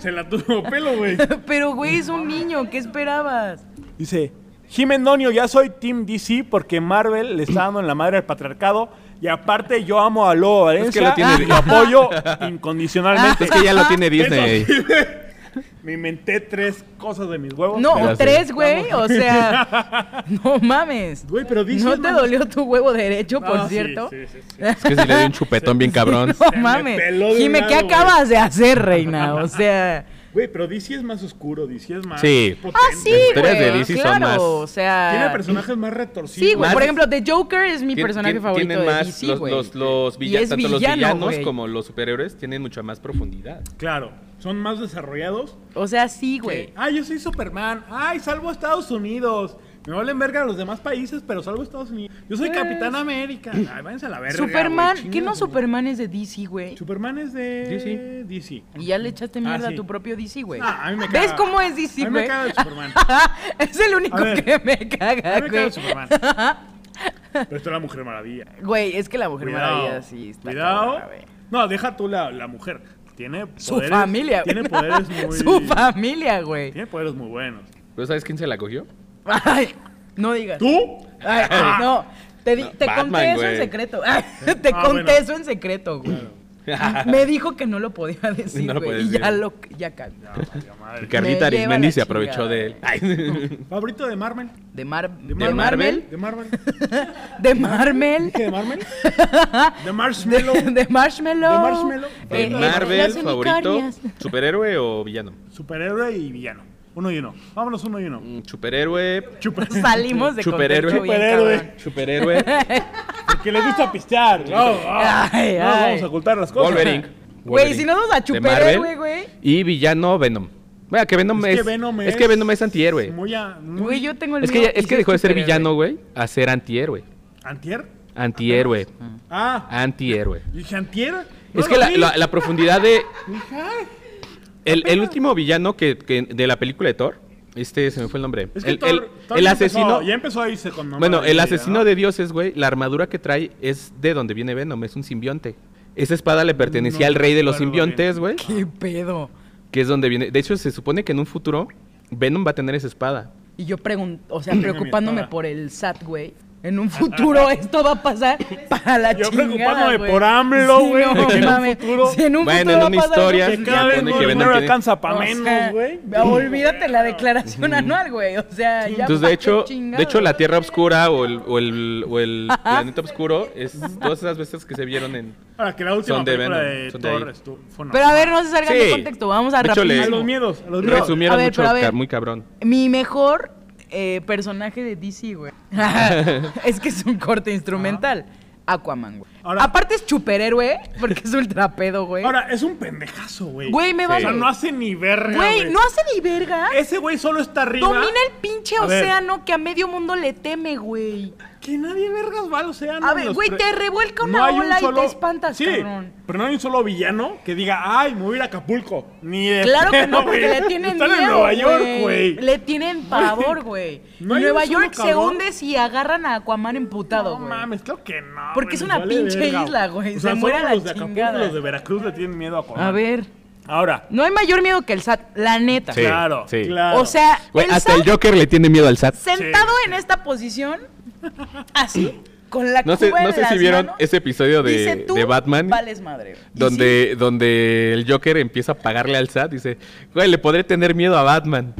S2: Se la tuvo pelo, güey.
S4: Pero, güey, es un niño. ¿Qué esperabas?
S2: Dice, Jimen Donio, ya soy Team DC porque Marvel le está dando en la madre al patriarcado. Y aparte yo amo a Lobo
S3: Es que
S2: Valencia
S3: lo tiene-
S2: y lo apoyo
S3: *laughs*
S2: incondicionalmente.
S3: Es que ya lo tiene Disney.
S2: Eso sí, me inventé tres cosas de mis huevos.
S4: No,
S2: pero-
S3: Gracias.
S4: tres, güey. O sea,
S3: *laughs*
S4: no mames.
S2: Güey, pero dices,
S4: ¿No te
S2: mano.
S4: dolió tu huevo derecho, por
S2: Ah, sí,
S4: cierto?
S2: sí, sí, sí.
S3: Es que si le dio un chupetón
S4: *laughs*
S3: bien cabrón.
S4: No
S2: Se me
S4: mames.
S2: peló de un
S4: Jime,
S2: lado,
S4: ¿qué
S2: güey.
S4: acabas de hacer, reina?
S2: *laughs*
S4: O sea.
S2: Güey, pero DC es más oscuro, DC es más
S3: Sí.
S2: potente.
S4: Ah, sí,
S3: Las historias de
S4: güey.
S3: DC son
S4: Claro,
S3: más-
S4: o
S2: Tiene
S4: sea.
S2: personajes más retorcidos.
S4: Sí, güey.
S3: Más-
S4: Por ejemplo, The Joker es mi
S3: Tien-
S4: personaje
S3: tien-
S4: favorito
S3: tienen
S4: de
S3: más
S4: DC,
S3: los,
S4: güey.
S3: los, los
S4: Y
S3: villas-
S4: es
S3: tanto los
S4: villano,
S3: villanos
S4: güey.
S3: como los superhéroes tienen mucha más profundidad.
S2: Claro, son más desarrollados.
S4: O sea, sí, güey.
S2: Ay, yo soy Superman. Ay, salvo a Estados Unidos. Me valen verga los demás países, pero salvo a Estados Unidos. Yo soy Capitán América. Ay, váyanse a la verga. güey,
S4: Eh. Superman. ¿Qué
S2: chingas,
S4: no
S2: güey.
S4: Superman es de DC, güey?
S2: Superman es de
S3: DC.
S2: DC.
S4: *laughs* Y ya le echaste mierda
S2: Ah, sí.
S4: a tu propio DC, güey.
S2: Ah, a mí me caga.
S4: ¿Ves cómo es DC,
S2: A mí me
S4: güey?
S2: caga el Superman.
S4: *laughs* es el único
S2: A ver.
S4: que me
S2: A
S4: caga,
S2: mí me caga
S4: güey.
S2: el Superman. Pero esto es la Mujer Maravilla.
S4: *laughs* Güey, es que la Mujer Maravilla
S2: Cuidado.
S4: sí está
S2: cuidado.
S4: cabrona, güey.
S2: no, deja tú la, la mujer. Tiene poderes.
S4: Su familia, güey. *laughs*
S2: Tiene poderes muy.
S4: Su familia, güey.
S2: Tiene poderes muy buenos.
S3: ¿Pero sabes quién se la cogió?
S4: Ay, no digas.
S2: ¿Tú?
S4: Ay,
S2: *laughs* Ah.
S4: no. Te, di- te
S3: Batman,
S4: conté eso
S3: güey.
S4: en secreto. *laughs* Ay, te
S2: Ah,
S4: conté
S2: bueno.
S4: eso en secreto, güey. *laughs* Me dijo que no lo podía decir,
S3: No lo
S4: güey.
S3: puedes
S4: y ya
S3: decir.
S4: lo ya cagó.
S2: No, valió madre.
S3: Y Carlita
S4: Me lleva
S3: Arismendi
S4: la
S3: se aprovechó
S4: chingada.
S3: de él.
S4: *laughs*
S3: Ay.
S2: ¿Favorito de Marvel?
S4: De, Mar- de,
S2: Marvel?
S4: Marvel. *laughs*
S2: ¿De Marvel?
S4: De Marvel.
S2: ¿Dije de Marvel? *laughs*
S4: *laughs*
S2: ¿De Marshmallow?
S4: De, de Marshmallow.
S2: De Marshmallow.
S3: De
S2: Eh, eh,
S3: Marvel,
S4: las
S3: favorito,
S4: unicornias.
S3: superhéroe o villano.
S2: Superhéroe y villano. Uno y uno. Vámonos uno y uno.
S3: Mm, Superhéroe, *laughs*
S2: Chupa.
S4: *laughs* Salimos de
S3: Superhéroe.
S4: contexto bien
S2: Superhéroe.
S4: cabrón. *laughs*
S3: superhéroe,
S2: Porque le
S3: *laughs*
S2: gusta pistear. No, ah.
S4: Ay,
S2: No,
S4: ay.
S2: vamos a ocultar las cosas.
S3: Wolverine.
S4: Güey, si no nos da
S3: De
S4: superhéroe,
S3: Marvel.
S4: güey.
S3: Y villano, Venom. Vea, que Venom es,
S2: Es que Venom
S3: es que
S2: es-
S3: Venom es antihéroe.
S2: Muy a... muy-
S4: Güey, yo tengo el
S3: Es que,
S4: mío
S3: ya- es
S4: y
S3: que
S4: sí
S3: dejó de ser
S4: superhéroe.
S3: villano, güey, a ser antihéroe.
S2: ¿Antier?
S3: Antihéroe,
S2: Ah.
S3: antihéroe.
S2: Yo dije, ¿antier? No
S3: Es que
S2: lo
S3: la,
S2: vi.
S3: la- la profundidad de...
S2: Hija.
S3: El, el último villano que, que- de la película de Thor, este se me fue el nombre.
S2: Es que
S3: el,
S2: Thor-
S3: el-
S2: Thor
S3: el
S2: ya
S3: asesino...
S2: empezó- ya empezó a irse con mamá
S3: Bueno,
S2: de
S3: el
S2: vida,
S3: asesino
S2: ¿no?
S3: de dioses, güey, la armadura que trae es de donde viene Venom, es un simbionte. Esa espada le pertenecía
S2: No
S3: al rey de los
S2: recuerdo bien.
S3: simbiontes, güey,
S4: ¿Qué pedo?
S3: que es donde viene. De hecho, se supone que en un futuro Venom va a tener esa espada.
S4: Y yo pregun- o sea,
S2: Dime mi
S4: preocupándome
S2: espada.
S4: por el SAT, güey. En un
S2: *laughs*
S4: futuro esto va a pasar para la
S2: Yo
S4: chingada,
S2: preocupándome
S4: güey.
S2: por AMLO, güey,
S4: no
S2: de que en un
S4: mames.
S2: futuro-
S4: Si en un
S3: Bueno,
S4: futuro
S3: en
S4: va a
S3: una
S4: pasar
S3: historia
S4: algo
S2: Que
S4: que-
S2: cada
S3: Ya
S2: vez
S3: pone que
S2: no,
S3: Venom
S2: no
S3: tiene-
S2: alcanza
S4: o
S2: para menos,
S4: sea,
S2: güey.
S4: Olvídate la declaración anual, güey. O sea, ya
S3: Entonces,
S4: pa'
S3: de hecho,
S4: qué chingados.
S3: de hecho, la Tierra Oscura o el, o el, o
S4: *laughs*
S3: el planeta oscuro es todas esas veces que se vieron en...
S2: Ahora que la última
S3: Son de
S2: película
S3: Venom,
S2: de
S3: son de ahí.
S2: Torres tú- fue una
S4: Pero a ver, no se salgan de
S3: Sí.
S4: contexto. Vamos a
S3: De hecho, le-
S2: A los
S4: rapidísimo.
S2: miedos, a los miedos.
S3: Resumieron
S4: a ver,
S3: mucho,
S4: pero a ver.
S3: ca- muy cabrón.
S4: Mi mejor eh, personaje de DC, güey. *laughs* es que es un corte instrumental. Aquaman, güey.
S2: Ahora-
S4: Aparte es superhéroe, porque es ultra pedo, güey.
S2: Ahora, es un pendejazo, güey.
S4: Güey, me
S3: Sí.
S2: O
S4: vale.
S2: sea, no hace ni verga,
S4: Güey, no hace ni verga.
S2: Ese güey solo está arriba.
S4: Domina el pinche
S2: A ver.
S4: océano que a medio mundo le teme,
S2: *laughs*
S4: güey.
S2: Que nadie vergas va al océano.
S4: A ver,
S2: los
S4: güey,
S2: pre-
S4: te revuelca una
S2: hay un
S4: ola y te espantas,
S2: sí,
S4: cabrón.
S2: pero no hay un solo villano que diga, ay, me voy a ir a Acapulco. Ni de
S4: Claro que
S2: pedo,
S4: no, porque
S2: güey.
S4: le tienen
S2: Están en
S4: miedo,
S2: Nueva York, güey.
S4: Le tienen pavor, güey.
S2: *laughs* No hay
S4: Nueva
S2: un solo
S4: York se
S2: cabrón.
S4: hunde si agarran a Aquaman emputado,
S2: No
S4: güey.
S2: mames, claro que no.
S4: Porque
S2: güey,
S4: es
S2: les
S4: una pinche
S2: verga.
S4: isla, güey,
S2: O
S4: se
S2: sea,
S4: muere
S2: solo
S4: a la
S2: los de Acapulco y
S4: chingada.
S2: los de Veracruz le tienen miedo a Aquaman.
S4: a ver,
S2: Ahora,
S4: no hay mayor miedo que el SAT, la neta.
S3: Sí,
S2: claro,
S3: sí.
S2: claro.
S4: O sea,
S3: Güey,
S4: el
S3: hasta
S4: SAT
S3: el Joker le tiene miedo al SAT.
S4: sentado en esta posición, así, con la
S3: No sé,
S4: cuba en
S3: no sé
S4: las
S3: si vieron
S4: manos,
S3: ese episodio
S4: dice,
S3: de,
S4: "Tú
S3: de Batman.
S4: vales madre. güey". Y
S3: Donde, donde el Joker empieza a pagarle al SAT, dice, güey, le podré tener miedo a Batman.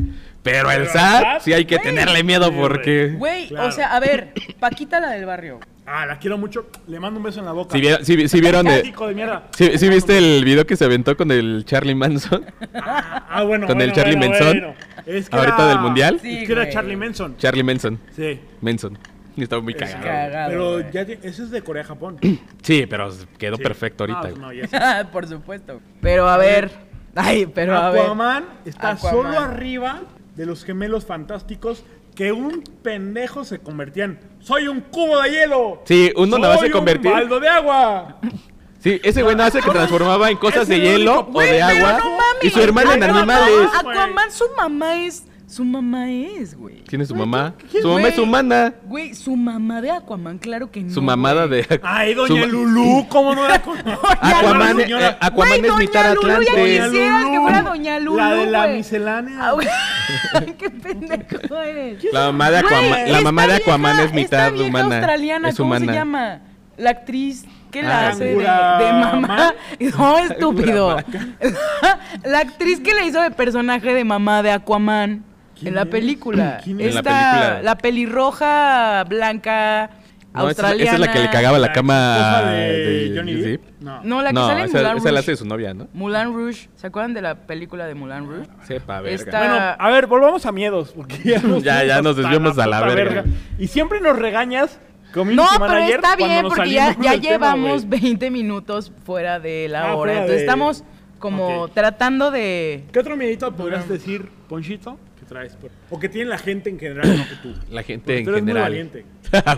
S3: Pero al
S2: al
S3: SAT,
S2: SAT,
S3: sí hay que
S4: güey.
S3: tenerle miedo
S4: sí,
S3: porque...
S4: Güey, o
S2: Claro.
S4: sea, a ver, Paquita la del barrio. *laughs*
S2: Ah, la quiero mucho. Le mando un beso en la boca.
S3: Si vieron, si, si vieron eh,
S2: Hijo de mierda.
S3: si- si viste el video que se aventó con el Charlie Manson, *laughs*
S2: Ah, ah, bueno.
S3: Con el
S2: bueno,
S3: Charlie
S2: bueno,
S3: Manson.
S2: bueno. Es que
S3: ahorita
S2: era-
S3: del mundial.
S4: Sí,
S2: es que era
S4: güey.
S2: Charlie Manson.
S3: Charlie Manson,
S2: Sí.
S3: Manson. Y Estaba muy cagado.
S4: cagado.
S2: Pero
S4: güey.
S2: ya ti- ese es de Corea Japón.
S3: Sí, pero quedó
S2: Sí.
S3: perfecto ahorita.
S2: Ah,
S3: güey.
S2: no, ya sé.
S4: Por supuesto. Pero a ver. Ay, pero a ver.
S2: Aquaman está
S4: Aquaman.
S2: solo arriba de los gemelos fantásticos que un pendejo se convertían. Soy un cubo de hielo.
S3: Sí, uno
S2: Soy
S3: nada más se
S2: un
S3: convertía-
S2: baldo de agua.
S3: Sí, ese güey nada más se transformaba en cosas
S2: Ese
S3: de
S2: es el
S3: hielo
S2: único-
S3: o de
S4: Güey, pero
S3: agua.
S4: no mames. Ah,
S3: y su hermana en
S4: Aquaman-
S3: animales.
S2: güey.
S4: Aquaman, su mamá es Su mamá es, güey.
S3: ¿Quién es su
S4: Güey,
S3: mamá?
S4: ¿qué- quién,
S3: Su mamá
S4: güey?
S3: es humana.
S4: Güey, su mamá de Aquaman, claro que no.
S3: Su mamada
S4: güey.
S3: de.
S2: Ay,
S3: su
S2: doña
S3: ma-
S2: Lulú, ¿cómo
S3: *laughs*
S2: no la conozco?
S3: Aquaman,
S2: Lulú,
S3: eh,
S2: señora.
S3: Aquaman
S4: Güey,
S3: es
S4: doña
S3: mitad
S4: Lulu, ya
S3: Atlante.
S4: quisiera. que fuera doña Lulú,
S2: La de la
S4: güey. Ah,
S2: miscelánea.
S4: güey. Qué pendejo eres.
S3: La mamá de Aquaman,
S4: Güey,
S3: la
S4: esta
S3: mamá de Aquaman
S4: vieja-
S3: es mitad
S4: esta vieja
S3: humana.
S4: australiana,
S3: es
S4: ¿cómo
S3: humana.
S4: se llama? La actriz que la
S3: Ah,
S4: hace de,
S2: Angura-
S4: de mamá.
S2: Man.
S4: *laughs* No, estúpido. *laughs* la actriz que le hizo de personaje de mamá de Aquaman en
S2: ¿Quién
S4: la
S2: es?
S4: película.
S2: ¿Quién es?
S3: En la
S4: Esta,
S3: película.
S4: la pelirroja blanca
S3: No, esa, es-
S4: australiana.
S3: esa es la que le cagaba la
S2: La
S3: cama.
S2: esposa de Johnny Depp.
S3: Depp.
S2: No.
S4: No, la que
S3: no,
S4: sale en
S3: esa,
S4: Mulan
S3: esa la
S4: Rouge.
S3: hace su novia, ¿no?
S4: Mulan Rouge. ¿Se acuerdan de la película de Mulan Rouge?
S3: Sepa, verga.
S4: Esta-
S2: Bueno, a ver, volvamos a miedos. Porque
S3: *laughs*
S2: ya nos,
S3: Ya, ya nos
S2: hasta
S3: desviamos a la
S2: puta
S3: verga.
S2: Y siempre nos regañas. community
S4: No, pero
S2: manager,
S4: está
S2: cuando
S4: bien
S2: nos
S4: porque ya,
S2: salimos
S4: ya
S2: del tema,
S4: llevamos
S2: güey.
S4: 20 minutos fuera de la hora.
S2: Ah, fuera
S4: Entonces
S2: de-
S4: estamos como
S2: Ok.
S4: tratando de...
S2: ¿Qué otro miedito podrías decir, Ponchito, que traes? por- O que tiene la gente en general, no que tú.
S3: *coughs* La gente
S2: Porque
S3: en
S2: tú eres muy
S3: general. *laughs*
S2: valiente.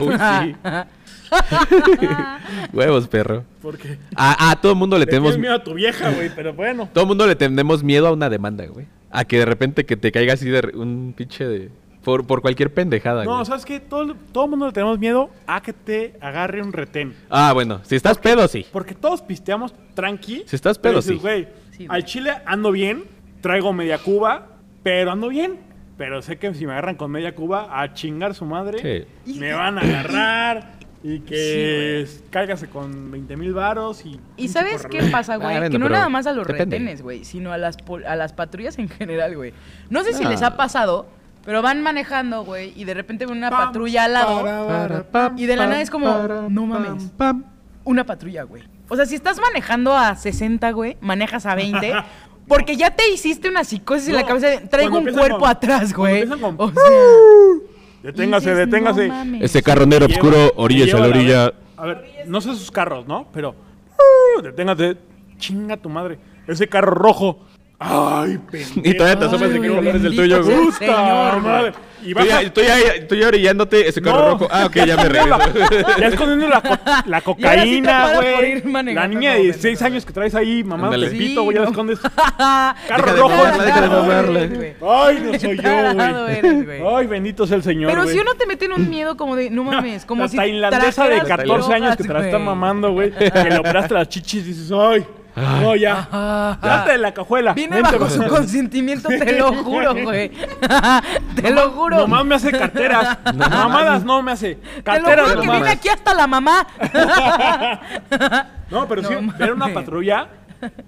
S3: Uy,
S4: ah,
S2: *laughs*
S3: sí. Huevos, perro.
S2: Porque
S3: A, a todo mundo le
S2: le tienes
S3: tenemos
S2: miedo a tu vieja, güey, pero bueno.
S3: todo mundo le tenemos miedo a una demanda, güey. A que de repente que te caiga así de re- un pinche de por, por cualquier pendejada,
S2: No,
S3: güey.
S2: ¿sabes qué? Todo, todo mundo le tenemos miedo a que te agarre un retén.
S3: Ah, bueno, si estás pedo sí.
S2: Porque todos pisteamos tranqui.
S3: Si estás pedo,
S2: Pero dices,
S3: sí.
S2: güey,
S4: Sí, güey.
S2: al chile ando bien, traigo media cuba, pero ando bien. Pero sé que si me agarran con media cuba, a chingar su madre,
S4: Sí.
S2: me van a agarrar y que cálgase con 20 mil varos y...
S4: ¿Y
S2: un
S4: sabes
S2: chocorrol.
S4: qué pasa, güey?
S3: Ah, bueno,
S4: que no
S3: pero
S4: nada más a los
S3: depende.
S4: retenes, güey, sino a las, pol- a las patrullas en general, güey. No sé si
S3: Ah.
S4: les ha pasado, pero van manejando, güey, y de repente ven una
S2: Pam,
S4: patrulla al lado.
S2: para, para,
S4: Y de la nada es como, no mames. Una patrulla, güey. O sea, si estás manejando a 60, güey, manejas a
S2: *laughs*
S4: 20. Porque ya te hiciste una psicosis en la
S2: No,
S4: cabeza. de, Traigo un
S2: cuando empiezan
S4: cuerpo
S2: con-
S4: atrás,
S2: cuando
S4: güey.
S2: empiezan con- *laughs*
S4: O sea,
S2: Deténgase,
S4: dices, no
S2: deténgase.
S4: mames. *laughs*
S3: Ese carro negro
S2: Lleva-
S3: oscuro,
S2: lleva
S3: orillas a la orilla.
S2: A ver, no sé sus carros, ¿no? Pero... uh, deténgase, chinga tu madre. Ese carro rojo. Ay, pendejo.
S3: *laughs* Y todavía te asomas
S4: Ay,
S3: de qué
S4: güey,
S3: color es el
S4: bendito
S3: tuyo,
S4: sea.
S3: güey.
S2: Puta
S4: Señor,
S2: madre. Y
S3: Estoy,
S2: baja-
S3: ahí- estoy, ahí- estoy orillándote ese carro
S2: No.
S3: rojo. Ah, ok, ya me regreso.
S2: *laughs* Ya escondiendo la,
S3: *laughs*
S2: co- la
S4: Y ahora sí
S2: cocaína,
S4: te para por ir
S2: güey.
S4: manejando,
S2: la niña de
S4: no,
S2: 16
S4: pendejo.
S2: años que traes ahí, mamá,
S3: Ándale.
S2: Pepito, güey, ya la escondes.
S3: Deja
S2: Carro
S3: de
S2: rojo.
S3: mamarla, deja de
S2: Ay,
S3: mamarla.
S4: güey.
S2: Ay, no
S3: *laughs*
S2: soy
S4: Tarado
S2: yo,
S4: eres, güey.
S2: güey. Ay, bendito sea el Señor,
S4: Pero
S2: güey.
S4: si uno te mete en un miedo como de,
S2: *laughs*
S4: no mames, como
S2: la
S4: si
S2: tailandesa de
S4: trajeras
S2: 14 años que te la
S4: drogas,
S2: está
S4: güey.
S2: mamando, güey. Que le operaste las chichis y dices, ay, no, ya. Date de la cajuela.
S4: Vine
S2: vente,
S4: bajo
S2: güey.
S4: su consentimiento, te
S2: *laughs*
S4: lo juro, güey. *laughs* te lo juro.
S2: Nomás me hace
S4: *laughs*
S2: carteras. Mamadas no me hace.
S4: te lo
S2: Carteras
S4: juro que
S2: nomás.
S4: viene aquí hasta la mamá.
S2: *laughs*
S4: *laughs*
S2: No, pero
S4: No
S2: sí, ver una
S4: mames.
S2: patrulla,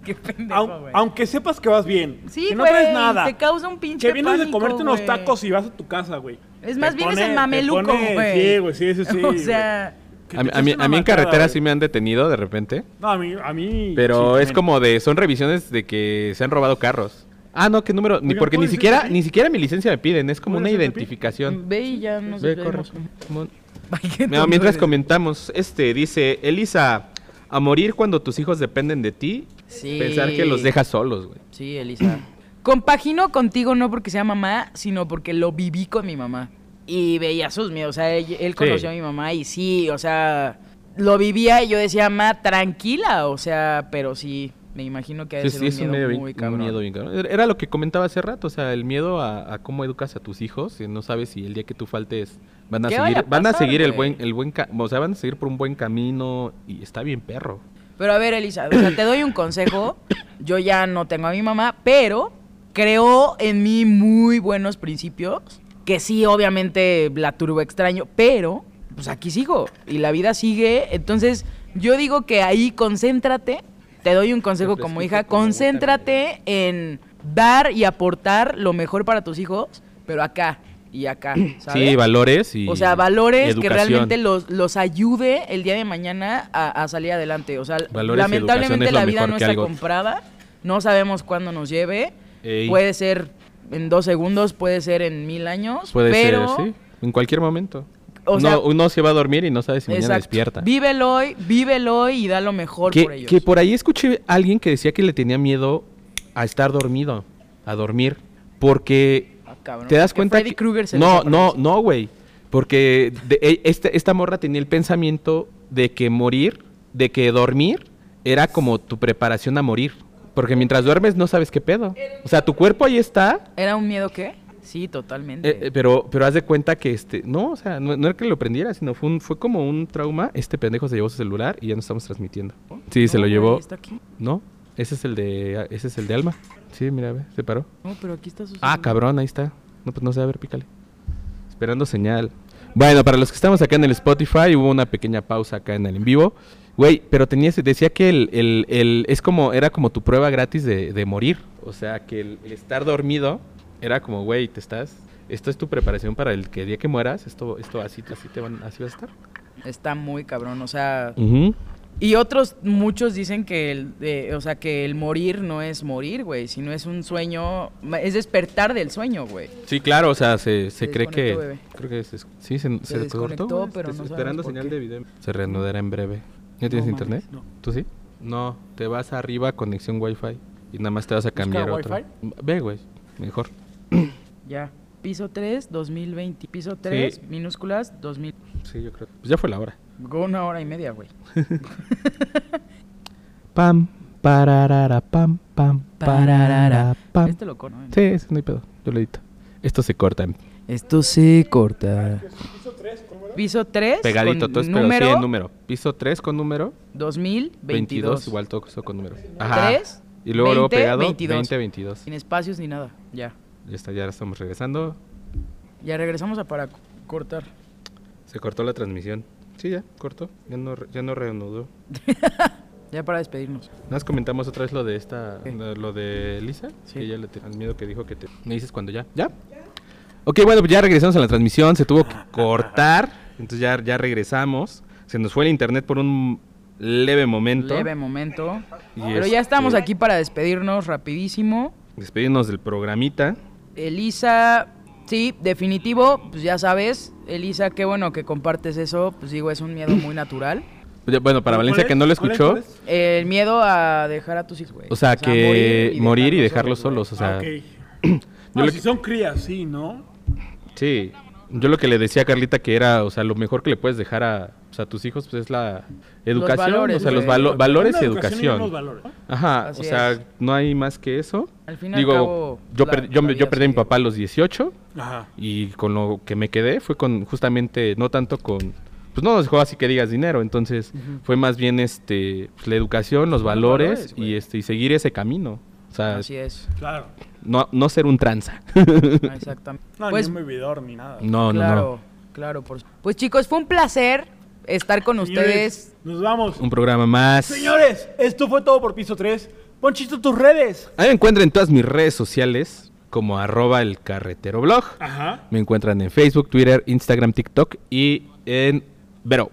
S4: Qué
S2: au-
S4: pendejo, güey.
S2: aunque sepas que vas bien.
S4: Sí,
S2: que
S4: güey.
S2: no traes nada.
S4: Te causa un pinche
S2: Que vienes de
S4: pánico,
S2: comerte unos
S4: güey.
S2: tacos y vas a tu casa, güey.
S4: Es
S2: Te
S4: más, vienes
S2: pone-
S4: en
S2: te
S4: mameluco,
S2: pone-
S4: güey.
S2: Sí, güey, sí, sí, sí.
S4: *laughs* O
S2: güey.
S4: sea,
S2: Que
S3: A,
S2: te
S3: mí- a mí,
S2: echaste
S3: a mí
S2: una
S3: en carretera
S2: matada,
S3: sí
S2: güey.
S3: me han detenido de repente.
S2: No, a mí. A mí
S3: Pero
S2: sí,
S3: es
S2: también.
S3: como de, son revisiones de que se han robado carros. Ah, no, qué número, ni
S2: Oigan,
S3: porque ni
S2: ¿puedes
S3: siquiera,
S2: decir-
S3: ni siquiera mi licencia me piden, es como una
S2: ¿Puedes Mm, decir de pi?
S3: identificación.
S4: ve y ya nos
S3: Ve, corre.
S4: despedimos.
S3: Simón.
S4: *laughs* Ay, qué
S3: Mira, mientras
S4: tonto eres.
S3: comentamos, este dice, Elisa, a morir cuando tus hijos dependen de ti,
S4: Sí.
S3: pensar que los dejas solos, güey.
S4: Sí, Elisa. *clears throat* Compagino contigo no porque sea mamá, sino porque lo viví con mi mamá. Y veía sus miedos. O sea, él, él conoció a mi mamá y sí, o sea, lo vivía y yo decía, mamá, tranquila. O sea, pero sí, me imagino que ha de
S3: Sí,
S4: ser
S3: sí,
S4: un
S3: es un,
S4: miedo
S3: medio bien-
S4: muy
S3: un
S4: cabrón.
S3: miedo bien cabrón. Era- Era lo que comentaba hace rato, o sea, el miedo a, a cómo educas a tus hijos, y no sabes si el día que tú faltes van a
S4: ¿Qué vaya
S3: seguir,
S4: a
S3: van a
S4: pasar,
S3: seguir el
S4: güey?
S3: buen, el buen, ca- o sea, van a seguir por un buen camino y está bien perro.
S4: Pero a ver, Elisa, o sea, te doy un consejo. Yo ya no tengo a mi mamá, pero creo en mí muy buenos principios. Que sí, obviamente la turbo extraño, pero pues aquí sigo y la vida sigue. Entonces, yo digo que ahí concéntrate. Te doy un consejo como hija, concéntrate en dar y aportar lo mejor para tus hijos, pero acá y acá. ¿sabes?
S3: Sí, valores y
S4: O sea, valores que
S3: educación.
S4: realmente los, los ayude el día de mañana a, a salir adelante. O sea,
S3: Valores y educación
S4: lamentablemente
S3: es lo
S4: la vida
S3: mejor
S4: no
S3: que
S4: está
S3: algo.
S4: comprada. No sabemos cuándo nos lleve.
S3: Ey.
S4: Puede ser en dos segundos, puede ser en mil años.
S3: Puede
S4: pero,
S3: ser, sí, en cualquier momento.
S4: O
S3: uno,
S4: sea-
S3: uno se va a dormir y no sabe si mañana
S4: exacto.
S3: despierta.
S4: Vívelo hoy, vívelo hoy y da lo mejor
S3: que,
S4: por ellos.
S3: que por ahí escuché a alguien que decía que le tenía miedo a estar dormido, a dormir, porque
S4: Ah, cabrón,
S3: te das
S4: que
S3: cuenta
S4: Freddy
S3: que-
S4: Krueger se
S3: no,
S4: desapareció.
S3: no, no, güey, porque de- e- este- esta morra tenía el pensamiento de que morir, de que dormir era como tu preparación a morir, porque mientras duermes no sabes qué pedo, o sea, tu cuerpo ahí está
S4: ¿Era un miedo qué? Sí, totalmente.
S3: Eh, eh, pero, pero haz de cuenta que este, no, o sea, no, no era que lo prendiera, sino fue, un- fue como un trauma. Este pendejo se llevó su celular y ya no estamos transmitiendo. Sí, se lo
S4: No,
S3: llevó.
S4: güey, está aquí.
S3: No, ese es el de, ah, ese es el de Alma. Sí, mira, ve, se paró.
S4: No, pero aquí está su
S3: Ah,
S4: celular.
S3: cabrón, ahí está. No, pues no sé, a ver, pícale. Esperando señal. Bueno, para los que estamos acá en el Spotify, hubo una pequeña pausa acá en el en vivo. Güey, pero tenías, decía que el, el- el- es como, era como tu prueba gratis de, de morir. O sea, que el, el estar dormido era como, güey, te estás, esto es tu preparación para el que el día que mueras, esto, esto así, así te van, así vas a estar.
S4: Está muy cabrón, o sea... Y otros, muchos dicen que el, de- o sea, que el morir no es morir, güey, sino es un sueño, ma- es despertar del sueño, güey.
S3: Sí, claro, o sea, se, se
S4: Se
S3: cree que,
S4: desconectó, bebé.
S3: creo que se, sí, se, se,
S4: desconectó,
S3: cortó, güey,
S4: pero
S3: estés
S4: no sabemos
S3: esperando
S4: por
S3: señal
S4: qué.
S3: de video. Se reanudará en breve. ¿Ya tienes internet?
S2: No.
S3: ¿Tú sí? No, te vas arriba conexión wifi y nada más te vas a cambiar a otro. Ve, güey, mejor.
S4: Ya. Piso 3, 2020. Piso 3, minúsculas, 2000.
S3: Sí, yo creo. Pues ya fue la hora.
S4: Go una hora y media, güey.
S3: Pam, pararara, pam, pam, pararara, pam.
S4: Este lo corto, ¿no?
S3: Sí, eso no hay pedo. Yo lo edito. Esto se corta.
S4: Esto se corta. Piso 3,
S3: Pegadito, todo es pero sí,
S4: número
S3: en número. Piso 3 con número,
S4: 2022.
S3: 22, igual todo eso con número. Ajá.
S4: Tres,
S3: Y luego, luego
S4: 20,
S3: pegado,
S4: 22.
S3: 20, 22.
S4: Sin espacios ni nada. Ya.
S3: Ya está, ya estamos regresando.
S4: Ya regresamos a para cortar.
S3: Se cortó la transmisión. Sí, ya, cortó. Ya no, re- ya no reanudó.
S4: Ya para despedirnos.
S3: Nos comentamos otra vez lo de esta,
S4: ¿Qué?
S3: lo lo de Lisa,
S4: Sí.
S3: que ya le tenía miedo que dijo que te... Me dices cuando ya. ¿Ya? Ok, bueno, pues ya regresamos a la transmisión, se tuvo que cortar, entonces ya, ya regresamos. Se nos fue el internet por un leve momento.
S4: Leve momento.
S3: Y
S4: Pero ya
S3: este-
S4: estamos aquí para despedirnos rapidísimo.
S3: Despedirnos del programita.
S4: Elisa, sí, definitivo, pues ya sabes, Elisa, qué bueno que compartes eso, pues digo, es un miedo muy natural.
S3: Pues Ya, Bueno, para
S2: ¿Cuál
S3: Valencia
S2: es?
S3: que no lo
S2: ¿Cuál es?
S3: escuchó,
S2: ¿Cuál es?
S4: El miedo a dejar a tus hijos, güey.
S3: o sea, que morir y dejarlos solos, o *clears throat* sea...
S2: Ah, ok. No,
S3: lo
S2: si
S3: que-
S2: son crías, sí, ¿no?
S3: Sí, yo lo que le decía a Carlita que era, o sea, lo mejor que le puedes dejar a, o sea, a tus hijos pues es la educación,
S4: valores,
S3: o sea, los
S4: güey.
S3: valo- valores
S2: Una
S3: y
S2: y
S3: educación.
S2: unos valores.
S3: Ajá,
S4: Así
S3: o sea,
S4: es.
S3: no hay más que eso.
S4: Al fin y al
S3: Digo,
S4: cabo,
S3: yo,
S4: la-
S3: perdí- yo,
S4: la
S3: me-
S4: vida
S3: yo perdí a mi
S4: sigue.
S3: papá a los 18
S2: Ajá.
S3: y con lo que me quedé fue con justamente, no tanto con, pues no nos dejó así que digas dinero, entonces fue más bien este, pues, la educación, los
S4: Los
S3: valores,
S4: valores,
S3: y,
S4: güey.
S3: este, y seguir ese camino. O sea,
S4: Así es,
S2: Claro.
S3: no, no ser un tranza. *laughs*
S4: exactamente.
S2: No,
S4: pues,
S2: ni un bebedor ni nada.
S3: No,
S4: claro, claro. Por... su- Pues chicos, fue un placer estar con ustedes.
S2: Señores, Nos vamos.
S3: no, no. Un programa más.
S2: Señores, esto fue todo por piso 3. Ponchito tus redes.
S3: Ahí me encuentran en todas mis redes sociales como arroba el carretero blog.
S2: Ajá.
S3: Me encuentran en Facebook, Twitter, Instagram, TikTok y en Vero.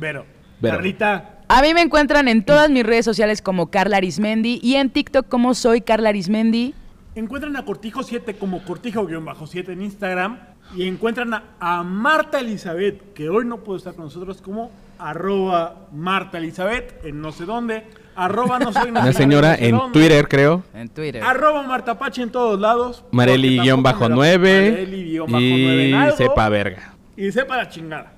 S2: Vero.
S3: Vero.
S2: Carlita.
S4: A mí me encuentran en todas mis redes sociales como Carla Arismendi y en TikTok como soy Carla Arismendi.
S2: Encuentran a Cortijo 7 como Cortijo-7 en Instagram. Y encuentran a, a Marta Elizabeth, que hoy no pudo estar con nosotros, como arroba Marta Elizabeth en no sé dónde. Arroba no soy
S3: *laughs*
S2: *laughs*
S3: Una señora
S2: no sé
S3: en
S2: dónde.
S3: Twitter, creo.
S4: En Twitter.
S2: Arroba Marta Pache en todos lados. porque tampoco me la- Mareli-9
S3: Mareli-9
S2: en
S3: y
S2: algo,
S3: sepa verga.
S2: Y sepa la chingada.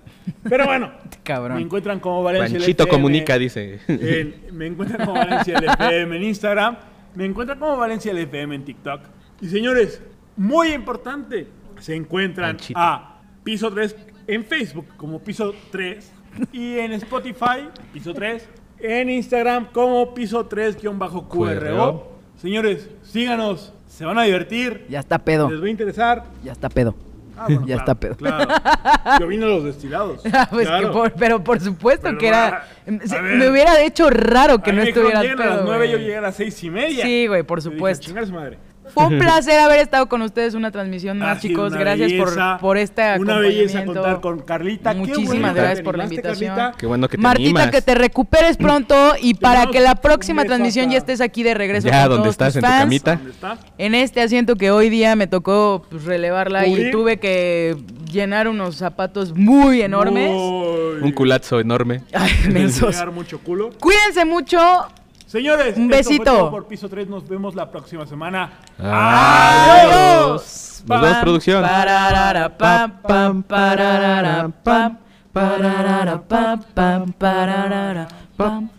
S2: Pero bueno, me
S4: *laughs* Cabrón.
S2: encuentran como Valencia
S3: Panchito
S2: LFM
S3: comunica, dice.
S2: en- me encuentran como Valencia LFM en Instagram. Me encuentran como Valencia LFM en TikTok. Y señores, muy importante, se encuentran
S3: Panchito.
S2: a Piso 3 en Facebook como Piso 3 y en Spotify, Piso 3, en Instagram como Piso 3-QRO.
S3: QRO.
S2: Señores, síganos, se van a divertir,
S4: Ya está pedo.
S2: les va a interesar.
S4: Ya está *laughs* pedo.
S2: Ah,
S4: Ya
S2: bueno, claro,
S4: está pedo.
S2: Claro. Yo vine a
S4: *laughs*
S2: los destilados.
S4: Pues que
S2: claro.
S4: por- pero por supuesto
S2: Pero
S4: que
S2: va-
S4: era.
S2: a
S4: se-
S2: ver.
S4: me hubiera hecho raro que
S2: A mí
S4: no
S2: me dijeron,
S4: estuviera
S2: "Lleguen a las
S4: pedo,
S2: nueve, yo
S4: güey.
S2: llegué a las seis y media.
S4: Sí, güey, por
S2: Yo dije,
S4: supuesto.
S2: "Chingar su madre.
S4: Fue un placer haber estado con ustedes una transmisión
S2: Ha
S4: más,
S2: sido
S4: chicos.
S2: una
S4: Gracias
S2: belleza,
S4: por, por este
S2: Una belleza
S4: acompañamiento.
S2: contar con Carlita. Qué bueno
S4: Muchísimas
S2: que
S4: gracias
S2: te
S4: por la
S2: animaste,
S4: invitación.
S2: Carlita.
S3: Qué bueno que te
S4: Martita,
S3: animas.
S4: que te recuperes pronto y para
S2: mando
S4: que la
S2: un
S4: próxima
S2: beso
S4: transmisión
S2: hasta-
S4: ya estés aquí de
S3: *laughs*
S4: regreso.
S3: Ya,
S4: con
S3: donde
S4: todos
S3: estás,
S4: tus
S3: en tu
S4: fans.
S3: camita.
S2: ¿Dónde está?
S4: En este asiento que hoy día me tocó pues, relevarla
S2: Cubrir.
S4: y tuve que llenar unos zapatos muy enormes.
S2: Muy-
S3: Un culazo enorme.
S4: Ay,
S2: Voy
S4: mensos.
S2: a dar mucho culo.
S4: Cuídense mucho.
S2: Señores,
S4: Un
S2: esto fue
S4: besito.
S2: todo por piso 3. Nos vemos la próxima semana.
S4: Adiós.
S3: Nos vemos, producción.
S4: Pararara, pam, pam, pararara, pam, pararara, pam, pam, pararara, pam.